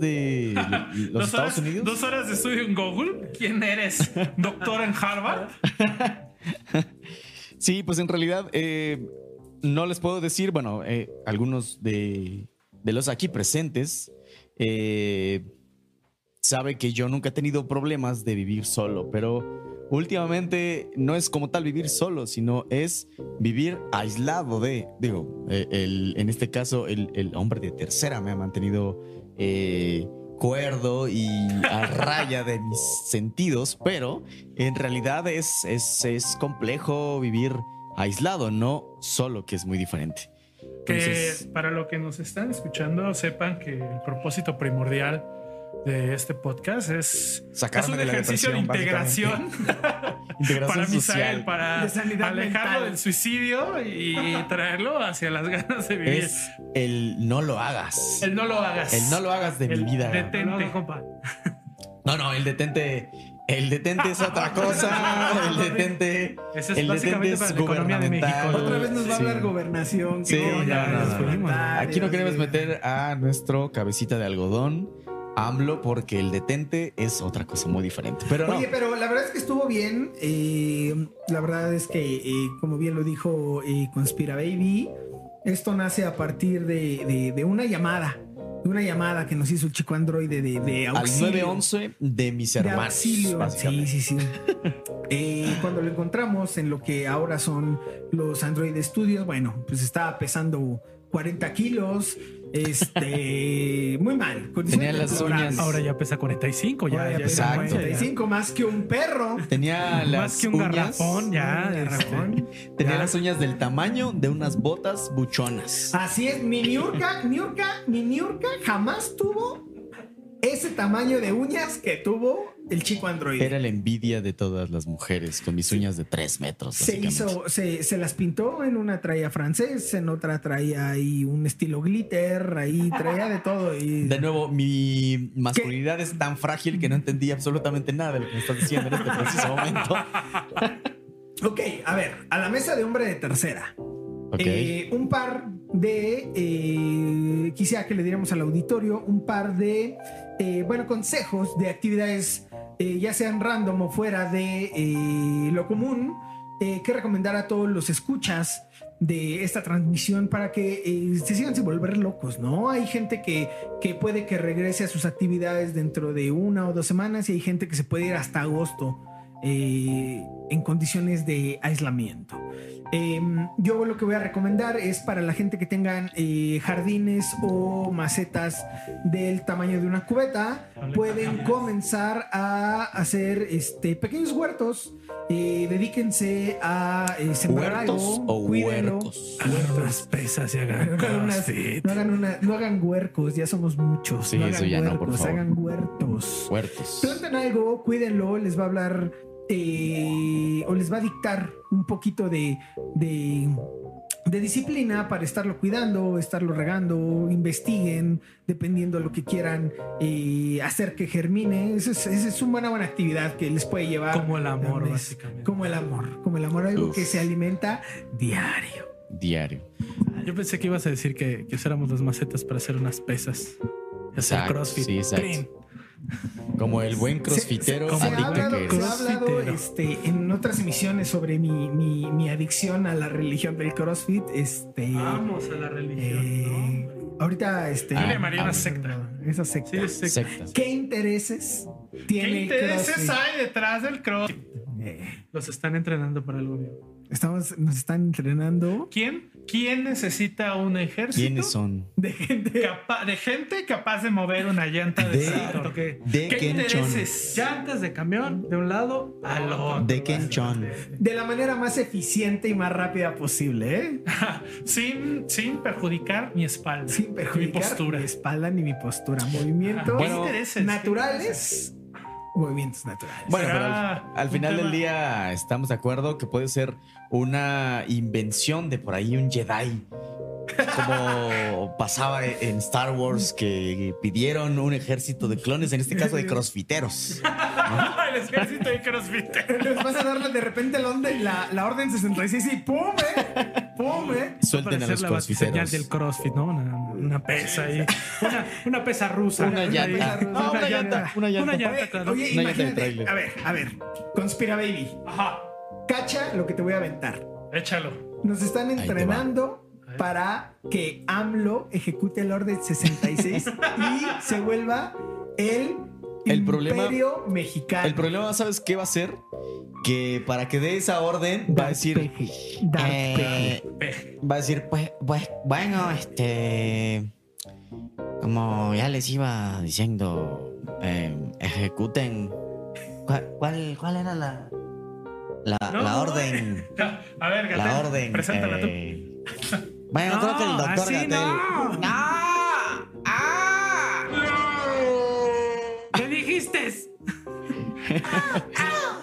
[SPEAKER 4] de los
[SPEAKER 2] dos
[SPEAKER 4] Estados
[SPEAKER 2] horas,
[SPEAKER 4] Unidos.
[SPEAKER 2] dos horas de estudio en Google. ¿Quién eres? ¿Doctor en Harvard?
[SPEAKER 4] Ah, Sí, pues en realidad eh, no les puedo decir, bueno, eh, algunos de, de los aquí presentes eh, sabe que yo nunca he tenido problemas de vivir solo, pero últimamente no es como tal vivir solo, sino es vivir aislado de, digo, eh, el- en este caso el, el hombre de tercera me ha mantenido eh, cuerdo y a raya de mis sentidos, pero en realidad es, es, es complejo vivir aislado, no solo, que es muy diferente.
[SPEAKER 2] Que
[SPEAKER 4] Entonces,
[SPEAKER 2] para lo que nos están escuchando, sepan que el propósito primordial de este podcast es, es
[SPEAKER 4] Sacarme
[SPEAKER 2] un
[SPEAKER 4] de la
[SPEAKER 2] ejercicio de
[SPEAKER 4] depresión,
[SPEAKER 2] integración
[SPEAKER 4] integración
[SPEAKER 2] para Misael,
[SPEAKER 4] social.
[SPEAKER 2] para
[SPEAKER 1] De sanidad
[SPEAKER 2] alejarlo
[SPEAKER 1] mental.
[SPEAKER 2] del suicidio y traerlo hacia las ganas de vivir.
[SPEAKER 4] es el no lo hagas. El,
[SPEAKER 2] el no lo hagas.
[SPEAKER 4] no lo hagas de
[SPEAKER 2] El
[SPEAKER 4] mi vida.
[SPEAKER 2] detente.
[SPEAKER 3] No, no, compa.
[SPEAKER 4] No, no, el detente. El detente es otra cosa. El detente.
[SPEAKER 2] Ese es
[SPEAKER 4] el detente
[SPEAKER 2] básicamente
[SPEAKER 4] es
[SPEAKER 2] para la economía de México.
[SPEAKER 4] gubernamental.
[SPEAKER 1] Otra vez nos va a
[SPEAKER 4] Sí.
[SPEAKER 1] hablar gobernación.
[SPEAKER 4] Sí,
[SPEAKER 1] que
[SPEAKER 4] no, no,
[SPEAKER 1] ya
[SPEAKER 4] no,
[SPEAKER 1] nos
[SPEAKER 4] no,
[SPEAKER 1] fuimos.
[SPEAKER 4] Aquí no
[SPEAKER 1] Dios
[SPEAKER 4] queremos
[SPEAKER 1] mío.
[SPEAKER 4] meter a nuestro cabecita de algodón, AMLO porque el detente es otra cosa muy diferente. Pero no.
[SPEAKER 1] Oye, pero la verdad es que estuvo bien. eh, la verdad es que, eh, como bien lo dijo eh, Conspira Baby, esto nace a partir de, de- de una llamada. De una llamada que nos hizo el chico androide de, de
[SPEAKER 4] al
[SPEAKER 1] auxilio.
[SPEAKER 4] 911 de mis
[SPEAKER 1] de
[SPEAKER 4] hermanos.
[SPEAKER 1] auxilio. Sí,
[SPEAKER 4] básicamente.
[SPEAKER 1] sí, sí. Eh, cuando lo encontramos en lo que ahora son los Android Studios, bueno, pues estaba pesando 40 kilos. Este, muy mal.
[SPEAKER 4] Tenía las
[SPEAKER 1] deplorables.
[SPEAKER 4] uñas-
[SPEAKER 3] Ahora ya pesa 45, ya,
[SPEAKER 1] Ahora
[SPEAKER 3] ya
[SPEAKER 1] ya
[SPEAKER 3] es
[SPEAKER 1] pesa
[SPEAKER 4] exacto.
[SPEAKER 3] una mancha, ya.
[SPEAKER 1] 45 más que un perro.
[SPEAKER 4] Tenía las
[SPEAKER 3] Más que un
[SPEAKER 4] uñas,
[SPEAKER 3] garrafón, ya.
[SPEAKER 1] Un
[SPEAKER 3] este,
[SPEAKER 1] garrafón.
[SPEAKER 4] Tenía
[SPEAKER 3] ya.
[SPEAKER 4] las uñas del tamaño de unas botas buchonas.
[SPEAKER 1] Así es, mi Niurka, Niurka, mi Niurka jamás tuvo ese tamaño de uñas que tuvo el chico androide.
[SPEAKER 4] Era la envidia de todas las mujeres con mis uñas de tres metros.
[SPEAKER 1] se
[SPEAKER 4] básicamente.
[SPEAKER 1] hizo, se, se las pintó en una traía francés, en otra traía ahí un estilo glitter, ahí traía de todo. Y
[SPEAKER 4] De nuevo, mi masculinidad es tan frágil que no entendí absolutamente nada de lo que me estás diciendo en este preciso momento.
[SPEAKER 1] Ok, a ver, a la mesa de hombre de tercera.
[SPEAKER 4] Ok.
[SPEAKER 1] Eh, un par de, eh, quisiera que le diéramos al auditorio un par de, eh, bueno, consejos de actividades, eh, ya sean random o fuera de eh, lo común, eh, que recomendar a todos los escuchas de esta transmisión para que eh, se sigan sin volver locos, ¿no? Hay gente que, que puede que regrese a sus actividades dentro de una o dos semanas y hay gente que se puede ir hasta agosto eh, en condiciones de aislamiento. Eh, yo lo que voy a recomendar es para la gente que tengan eh, jardines o macetas del tamaño de una cubeta, pueden comenzar a hacer este, pequeños huertos. eh, dedíquense a eh, sembrar
[SPEAKER 4] ¿Huertos
[SPEAKER 1] algo,
[SPEAKER 4] o
[SPEAKER 1] cuídenlo.
[SPEAKER 4] huercos?
[SPEAKER 3] Agarra unas pesas y hagan
[SPEAKER 1] No hagan, unas-
[SPEAKER 3] crossfit.
[SPEAKER 1] no hagan una- no hagan huercos, ya somos muchos.
[SPEAKER 4] Sí,
[SPEAKER 1] no hagan
[SPEAKER 4] eso ya no, por
[SPEAKER 1] huercos,
[SPEAKER 4] favor.
[SPEAKER 1] Hagan huertos.
[SPEAKER 4] Huertos.
[SPEAKER 1] Planten algo, cuídenlo, les va a hablar eh, o les va a dictar un poquito de, de, de disciplina para estarlo cuidando, estarlo regando, investiguen, dependiendo de lo que quieran eh, hacer que germine. Esa es, esa es una buena, buena actividad que les puede llevar.
[SPEAKER 3] Como el amor,
[SPEAKER 1] Grandes.
[SPEAKER 3] básicamente.
[SPEAKER 1] Como el amor, como el amor, algo
[SPEAKER 4] Uf.
[SPEAKER 1] que se alimenta diario.
[SPEAKER 4] Diario.
[SPEAKER 3] Yo pensé que ibas a decir que, que usáramos las macetas para hacer unas pesas. Y Hacer
[SPEAKER 4] Exacto,
[SPEAKER 3] crossfit.
[SPEAKER 4] sí, exacto.
[SPEAKER 3] Clean.
[SPEAKER 4] Como el buen crossfitero
[SPEAKER 1] se, se ha
[SPEAKER 4] adicto
[SPEAKER 1] hablado,
[SPEAKER 4] que es.
[SPEAKER 1] se ha hablado,
[SPEAKER 3] Crossfitero.
[SPEAKER 1] este, en otras emisiones sobre mi, mi- mi adicción a la religión del CrossFit. Este,
[SPEAKER 2] Ah,
[SPEAKER 3] Vamos a la religión.
[SPEAKER 1] eh,
[SPEAKER 3] ¿no?
[SPEAKER 1] ahorita, este,
[SPEAKER 4] Ah,
[SPEAKER 2] Yo le llamaría una
[SPEAKER 4] ah,
[SPEAKER 2] secta.
[SPEAKER 1] esa secta.
[SPEAKER 3] Sí, es sexy.
[SPEAKER 4] Secta.
[SPEAKER 1] ¿Qué intereses tiene
[SPEAKER 2] ¿Qué intereses
[SPEAKER 1] CrossFit?
[SPEAKER 2] hay detrás del cross?
[SPEAKER 1] Eh,
[SPEAKER 3] Los están entrenando para algo nuevo.
[SPEAKER 1] estamos, nos están entrenando
[SPEAKER 2] ¿Quién? ¿Quién necesita un ejército?
[SPEAKER 4] ¿Quiénes son?
[SPEAKER 1] de gente.
[SPEAKER 2] Capa- de gente capaz de mover una llanta de,
[SPEAKER 4] De-
[SPEAKER 2] salto. ¿Qué,
[SPEAKER 4] de
[SPEAKER 2] ¿Qué
[SPEAKER 4] Kenchon.
[SPEAKER 2] intereses?
[SPEAKER 3] Llantas de camión de un lado al otro.
[SPEAKER 4] De Ken Chon.
[SPEAKER 1] De la manera más eficiente y más rápida posible, ¿eh?
[SPEAKER 2] Sin, sin perjudicar mi espalda.
[SPEAKER 1] Sin perjudicar
[SPEAKER 2] Mi postura.
[SPEAKER 1] mi espalda ni mi postura. Movimientos
[SPEAKER 2] ¿Qué intereses?
[SPEAKER 1] naturales. Movimientos naturales.
[SPEAKER 4] Bueno, pero
[SPEAKER 2] Será
[SPEAKER 4] al, al
[SPEAKER 2] un
[SPEAKER 4] final del
[SPEAKER 2] tema-
[SPEAKER 4] día estamos de acuerdo que puede ser una invención de por ahí un Jedi. Como pasaba en Star Wars que pidieron un ejército de clones, en este caso de crossfiteros.
[SPEAKER 2] el ejército de crossfit.
[SPEAKER 1] Les vas a darle de repente la, onda- la, la orden 66 y ¡pum! ¿eh? ¡pum! ¿eh?
[SPEAKER 4] Suelten a
[SPEAKER 3] Parecer
[SPEAKER 4] los
[SPEAKER 3] la batiseñal
[SPEAKER 4] crossfiteros.
[SPEAKER 3] del crossfit, ¿no? Una, una pesa ahí. Una, una pesa rusa.
[SPEAKER 4] Una
[SPEAKER 1] pesa
[SPEAKER 4] llanta.
[SPEAKER 1] rusa.
[SPEAKER 4] Ah,
[SPEAKER 1] Una
[SPEAKER 4] una
[SPEAKER 1] llanta.
[SPEAKER 4] llanta. Una
[SPEAKER 3] Una
[SPEAKER 4] llanta.
[SPEAKER 3] llanta,
[SPEAKER 1] Oye,
[SPEAKER 3] claro.
[SPEAKER 1] oye,
[SPEAKER 4] No, ya te
[SPEAKER 1] imagínate.
[SPEAKER 4] traigo.
[SPEAKER 1] A ver, a ver. Conspira, baby.
[SPEAKER 2] Ajá,
[SPEAKER 1] Cacha lo que te voy a aventar.
[SPEAKER 2] échalo.
[SPEAKER 1] Nos están
[SPEAKER 4] va.
[SPEAKER 1] entrenando para que AMLO ejecute el orden 66 y se vuelva el,
[SPEAKER 4] El problema-
[SPEAKER 1] imperio mexicano.
[SPEAKER 4] El problema, ¿sabes qué va a ser? Que para que dé esa orden va a decir.
[SPEAKER 1] Darth
[SPEAKER 4] eh, va a decir, pues, pues, bueno, este. Como ya les iba diciendo, eh, ejecuten. ¿Cuál, cuál, cuál era la. La,
[SPEAKER 2] No,
[SPEAKER 4] la
[SPEAKER 2] no,
[SPEAKER 4] orden.
[SPEAKER 2] Ya, A ver, Gatel.
[SPEAKER 4] La orden.
[SPEAKER 2] Preséntala tú.
[SPEAKER 4] eh, Bueno, creo que el doctor
[SPEAKER 3] así
[SPEAKER 4] Gatel.
[SPEAKER 3] no. ¿Qué dijiste?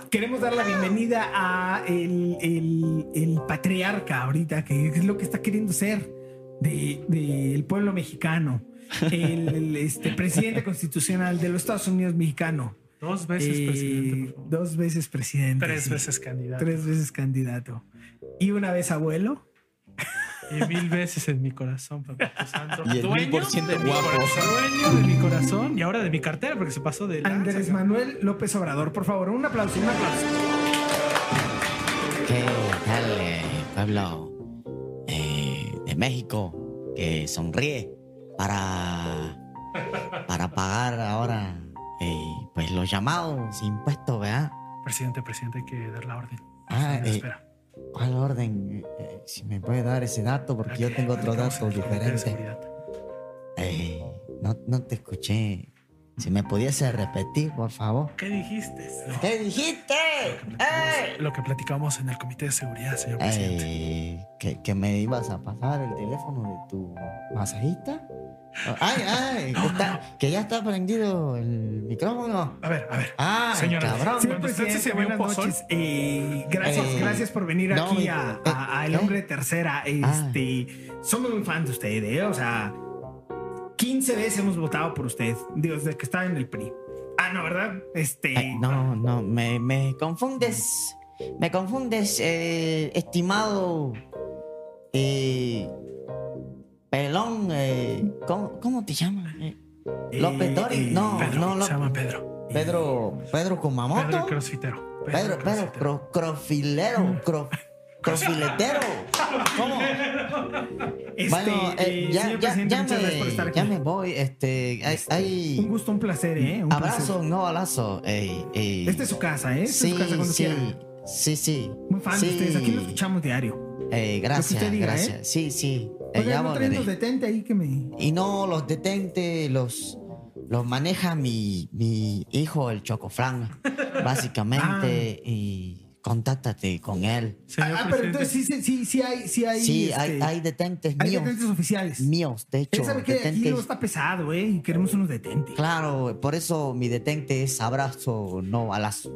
[SPEAKER 1] Queremos dar la bienvenida a el, el- el patriarca ahorita, que es lo que está queriendo ser del pueblo mexicano, el, el, este, presidente constitucional de los Estados Unidos mexicano.
[SPEAKER 3] Dos veces
[SPEAKER 1] Eh,
[SPEAKER 3] presidente. por favor.
[SPEAKER 1] dos veces presidente.
[SPEAKER 2] Tres
[SPEAKER 1] sí.
[SPEAKER 2] veces candidato.
[SPEAKER 1] Tres veces candidato. Y una vez abuelo.
[SPEAKER 2] Y mil veces en mi corazón, papá santo.
[SPEAKER 4] Y el mil
[SPEAKER 3] Dueño
[SPEAKER 4] por
[SPEAKER 3] de
[SPEAKER 4] ciento
[SPEAKER 3] mi
[SPEAKER 4] guapo.
[SPEAKER 2] Dueño de mi corazón y ahora de mi cartera porque se pasó de
[SPEAKER 3] Ah,
[SPEAKER 2] lanza,
[SPEAKER 1] Andrés
[SPEAKER 2] cabrón.
[SPEAKER 1] Manuel López Obrador, por favor, un aplauso, un aplauso.
[SPEAKER 4] ¿Qué tal, eh, Pablo eh, de México que sonríe para, para pagar ahora eh, pues los llamados impuestos, ¿verdad?
[SPEAKER 3] Presidente, presidente, hay que dar la orden.
[SPEAKER 4] Ah, eh,
[SPEAKER 3] Espera.
[SPEAKER 4] ¿Cuál orden? Eh, eh, si me puede dar ese dato, porque
[SPEAKER 3] Aquí,
[SPEAKER 4] yo tengo otro
[SPEAKER 3] aquí vamos
[SPEAKER 4] dato
[SPEAKER 3] en el Comité de
[SPEAKER 4] diferente.
[SPEAKER 3] Seguridad.
[SPEAKER 4] Eh, no, no te escuché. Si me pudiese repetir, por favor.
[SPEAKER 2] ¿Qué dijiste?
[SPEAKER 4] ¿Qué dijiste? ¡Ey!
[SPEAKER 3] Lo que platicamos en el comité de seguridad, señor presidente.
[SPEAKER 4] Eh, ¿que, que me ibas a pasar el teléfono de tu masajista. Ay, ay, que, está- que ya está prendido el micrófono.
[SPEAKER 3] A ver, a ver.
[SPEAKER 4] Ah,
[SPEAKER 3] Señora,
[SPEAKER 4] cabrón.
[SPEAKER 3] sí,
[SPEAKER 1] Señor
[SPEAKER 3] Cuando usted se
[SPEAKER 1] presidente,
[SPEAKER 3] sirvió un
[SPEAKER 1] buenas
[SPEAKER 3] pozol.
[SPEAKER 1] noches. Eh, gracias,
[SPEAKER 4] Eh,
[SPEAKER 1] gracias por venir
[SPEAKER 4] no,
[SPEAKER 1] aquí
[SPEAKER 4] eh,
[SPEAKER 1] a,
[SPEAKER 4] eh,
[SPEAKER 1] a- a El
[SPEAKER 4] eh.
[SPEAKER 1] Hombre de Tercera. Este, Somos muy fans de usted, ¿eh? O sea, 15 veces hemos votado por usted, digo, desde que estaba en el PRI. Ah, no, ¿verdad? Este...
[SPEAKER 4] Ay, Eh, no, no, me, me confundes. Me confundes, eh, estimado. eh, pelón. eh, ¿cómo, cómo te llamas? Eh,
[SPEAKER 1] eh,
[SPEAKER 4] López Dori.
[SPEAKER 1] eh,
[SPEAKER 4] No,
[SPEAKER 3] Pedro,
[SPEAKER 4] no,
[SPEAKER 3] se
[SPEAKER 4] López-
[SPEAKER 3] llama Pedro.
[SPEAKER 4] Pedro. Pedro Kumamoto.
[SPEAKER 3] Pedro el Crossfitero.
[SPEAKER 4] Pedro, Pedro,
[SPEAKER 3] Crossfitero.
[SPEAKER 4] cro-
[SPEAKER 1] Mm.
[SPEAKER 4] crofilero, cro- crofiletero. ¿Cómo?
[SPEAKER 1] Este,
[SPEAKER 4] Bueno, eh,
[SPEAKER 1] eh,
[SPEAKER 4] ya,
[SPEAKER 1] señor
[SPEAKER 4] ya,
[SPEAKER 1] presidente,
[SPEAKER 4] ya
[SPEAKER 1] muchas gracias por estar
[SPEAKER 4] me,
[SPEAKER 1] aquí.
[SPEAKER 4] ya me voy. Este, hay, hay
[SPEAKER 1] Un gusto, un placer, ¿eh? Un
[SPEAKER 4] abrazos, no balazos. Ey, ey.
[SPEAKER 1] placer. Esta es su casa, ¿eh? Esta
[SPEAKER 4] sí,
[SPEAKER 1] es su casa cuando
[SPEAKER 4] sí,
[SPEAKER 1] quiera.
[SPEAKER 4] sí, sí.
[SPEAKER 1] Muy fan
[SPEAKER 4] sí.
[SPEAKER 1] de ustedes. Aquí lo escuchamos diario.
[SPEAKER 4] Ey, gracias,
[SPEAKER 1] usted diga, ¿eh?
[SPEAKER 4] gracias. Sí, sí. eh,
[SPEAKER 1] Oiga,
[SPEAKER 4] ya
[SPEAKER 1] no traen
[SPEAKER 4] volveré.
[SPEAKER 1] los detente ahí que me...
[SPEAKER 4] Y no los detente, los, los maneja mi, mi hijo, el Chocoflan, básicamente. Y contáctate con él.
[SPEAKER 2] Señor
[SPEAKER 1] ah, ah, pero
[SPEAKER 2] presidente.
[SPEAKER 1] entonces sí, sí, sí, sí hay... Sí, hay,
[SPEAKER 4] Sí,
[SPEAKER 1] este,
[SPEAKER 4] hay, hay detentes
[SPEAKER 1] hay
[SPEAKER 4] míos.
[SPEAKER 1] detentes oficiales.
[SPEAKER 4] Míos, de hecho.
[SPEAKER 1] Él sabe que aquí
[SPEAKER 4] detentes.
[SPEAKER 1] luego está pesado, ¿eh? Y queremos unos detentes.
[SPEAKER 4] Claro, por eso mi detente es abrazo, no balazo.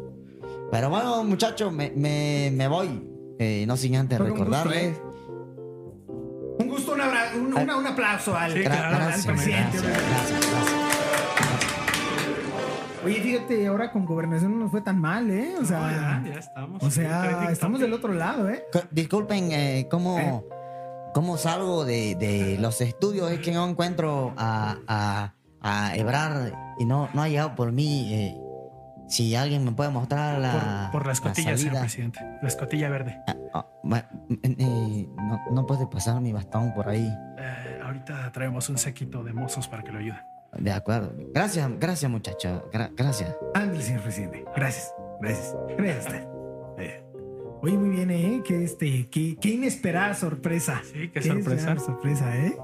[SPEAKER 4] Pero bueno, muchachos, me, me, me voy. Eh, no sin antes
[SPEAKER 1] Pero un gusto, ¿eh?
[SPEAKER 4] recordarles.
[SPEAKER 1] Un gusto, un, abra- un, una- un aplauso al,
[SPEAKER 2] Sí,
[SPEAKER 4] Gra-
[SPEAKER 1] al-
[SPEAKER 2] claro,
[SPEAKER 1] al
[SPEAKER 4] gracias,
[SPEAKER 1] presidente.
[SPEAKER 4] gracias, gracias, gracias.
[SPEAKER 1] Oye, fíjate, ahora con gobernación no nos fue tan mal, ¿eh? O
[SPEAKER 2] No,
[SPEAKER 1] sea,
[SPEAKER 3] Ah,
[SPEAKER 2] ya, ya estamos.
[SPEAKER 1] o
[SPEAKER 2] Trending
[SPEAKER 1] sea
[SPEAKER 2] topic.
[SPEAKER 1] estamos del otro lado, ¿eh?
[SPEAKER 4] Co- Disculpen, eh, ¿cómo, ¿cómo salgo de, de los estudios? Es que no encuentro a, a, a Ebrar y no, no ha llegado por mí. eh. si alguien me puede mostrar ah, la.
[SPEAKER 3] Por, por la escotilla, señor
[SPEAKER 4] salida.
[SPEAKER 3] presidente. La escotilla verde.
[SPEAKER 4] Ah, ma- eh, no, no puede pasar mi bastón por ahí.
[SPEAKER 3] Eh, ahorita traemos un séquito de mozos para que lo ayuden.
[SPEAKER 4] De acuerdo. Gracias, gracias muchachos. Gra- gracias.
[SPEAKER 1] Ándale, señor presidente. Gracias, gracias. Gracias a usted. Eh. Oye, muy bien, ¿eh? Que este, qué, qué inesperada sorpresa.
[SPEAKER 2] Sí, qué
[SPEAKER 1] inesperada
[SPEAKER 2] sorpresa.
[SPEAKER 1] sorpresa, ¿eh?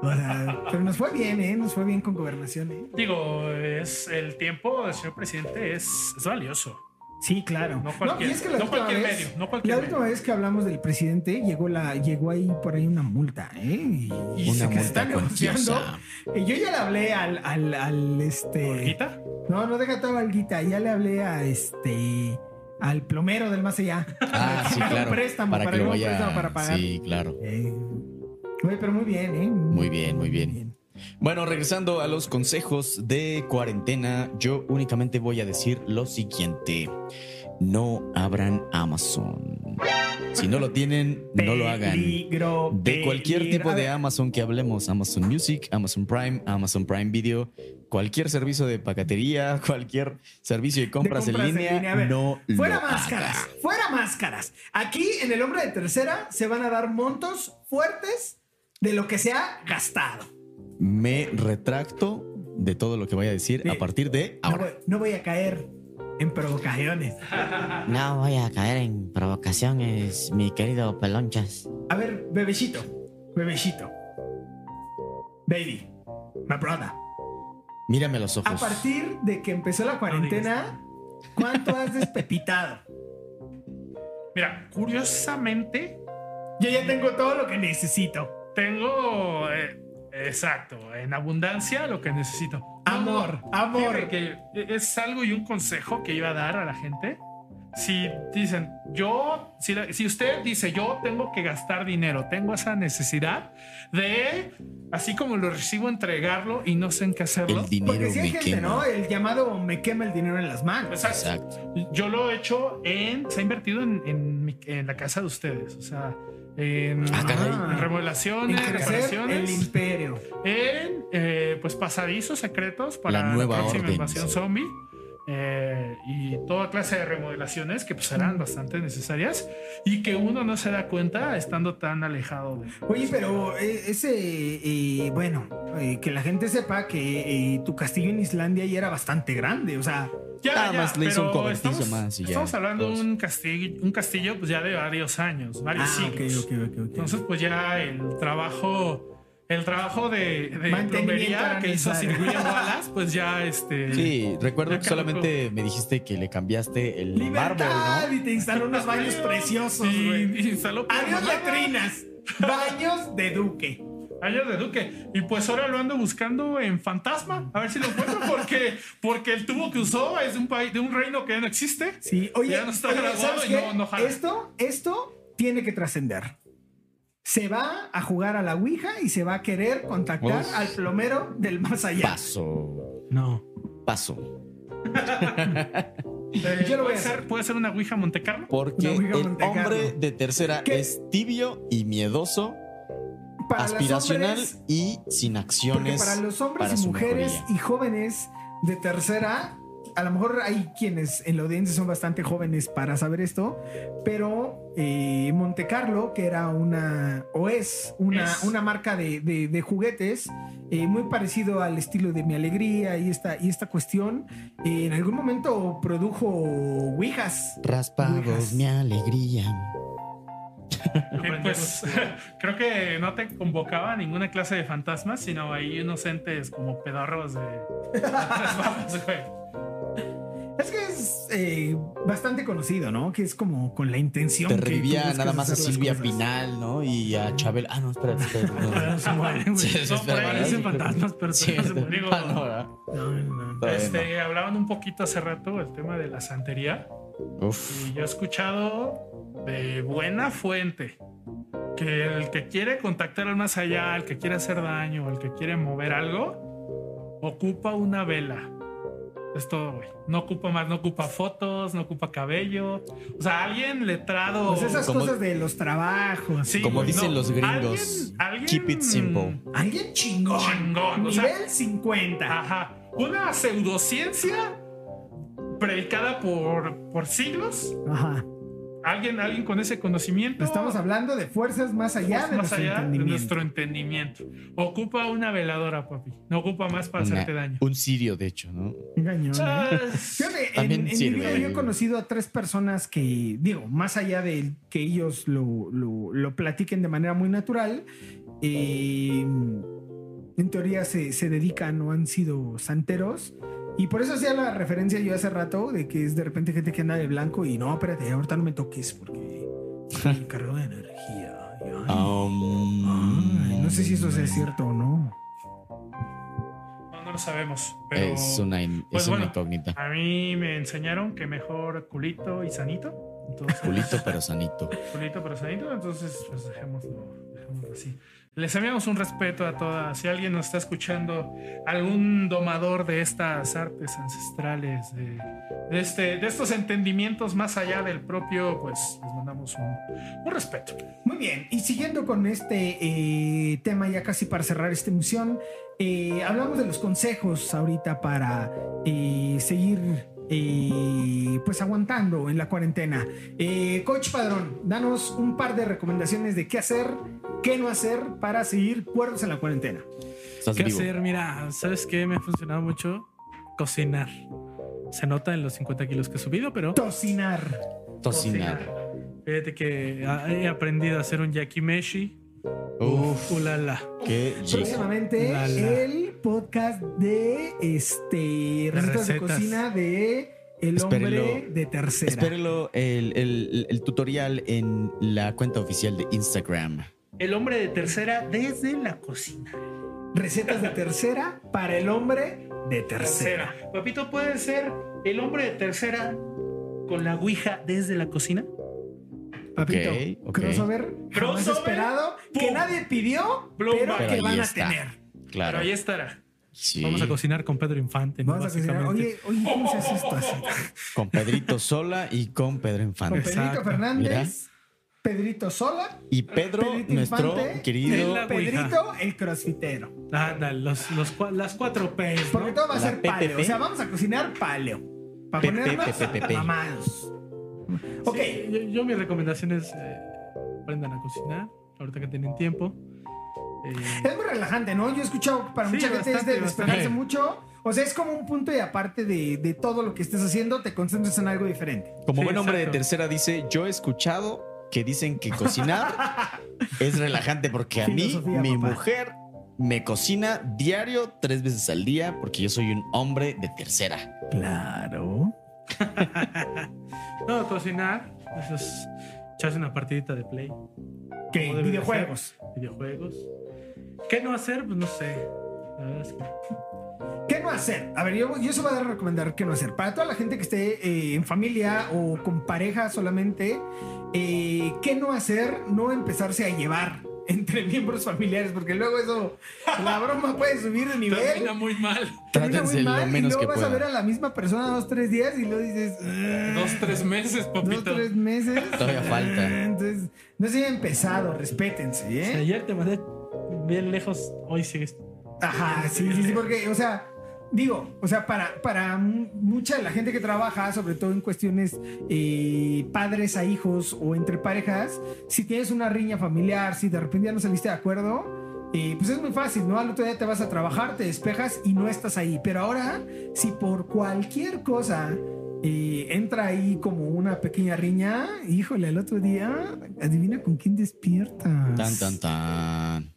[SPEAKER 1] O sea, pero nos fue bien, ¿eh? Nos fue bien con gobernación, ¿eh?
[SPEAKER 3] Digo, es el tiempo, señor presidente, es, es valioso.
[SPEAKER 1] Sí, claro.
[SPEAKER 3] No cualquier-
[SPEAKER 1] y
[SPEAKER 3] no
[SPEAKER 1] última
[SPEAKER 3] cualquier
[SPEAKER 1] vez-
[SPEAKER 3] medio, no cualquier
[SPEAKER 1] La última
[SPEAKER 3] medio.
[SPEAKER 1] vez que hablamos del presidente llegó la llegó ahí por ahí una multa, ¿eh? Y, y sé que
[SPEAKER 4] Una
[SPEAKER 1] se
[SPEAKER 4] multa
[SPEAKER 1] está negociando. Y yo ya le hablé al al, al este
[SPEAKER 3] ¿Olguita?
[SPEAKER 1] No, no deja toda valguita, ya le hablé a este al plomero del más allá.
[SPEAKER 7] Ah, sí,
[SPEAKER 1] Me da un
[SPEAKER 7] claro.
[SPEAKER 1] préstamo,
[SPEAKER 7] para
[SPEAKER 1] para
[SPEAKER 7] que lo
[SPEAKER 1] un
[SPEAKER 7] vaya.
[SPEAKER 1] préstamo para pagar.
[SPEAKER 7] Sí, claro.
[SPEAKER 1] Eh, güey, pero muy bien, ¿eh?
[SPEAKER 7] Muy bien, muy bien. Bueno, regresando a los consejos de cuarentena, yo únicamente voy a decir lo siguiente. No abran Amazon. Si no lo tienen, no lo hagan.
[SPEAKER 1] Peligro,
[SPEAKER 7] De cualquier
[SPEAKER 1] peligro.
[SPEAKER 7] tipo
[SPEAKER 1] A
[SPEAKER 7] de
[SPEAKER 1] ver,
[SPEAKER 7] Amazon que hablemos, Amazon Music, Amazon Prime, Amazon Prime Video, cualquier servicio de paquetería, cualquier servicio de compras,
[SPEAKER 1] compras en
[SPEAKER 7] en línea,
[SPEAKER 1] línea, a ver,
[SPEAKER 7] no
[SPEAKER 1] Fuera
[SPEAKER 7] lo
[SPEAKER 1] máscaras,
[SPEAKER 7] hagan.
[SPEAKER 1] fuera máscaras. Aquí en el hombre de tercera se van a dar montos fuertes de lo que se ha gastado.
[SPEAKER 7] Me retracto de todo lo que voy a decir
[SPEAKER 1] Sí.
[SPEAKER 7] a partir de
[SPEAKER 1] No
[SPEAKER 7] ahora.
[SPEAKER 1] voy, no voy a caer en provocaciones.
[SPEAKER 4] No voy a caer en provocaciones, mi querido Pelonchas.
[SPEAKER 1] A ver, bebecito, bebecito. Baby, my brother.
[SPEAKER 7] Mírame a los
[SPEAKER 1] A
[SPEAKER 7] ojos.
[SPEAKER 1] partir de que empezó la cuarentena, ¿cuánto has despepitado?
[SPEAKER 3] Mira, curiosamente,
[SPEAKER 1] Yo ya tengo todo lo que necesito.
[SPEAKER 3] tengo. eh, exacto, en abundancia lo que necesito.
[SPEAKER 1] Amor, amor.
[SPEAKER 3] Fíjate que es algo y un consejo que iba a dar a la gente. Si dicen, yo, si, la- si usted dice, yo tengo que gastar dinero, tengo esa necesidad de, así como lo recibo, entregarlo y no sé en qué hacerlo.
[SPEAKER 7] El dinero
[SPEAKER 1] Porque si hay
[SPEAKER 7] me
[SPEAKER 1] gente,
[SPEAKER 7] quema.
[SPEAKER 1] ¿no? El llamado me quema el dinero en las manos.
[SPEAKER 3] Exacto.
[SPEAKER 7] Exacto.
[SPEAKER 3] Yo lo he hecho en. Se ha invertido en, en mi- en la casa de ustedes. O sea,
[SPEAKER 2] en,
[SPEAKER 4] Ah, caray.
[SPEAKER 2] en remodelaciones,
[SPEAKER 1] En crecer el
[SPEAKER 2] reparaciones,
[SPEAKER 1] imperio.
[SPEAKER 2] en eh, pues pasadizos secretos para
[SPEAKER 4] La
[SPEAKER 2] la,
[SPEAKER 4] nueva
[SPEAKER 2] próxima
[SPEAKER 4] orden,
[SPEAKER 2] invasión
[SPEAKER 4] sí.
[SPEAKER 2] zombie eh, y toda clase de remodelaciones que pues serán bastante necesarias y que uno no se da cuenta estando tan alejado de
[SPEAKER 1] Oye, pero eh, ese, eh, bueno, eh, que la gente sepa que eh, tu castillo en Islandia ya era bastante grande, o sea,
[SPEAKER 2] ya,
[SPEAKER 4] Nada
[SPEAKER 2] ya,
[SPEAKER 4] más le hizo un
[SPEAKER 2] pero
[SPEAKER 4] cobertizo
[SPEAKER 2] estamos,
[SPEAKER 4] más y ya.
[SPEAKER 2] estamos hablando de
[SPEAKER 4] Dos.
[SPEAKER 2] un castillo un castillo pues ya de varios años varios
[SPEAKER 1] ah, ok,
[SPEAKER 2] siglos
[SPEAKER 1] ok, ok, ok.
[SPEAKER 2] Entonces, pues ya el trabajo, el trabajo de, de
[SPEAKER 1] Mantenimiento
[SPEAKER 2] plomería que hizo Sir
[SPEAKER 1] necesario.
[SPEAKER 2] William Wallace, pues ya este.
[SPEAKER 4] Sí, recuerdo
[SPEAKER 2] Ya
[SPEAKER 4] que solamente me dijiste que le cambiaste el mármol,
[SPEAKER 1] Libertad
[SPEAKER 4] ¿no?
[SPEAKER 1] y te instaló unos baños preciosos,
[SPEAKER 2] y-
[SPEAKER 1] güey.
[SPEAKER 2] y instaló
[SPEAKER 1] Adiós
[SPEAKER 2] plomería.
[SPEAKER 1] letrinas, baños de duque.
[SPEAKER 2] Años de Duque. Y pues ahora lo ando buscando en Fantasma. A ver si lo encuentro porque, porque el tubo que usó es de un país, de un reino que ya no existe.
[SPEAKER 1] Sí, oye,
[SPEAKER 2] Ya no está
[SPEAKER 1] oye,
[SPEAKER 2] grabado
[SPEAKER 1] ¿sabes
[SPEAKER 2] y
[SPEAKER 1] qué?
[SPEAKER 2] no- no jala.
[SPEAKER 1] esto, esto tiene que trascender. Se va a jugar a la Ouija y se va a querer contactar
[SPEAKER 4] Uf.
[SPEAKER 1] al plomero del más allá.
[SPEAKER 4] Paso,
[SPEAKER 3] No.
[SPEAKER 4] paso.
[SPEAKER 2] Eh,
[SPEAKER 1] Yo lo voy
[SPEAKER 2] puede,
[SPEAKER 1] a hacer.
[SPEAKER 2] ser, puede ser una Ouija Montecarlo.
[SPEAKER 4] Porque
[SPEAKER 1] Una Ouija
[SPEAKER 4] el
[SPEAKER 1] Monte Carlo.
[SPEAKER 4] hombre de tercera
[SPEAKER 1] ¿Qué?
[SPEAKER 4] es tibio y miedoso,
[SPEAKER 1] Para los
[SPEAKER 4] aspiracional
[SPEAKER 1] hombres-
[SPEAKER 4] y sin
[SPEAKER 1] porque
[SPEAKER 4] acciones.
[SPEAKER 1] para los hombres
[SPEAKER 4] para
[SPEAKER 1] y
[SPEAKER 4] su
[SPEAKER 1] mujeres
[SPEAKER 4] mejoría.
[SPEAKER 1] y jóvenes de tercera, a lo mejor hay quienes en la audiencia son bastante jóvenes para saber esto, pero eh, Monte Carlo, que era una, o es una,
[SPEAKER 2] Es.
[SPEAKER 1] una marca de, de- de juguetes, eh, muy parecido al estilo de Mi Alegría y esta, y esta cuestión, eh, en algún momento produjo Ouijas.
[SPEAKER 4] Raspados,
[SPEAKER 1] Ouijas.
[SPEAKER 4] mi alegría.
[SPEAKER 2] Eh, pues creo que no te convocaba a ninguna clase de fantasmas, sino ahí unos entes como pedorros de. de tres babas, güey.
[SPEAKER 1] Es que es eh, bastante conocido, ¿no? Que es como con la intención.
[SPEAKER 4] Te
[SPEAKER 1] que tú
[SPEAKER 4] revivía
[SPEAKER 1] buscas
[SPEAKER 4] nada más a
[SPEAKER 1] hacer las
[SPEAKER 4] Silvia
[SPEAKER 1] cosas.
[SPEAKER 4] Pinal, ¿no? Y a Chabel. Ah, no, espérate, espérate.
[SPEAKER 3] Pero
[SPEAKER 4] no.
[SPEAKER 3] se mueren, güey.
[SPEAKER 4] Sí, eso
[SPEAKER 2] No,
[SPEAKER 4] es verdad.
[SPEAKER 3] Parecen fantasmas, pero
[SPEAKER 4] Sí,
[SPEAKER 3] no se
[SPEAKER 4] es de-
[SPEAKER 3] mueren.
[SPEAKER 2] digo-
[SPEAKER 4] ah, no, ¿verdad?
[SPEAKER 1] No, no, no.
[SPEAKER 4] Todavía
[SPEAKER 2] Este, hablaban un poquito hace rato el tema de la santería
[SPEAKER 4] no. Uf.
[SPEAKER 2] y yo he escuchado de buena fuente que el que quiere contactar al más allá, el que quiere hacer daño, el que quiere mover algo, ocupa una vela. Es todo, güey. No ocupa más, no ocupa fotos, no ocupa cabello. O sea, alguien letrado.
[SPEAKER 1] Pues esas
[SPEAKER 4] Como-
[SPEAKER 1] cosas de los trabajos.
[SPEAKER 2] Sí,
[SPEAKER 4] como
[SPEAKER 2] güey,
[SPEAKER 4] dicen los gringos,
[SPEAKER 2] Alguien, alguien
[SPEAKER 4] keep it simple.
[SPEAKER 1] Alguien chingón.
[SPEAKER 2] Chingón, o sea-
[SPEAKER 1] Nivel 50.
[SPEAKER 2] Ajá. Una pseudociencia predicada por, por siglos.
[SPEAKER 1] Ajá.
[SPEAKER 2] Alguien, alguien con ese conocimiento.
[SPEAKER 1] Estamos hablando de fuerzas más allá
[SPEAKER 2] más
[SPEAKER 1] de nuestro
[SPEAKER 2] allá de
[SPEAKER 1] entendimiento.
[SPEAKER 2] nuestro entendimiento. Ocupa una veladora, papi. No ocupa más para
[SPEAKER 1] Ah.
[SPEAKER 4] Una-
[SPEAKER 2] hacerte daño.
[SPEAKER 4] un sirio, de hecho, ¿no?
[SPEAKER 1] Engañón, ¿eh?
[SPEAKER 2] Ah,
[SPEAKER 1] Fíjate, en,
[SPEAKER 4] También
[SPEAKER 1] en mi
[SPEAKER 4] sirve.
[SPEAKER 1] vida yo he conocido a tres personas que, digo, más allá de que ellos lo, lo- lo platiquen de manera muy natural, eh, en teoría se, se dedican o han sido santeros. Y por eso hacía la referencia yo hace rato de que es de repente gente que anda de blanco y no, espérate, ahorita no me toques porque me encargo de energía. Y, ay,
[SPEAKER 4] Ah,
[SPEAKER 1] ay, no sé si eso
[SPEAKER 4] Um,
[SPEAKER 1] sea cierto o no.
[SPEAKER 2] no, no lo sabemos. Pero
[SPEAKER 4] Es una, in-
[SPEAKER 2] Pues
[SPEAKER 4] es una
[SPEAKER 2] bueno.
[SPEAKER 4] incógnita.
[SPEAKER 2] a mí me enseñaron que mejor culito y sanito. Entonces,
[SPEAKER 4] Culito pero sanito.
[SPEAKER 2] Solito pero sanito, entonces pues dejémoslo, dejémoslo así. Les enviamos un respeto a todas. Si alguien nos está escuchando, algún domador de estas artes ancestrales, de, de este, de estos entendimientos más allá del propio, pues les mandamos un, un respeto.
[SPEAKER 1] Muy bien, y siguiendo con este eh, tema ya casi para cerrar esta emisión, eh, hablamos de los consejos ahorita para eh, seguir eh, pues aguantando en la cuarentena. Eh, Coach Padrón, danos un par de recomendaciones de qué hacer, qué no hacer para seguir cuerdos en la cuarentena.
[SPEAKER 4] Estás
[SPEAKER 3] ¿Qué
[SPEAKER 4] vivo.
[SPEAKER 3] hacer? Mira, ¿sabes qué me ha funcionado mucho? Cocinar. Se nota en los 50 kilos que he subido, pero
[SPEAKER 1] Tocinar.
[SPEAKER 4] Tocinar.
[SPEAKER 3] fíjate que ah, he aprendido a hacer un yakimeshi. Uh,
[SPEAKER 4] Uf,
[SPEAKER 3] ulala.
[SPEAKER 4] qué rico.
[SPEAKER 1] Próximamente
[SPEAKER 3] La, la.
[SPEAKER 1] el podcast de este recetas, de
[SPEAKER 3] recetas.
[SPEAKER 1] cocina de El hombre
[SPEAKER 4] Espérenlo.
[SPEAKER 1] de tercera.
[SPEAKER 4] Espérenlo el, el- el tutorial en la cuenta oficial de Instagram.
[SPEAKER 2] El hombre de tercera desde la cocina.
[SPEAKER 1] Recetas de tercera para el hombre de tercera.
[SPEAKER 2] Tercera. Papito, ¿puede ser el hombre de tercera con la ouija desde la cocina?
[SPEAKER 1] Papito,
[SPEAKER 4] Ok, ok.
[SPEAKER 1] crossover, jamás
[SPEAKER 2] Crossover,
[SPEAKER 1] esperado, que
[SPEAKER 2] pum.
[SPEAKER 1] nadie pidió,
[SPEAKER 2] Blow
[SPEAKER 1] pero
[SPEAKER 2] by.
[SPEAKER 1] que
[SPEAKER 4] Pero ahí
[SPEAKER 1] van a
[SPEAKER 4] está.
[SPEAKER 1] tener.
[SPEAKER 2] Pero
[SPEAKER 4] Claro.
[SPEAKER 2] ahí estará.
[SPEAKER 4] Sí.
[SPEAKER 3] Vamos a cocinar con Pedro Infante, ¿no?
[SPEAKER 1] Vamos a cocinar.
[SPEAKER 3] básicamente.
[SPEAKER 1] Oye, oye, ¿cómo se hace esto así?
[SPEAKER 4] Con Pedrito Sola y con Pedro
[SPEAKER 1] Con
[SPEAKER 4] Infante.
[SPEAKER 1] Pedrito
[SPEAKER 3] Exacto.
[SPEAKER 1] Fernández, Pedrito Sola,
[SPEAKER 4] Y Pedro,
[SPEAKER 1] Pedrito
[SPEAKER 4] nuestro
[SPEAKER 1] Infante,
[SPEAKER 4] querido.
[SPEAKER 3] la-
[SPEAKER 1] Pedrito el crossfitero.
[SPEAKER 3] Anda, los, los cua- las cuatro P's.
[SPEAKER 1] Porque
[SPEAKER 3] ¿no?
[SPEAKER 1] todo va a
[SPEAKER 4] La
[SPEAKER 1] ser paleo.
[SPEAKER 4] PPP.
[SPEAKER 1] O sea, vamos a cocinar paleo. Para
[SPEAKER 4] PPP.
[SPEAKER 1] ponernos mamados. Ok.
[SPEAKER 3] Sí, yo, yo mi recomendación es eh, aprendan a cocinar, ahorita que tienen tiempo. Eh,
[SPEAKER 1] Es muy relajante, ¿no? Yo he escuchado que para
[SPEAKER 3] Sí,
[SPEAKER 1] mucha gente es
[SPEAKER 3] bastante,
[SPEAKER 1] de despegarse
[SPEAKER 3] bastante.
[SPEAKER 1] mucho. O sea, es como un punto y aparte de, de todo lo que estés haciendo, te concentras en algo diferente.
[SPEAKER 4] Como
[SPEAKER 3] Sí,
[SPEAKER 4] buen hombre de
[SPEAKER 3] exacto.
[SPEAKER 4] tercera dice, yo he escuchado que dicen que cocinar es relajante porque a mí
[SPEAKER 1] Filosofía,
[SPEAKER 4] mi
[SPEAKER 1] papá.
[SPEAKER 4] mujer me cocina diario tres veces al día porque yo soy un hombre de tercera.
[SPEAKER 8] Claro.
[SPEAKER 3] no, cocinar, eso es echarse una partidita de play,
[SPEAKER 1] Que
[SPEAKER 3] debe de
[SPEAKER 1] videojuegos.
[SPEAKER 3] videojuegos. ¿Qué no hacer? Pues no sé. La verdad es que
[SPEAKER 1] ¿Qué no hacer? A ver, yo, yo se voy a dar a recomendar qué no hacer. Para toda la gente que esté eh, en familia o con pareja solamente, eh, ¿qué no hacer? No empezarse a llevar entre miembros familiares, porque luego eso, la broma puede subir de nivel.
[SPEAKER 2] Termina muy mal.
[SPEAKER 1] termina muy
[SPEAKER 4] Trátense lo
[SPEAKER 1] mal,
[SPEAKER 4] menos
[SPEAKER 1] y luego
[SPEAKER 4] que
[SPEAKER 1] vas a
[SPEAKER 4] puedan.
[SPEAKER 1] ver a la misma persona dos, tres días y luego dices... "Ugh".
[SPEAKER 2] Dos, tres meses,
[SPEAKER 1] dos,
[SPEAKER 2] papito.
[SPEAKER 1] tres meses.
[SPEAKER 4] Todavía falta.
[SPEAKER 1] Entonces, no se haya empezado, respétense,
[SPEAKER 3] si
[SPEAKER 1] ¿eh?
[SPEAKER 3] ayer te mandé bien lejos, hoy sigues.
[SPEAKER 1] Ajá, sí, sí, sí, porque, o sea, digo, o sea, para, para mu- mucha de la gente que trabaja, sobre todo en cuestiones eh, padres a hijos o entre parejas, si tienes una riña familiar, si de repente ya no saliste de acuerdo, eh, pues es muy fácil, ¿no? Al otro día te vas a trabajar, te despejas y no estás ahí. Pero ahora, si por cualquier cosa eh, entra ahí como una pequeña riña, híjole, al otro día, adivina con quién despiertas.
[SPEAKER 4] Tan, tan, tan.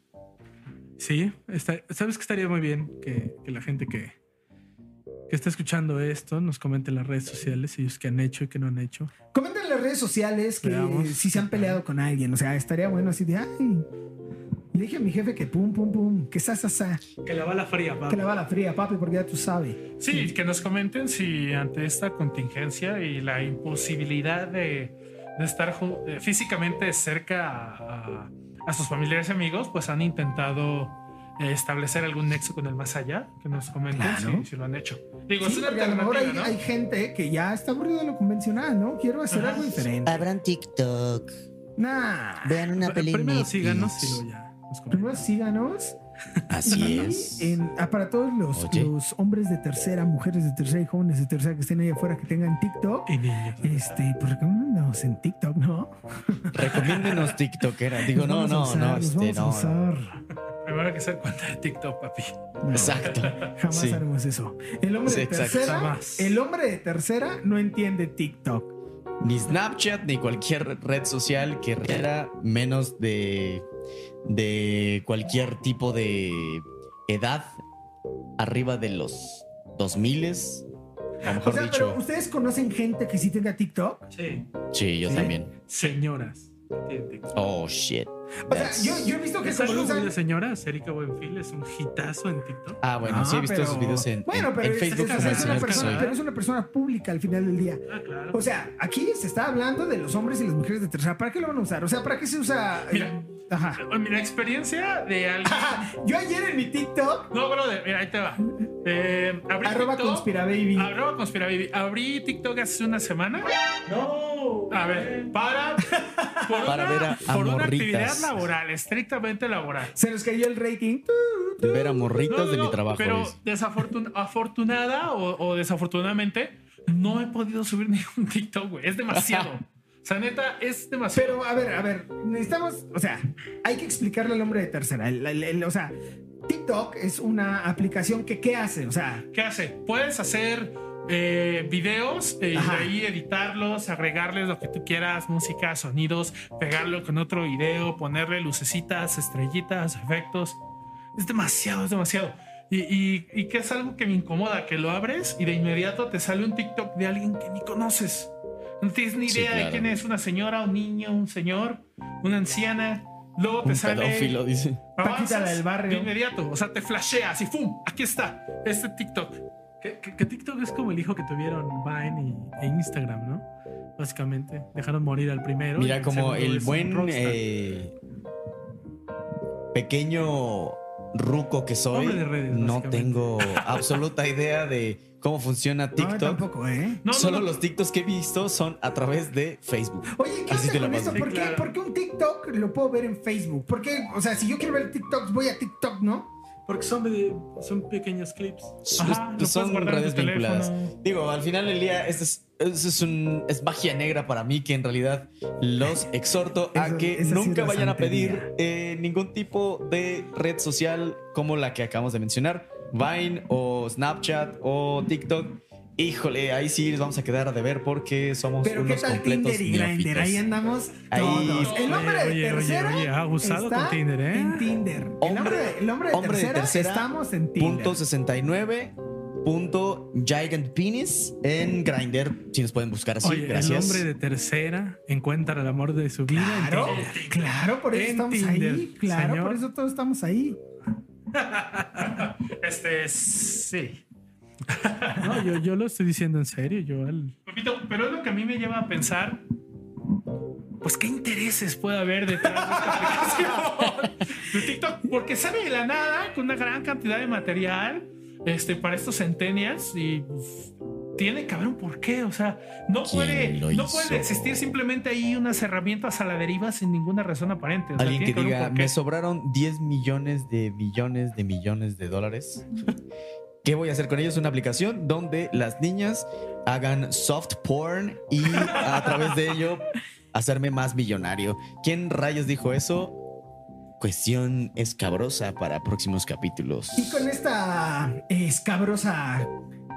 [SPEAKER 3] Sí, está- sabes que estaría muy bien que, que la gente que, que está escuchando esto nos comente en las redes sociales ellos que han hecho y que no han hecho.
[SPEAKER 1] Comenten en las redes sociales que
[SPEAKER 3] Veamos.
[SPEAKER 1] si se han peleado con alguien. O sea, estaría bueno así de, ay, le dije a mi jefe que pum, pum, pum, que sa, sa, sa,
[SPEAKER 3] Que la bala fría,
[SPEAKER 1] que la bala fría, papi, porque ya tú sabes.
[SPEAKER 2] Sí, que nos comenten si ante esta contingencia y la imposibilidad de, de estar ju- eh, físicamente cerca a, a- a sus familiares y amigos, pues han intentado eh, establecer algún nexo con el más allá, que nos comenten
[SPEAKER 1] Claro.
[SPEAKER 2] si, si lo han hecho. Digo,
[SPEAKER 4] Pues
[SPEAKER 2] es
[SPEAKER 1] Sí,
[SPEAKER 2] una
[SPEAKER 1] porque a lo mejor
[SPEAKER 2] alternativa,
[SPEAKER 1] hay,
[SPEAKER 2] ¿no?
[SPEAKER 1] hay gente que ya está aburrida de lo convencional, ¿no? Quiero hacer
[SPEAKER 2] Ajá.
[SPEAKER 1] algo diferente.
[SPEAKER 9] Abran TikTok.
[SPEAKER 1] Nah.
[SPEAKER 9] Vean una
[SPEAKER 3] Pero
[SPEAKER 9] peli en
[SPEAKER 3] Primero
[SPEAKER 9] Netflix.
[SPEAKER 3] síganos y luego ya nos
[SPEAKER 1] Primero
[SPEAKER 3] comentan.
[SPEAKER 1] síganos.
[SPEAKER 4] Así
[SPEAKER 1] Y
[SPEAKER 4] es.
[SPEAKER 1] en- ah, para todos los,
[SPEAKER 4] Oye.
[SPEAKER 1] los hombres de tercera, mujeres de tercera y jóvenes de tercera que estén ahí afuera que tengan TikTok,
[SPEAKER 3] Y niños.
[SPEAKER 1] este, pues recomendamos en TikTok, ¿no?
[SPEAKER 4] Recomiéndenos TikTokera. Digo,
[SPEAKER 1] Los
[SPEAKER 4] no,
[SPEAKER 1] vamos a
[SPEAKER 4] no,
[SPEAKER 1] usar,
[SPEAKER 4] no,
[SPEAKER 1] los
[SPEAKER 4] este,
[SPEAKER 1] vamos a
[SPEAKER 4] no. no.
[SPEAKER 1] usar.
[SPEAKER 2] Primero hay que hacer cuenta de TikTok, papi.
[SPEAKER 1] No,
[SPEAKER 4] Exacto.
[SPEAKER 1] Jamás
[SPEAKER 4] Sí.
[SPEAKER 1] haremos eso. El hombre
[SPEAKER 4] Sí,
[SPEAKER 1] de
[SPEAKER 4] exacto,
[SPEAKER 1] tercera,
[SPEAKER 3] jamás.
[SPEAKER 1] Ah, el hombre de tercera no entiende TikTok.
[SPEAKER 4] Ni Snapchat, ni cualquier red social que requiera menos de, de cualquier tipo de edad arriba de los 2000 a lo
[SPEAKER 1] O
[SPEAKER 4] mejor
[SPEAKER 1] sea,
[SPEAKER 4] dicho.
[SPEAKER 1] pero ustedes conocen gente que sí tenga TikTok.
[SPEAKER 3] Sí.
[SPEAKER 4] Sí, yo
[SPEAKER 3] ¿Sí?
[SPEAKER 4] también.
[SPEAKER 3] Señoras. Entiende.
[SPEAKER 4] Oh, shit.
[SPEAKER 1] O sea,
[SPEAKER 4] That's-
[SPEAKER 1] yo, yo he visto que
[SPEAKER 3] ¿Es
[SPEAKER 1] como lo
[SPEAKER 3] algo muy
[SPEAKER 1] usan.
[SPEAKER 3] de señoras? Erika Buenfil es un hitazo en TikTok.
[SPEAKER 4] Ah, bueno,
[SPEAKER 1] No,
[SPEAKER 4] sí he visto
[SPEAKER 1] pero-
[SPEAKER 4] esos videos en, en-
[SPEAKER 1] Bueno, pero
[SPEAKER 4] en
[SPEAKER 1] es-
[SPEAKER 4] Facebook
[SPEAKER 1] es-
[SPEAKER 4] como el
[SPEAKER 1] es una
[SPEAKER 4] señor que
[SPEAKER 1] persona,
[SPEAKER 4] soy.
[SPEAKER 1] pero es una persona pública al final del día.
[SPEAKER 3] Ah, claro.
[SPEAKER 1] O sea, aquí se está hablando de los hombres y las mujeres de tercera. ¿Para qué lo van a usar? O sea, ¿para qué se usa? eh,
[SPEAKER 2] Mira.
[SPEAKER 1] Ajá.
[SPEAKER 2] Mira, experiencia de alguien.
[SPEAKER 1] Yo ayer en mi TikTok,
[SPEAKER 2] No, brother, mira, ahí te va. Eh, abrí
[SPEAKER 1] arroba
[SPEAKER 2] TikTok.
[SPEAKER 1] conspirababy.
[SPEAKER 2] Arroba conspirababy. Abrí TikTok hace una semana.
[SPEAKER 3] no.
[SPEAKER 2] A ver, para. Por
[SPEAKER 4] Para
[SPEAKER 2] una,
[SPEAKER 4] ver a- a
[SPEAKER 2] por una actividad
[SPEAKER 4] morritas.
[SPEAKER 2] laboral, estrictamente laboral.
[SPEAKER 1] Se nos cayó el rating.
[SPEAKER 4] Ver a
[SPEAKER 2] No,
[SPEAKER 4] morritas
[SPEAKER 2] no,
[SPEAKER 4] de mi
[SPEAKER 2] no,
[SPEAKER 4] trabajo.
[SPEAKER 2] Pero
[SPEAKER 4] dice.
[SPEAKER 2] desafortun- afortunada o, o desafortunadamente, no he podido subir ningún TikTok, güey. Es demasiado. O sea, neta, es demasiado.
[SPEAKER 1] Pero a ver, a ver, necesitamos, o sea, hay que explicarle al hombre de tercera. El- el- el- o sea, TikTok es una aplicación que ¿qué hace? O sea,
[SPEAKER 2] ¿Qué hace? Puedes hacer eh, videos eh, y de
[SPEAKER 1] Ajá.
[SPEAKER 2] ahí editarlos, agregarles lo que tú quieras, música, sonidos, pegarlo con otro video, ponerle lucecitas, estrellitas, efectos. Es demasiado, es demasiado. Y, y- y que es algo que me incomoda, que lo abres y de inmediato te sale un TikTok de alguien que ni conoces. No tienes ni
[SPEAKER 4] Sí,
[SPEAKER 2] idea de
[SPEAKER 4] claro.
[SPEAKER 2] quién es una señora, un niño, un señor, una anciana. Luego te
[SPEAKER 4] Un
[SPEAKER 2] sale
[SPEAKER 4] pedófilo, dice.
[SPEAKER 1] Paquita la del barrio.
[SPEAKER 2] de inmediato, o sea, te flasheas y ¡fum! Aquí está, este TikTok.
[SPEAKER 3] Que, que- que TikTok es como el hijo que tuvieron Vine y, e Instagram, ¿no? Básicamente. Dejaron morir al primero. y
[SPEAKER 4] Mira, como
[SPEAKER 3] segundo
[SPEAKER 4] el
[SPEAKER 3] es un
[SPEAKER 4] buen
[SPEAKER 3] rockstar.
[SPEAKER 4] eh, pequeño ruco que soy,
[SPEAKER 3] Hombre de redes,
[SPEAKER 4] no
[SPEAKER 3] básicamente.
[SPEAKER 4] tengo absoluta idea de cómo funciona
[SPEAKER 1] No,
[SPEAKER 4] TikTok.
[SPEAKER 1] tampoco, ¿eh?
[SPEAKER 2] No, no,
[SPEAKER 4] Solo
[SPEAKER 2] no.
[SPEAKER 4] los TikToks que he visto son a través de Facebook.
[SPEAKER 1] Oye, ¿qué
[SPEAKER 4] Así
[SPEAKER 1] onda
[SPEAKER 4] te lo
[SPEAKER 1] con
[SPEAKER 4] paso.
[SPEAKER 1] eso? ¿Por
[SPEAKER 2] Sí,
[SPEAKER 1] qué,
[SPEAKER 2] claro.
[SPEAKER 1] por qué un TikTok lo puedo ver en Facebook? ¿Por qué? O sea, si yo quiero ver TikToks, voy a TikTok, ¿no?
[SPEAKER 3] Porque son, de- son pequeños clips.
[SPEAKER 2] Ajá, lo
[SPEAKER 4] Pues
[SPEAKER 2] puedes
[SPEAKER 4] son
[SPEAKER 2] guardar en tu
[SPEAKER 4] redes vinculadas.
[SPEAKER 2] teléfono.
[SPEAKER 4] Digo, al final del día, esto es, esto es, un, es magia negra para mí que en realidad los exhorto a
[SPEAKER 10] Eso-
[SPEAKER 4] que
[SPEAKER 10] esa sí
[SPEAKER 4] nunca
[SPEAKER 10] es
[SPEAKER 4] vayan a pedir
[SPEAKER 10] santería.
[SPEAKER 4] eh, ningún tipo de red social como la que acabamos de mencionar, Vine o Snapchat o TikTok. Híjole, ahí sí les vamos a quedar a deber porque somos
[SPEAKER 1] Pero ¿qué
[SPEAKER 4] unos
[SPEAKER 1] tal
[SPEAKER 4] completos
[SPEAKER 1] Tinder y Grindr? Ahí
[SPEAKER 4] neófitos.
[SPEAKER 1] andamos
[SPEAKER 4] Ahí-
[SPEAKER 1] todos. El hombre
[SPEAKER 3] Oye,
[SPEAKER 1] de
[SPEAKER 3] oye,
[SPEAKER 1] tercera
[SPEAKER 3] oye, abusado
[SPEAKER 1] está
[SPEAKER 3] con Tinder, ¿eh?
[SPEAKER 1] en Tinder. El hombre, de- el hombre de,
[SPEAKER 4] hombre de
[SPEAKER 1] tercera,
[SPEAKER 4] tercera,
[SPEAKER 1] estamos en Tinder.
[SPEAKER 4] Punto 69 punto Gigant Penis en Grindr. Si nos pueden buscar así,
[SPEAKER 3] Oye, el
[SPEAKER 4] gracias.
[SPEAKER 3] hombre de tercera encuentra el amor de su vida. en
[SPEAKER 1] Claro,
[SPEAKER 3] Tinder.
[SPEAKER 1] claro, por eso
[SPEAKER 3] En
[SPEAKER 1] estamos
[SPEAKER 3] Tinder,
[SPEAKER 1] ahí. Claro,
[SPEAKER 3] señor.
[SPEAKER 1] por eso todos estamos ahí.
[SPEAKER 2] Este, sí.
[SPEAKER 3] No, yo, yo lo estoy diciendo en serio. Yo al-
[SPEAKER 2] Repito, pero es lo que a mí me lleva a pensar. Pues qué intereses puede haber detrás de esta aplicación de TikTok, porque sale de la nada con una gran cantidad de material este, para estos centenias y pues, tiene que haber un porqué. O sea, no
[SPEAKER 4] ¿Quién
[SPEAKER 2] puede,
[SPEAKER 4] lo
[SPEAKER 2] no puede
[SPEAKER 4] hizo?
[SPEAKER 2] existir simplemente ahí unas herramientas a la deriva sin ninguna razón aparente. O sea,
[SPEAKER 4] Alguien
[SPEAKER 2] tiene
[SPEAKER 4] que
[SPEAKER 2] haber un
[SPEAKER 4] diga,
[SPEAKER 2] porqué.
[SPEAKER 4] me sobraron 10 millones de millones de millones de dólares. ¿Qué voy a hacer con ellos? Una aplicación donde las niñas hagan soft porn y a través de ello hacerme más millonario. ¿Quién rayos dijo eso? Cuestión escabrosa para próximos capítulos.
[SPEAKER 1] Y con esta eh, escabrosa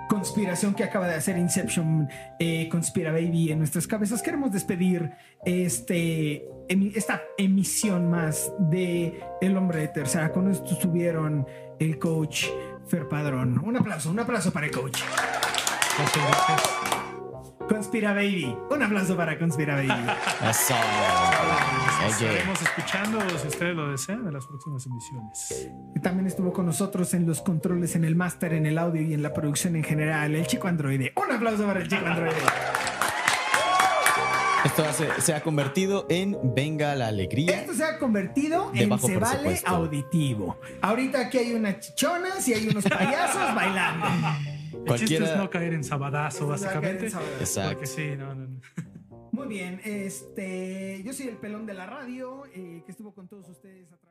[SPEAKER 1] conspiración que acaba de hacer Inception eh, Conspira Baby en nuestras cabezas, queremos despedir este, emi- esta emisión más de El Hombre de Tercera. Con esto estuvieron el coach Fer Padrón. Un aplauso, un aplauso para el coach. Conspira Baby. Un aplauso para Conspira Baby.
[SPEAKER 4] Eso. Oye.
[SPEAKER 2] Estaremos escuchando, si ustedes lo desean, en las próximas emisiones.
[SPEAKER 1] También estuvo con nosotros en los controles, en el máster, en el audio y en la producción en general, el chico androide. Un aplauso para el chico androide.
[SPEAKER 4] Esto hace- se ha convertido en Venga la Alegría.
[SPEAKER 1] Esto se ha convertido
[SPEAKER 4] De
[SPEAKER 1] en
[SPEAKER 4] bajo
[SPEAKER 1] se vale
[SPEAKER 4] presupuesto.
[SPEAKER 1] auditivo. Ahorita aquí hay unas chichonas y hay unos payasos bailando.
[SPEAKER 3] el chiste es
[SPEAKER 4] Cualquiera.
[SPEAKER 3] no caer en sabadazo,
[SPEAKER 1] pues,
[SPEAKER 3] básicamente.
[SPEAKER 4] Exacto.
[SPEAKER 3] Porque sí, no, no, no.
[SPEAKER 1] Muy bien, este, yo soy el pelón de la radio eh, que estuvo con todos ustedes a través-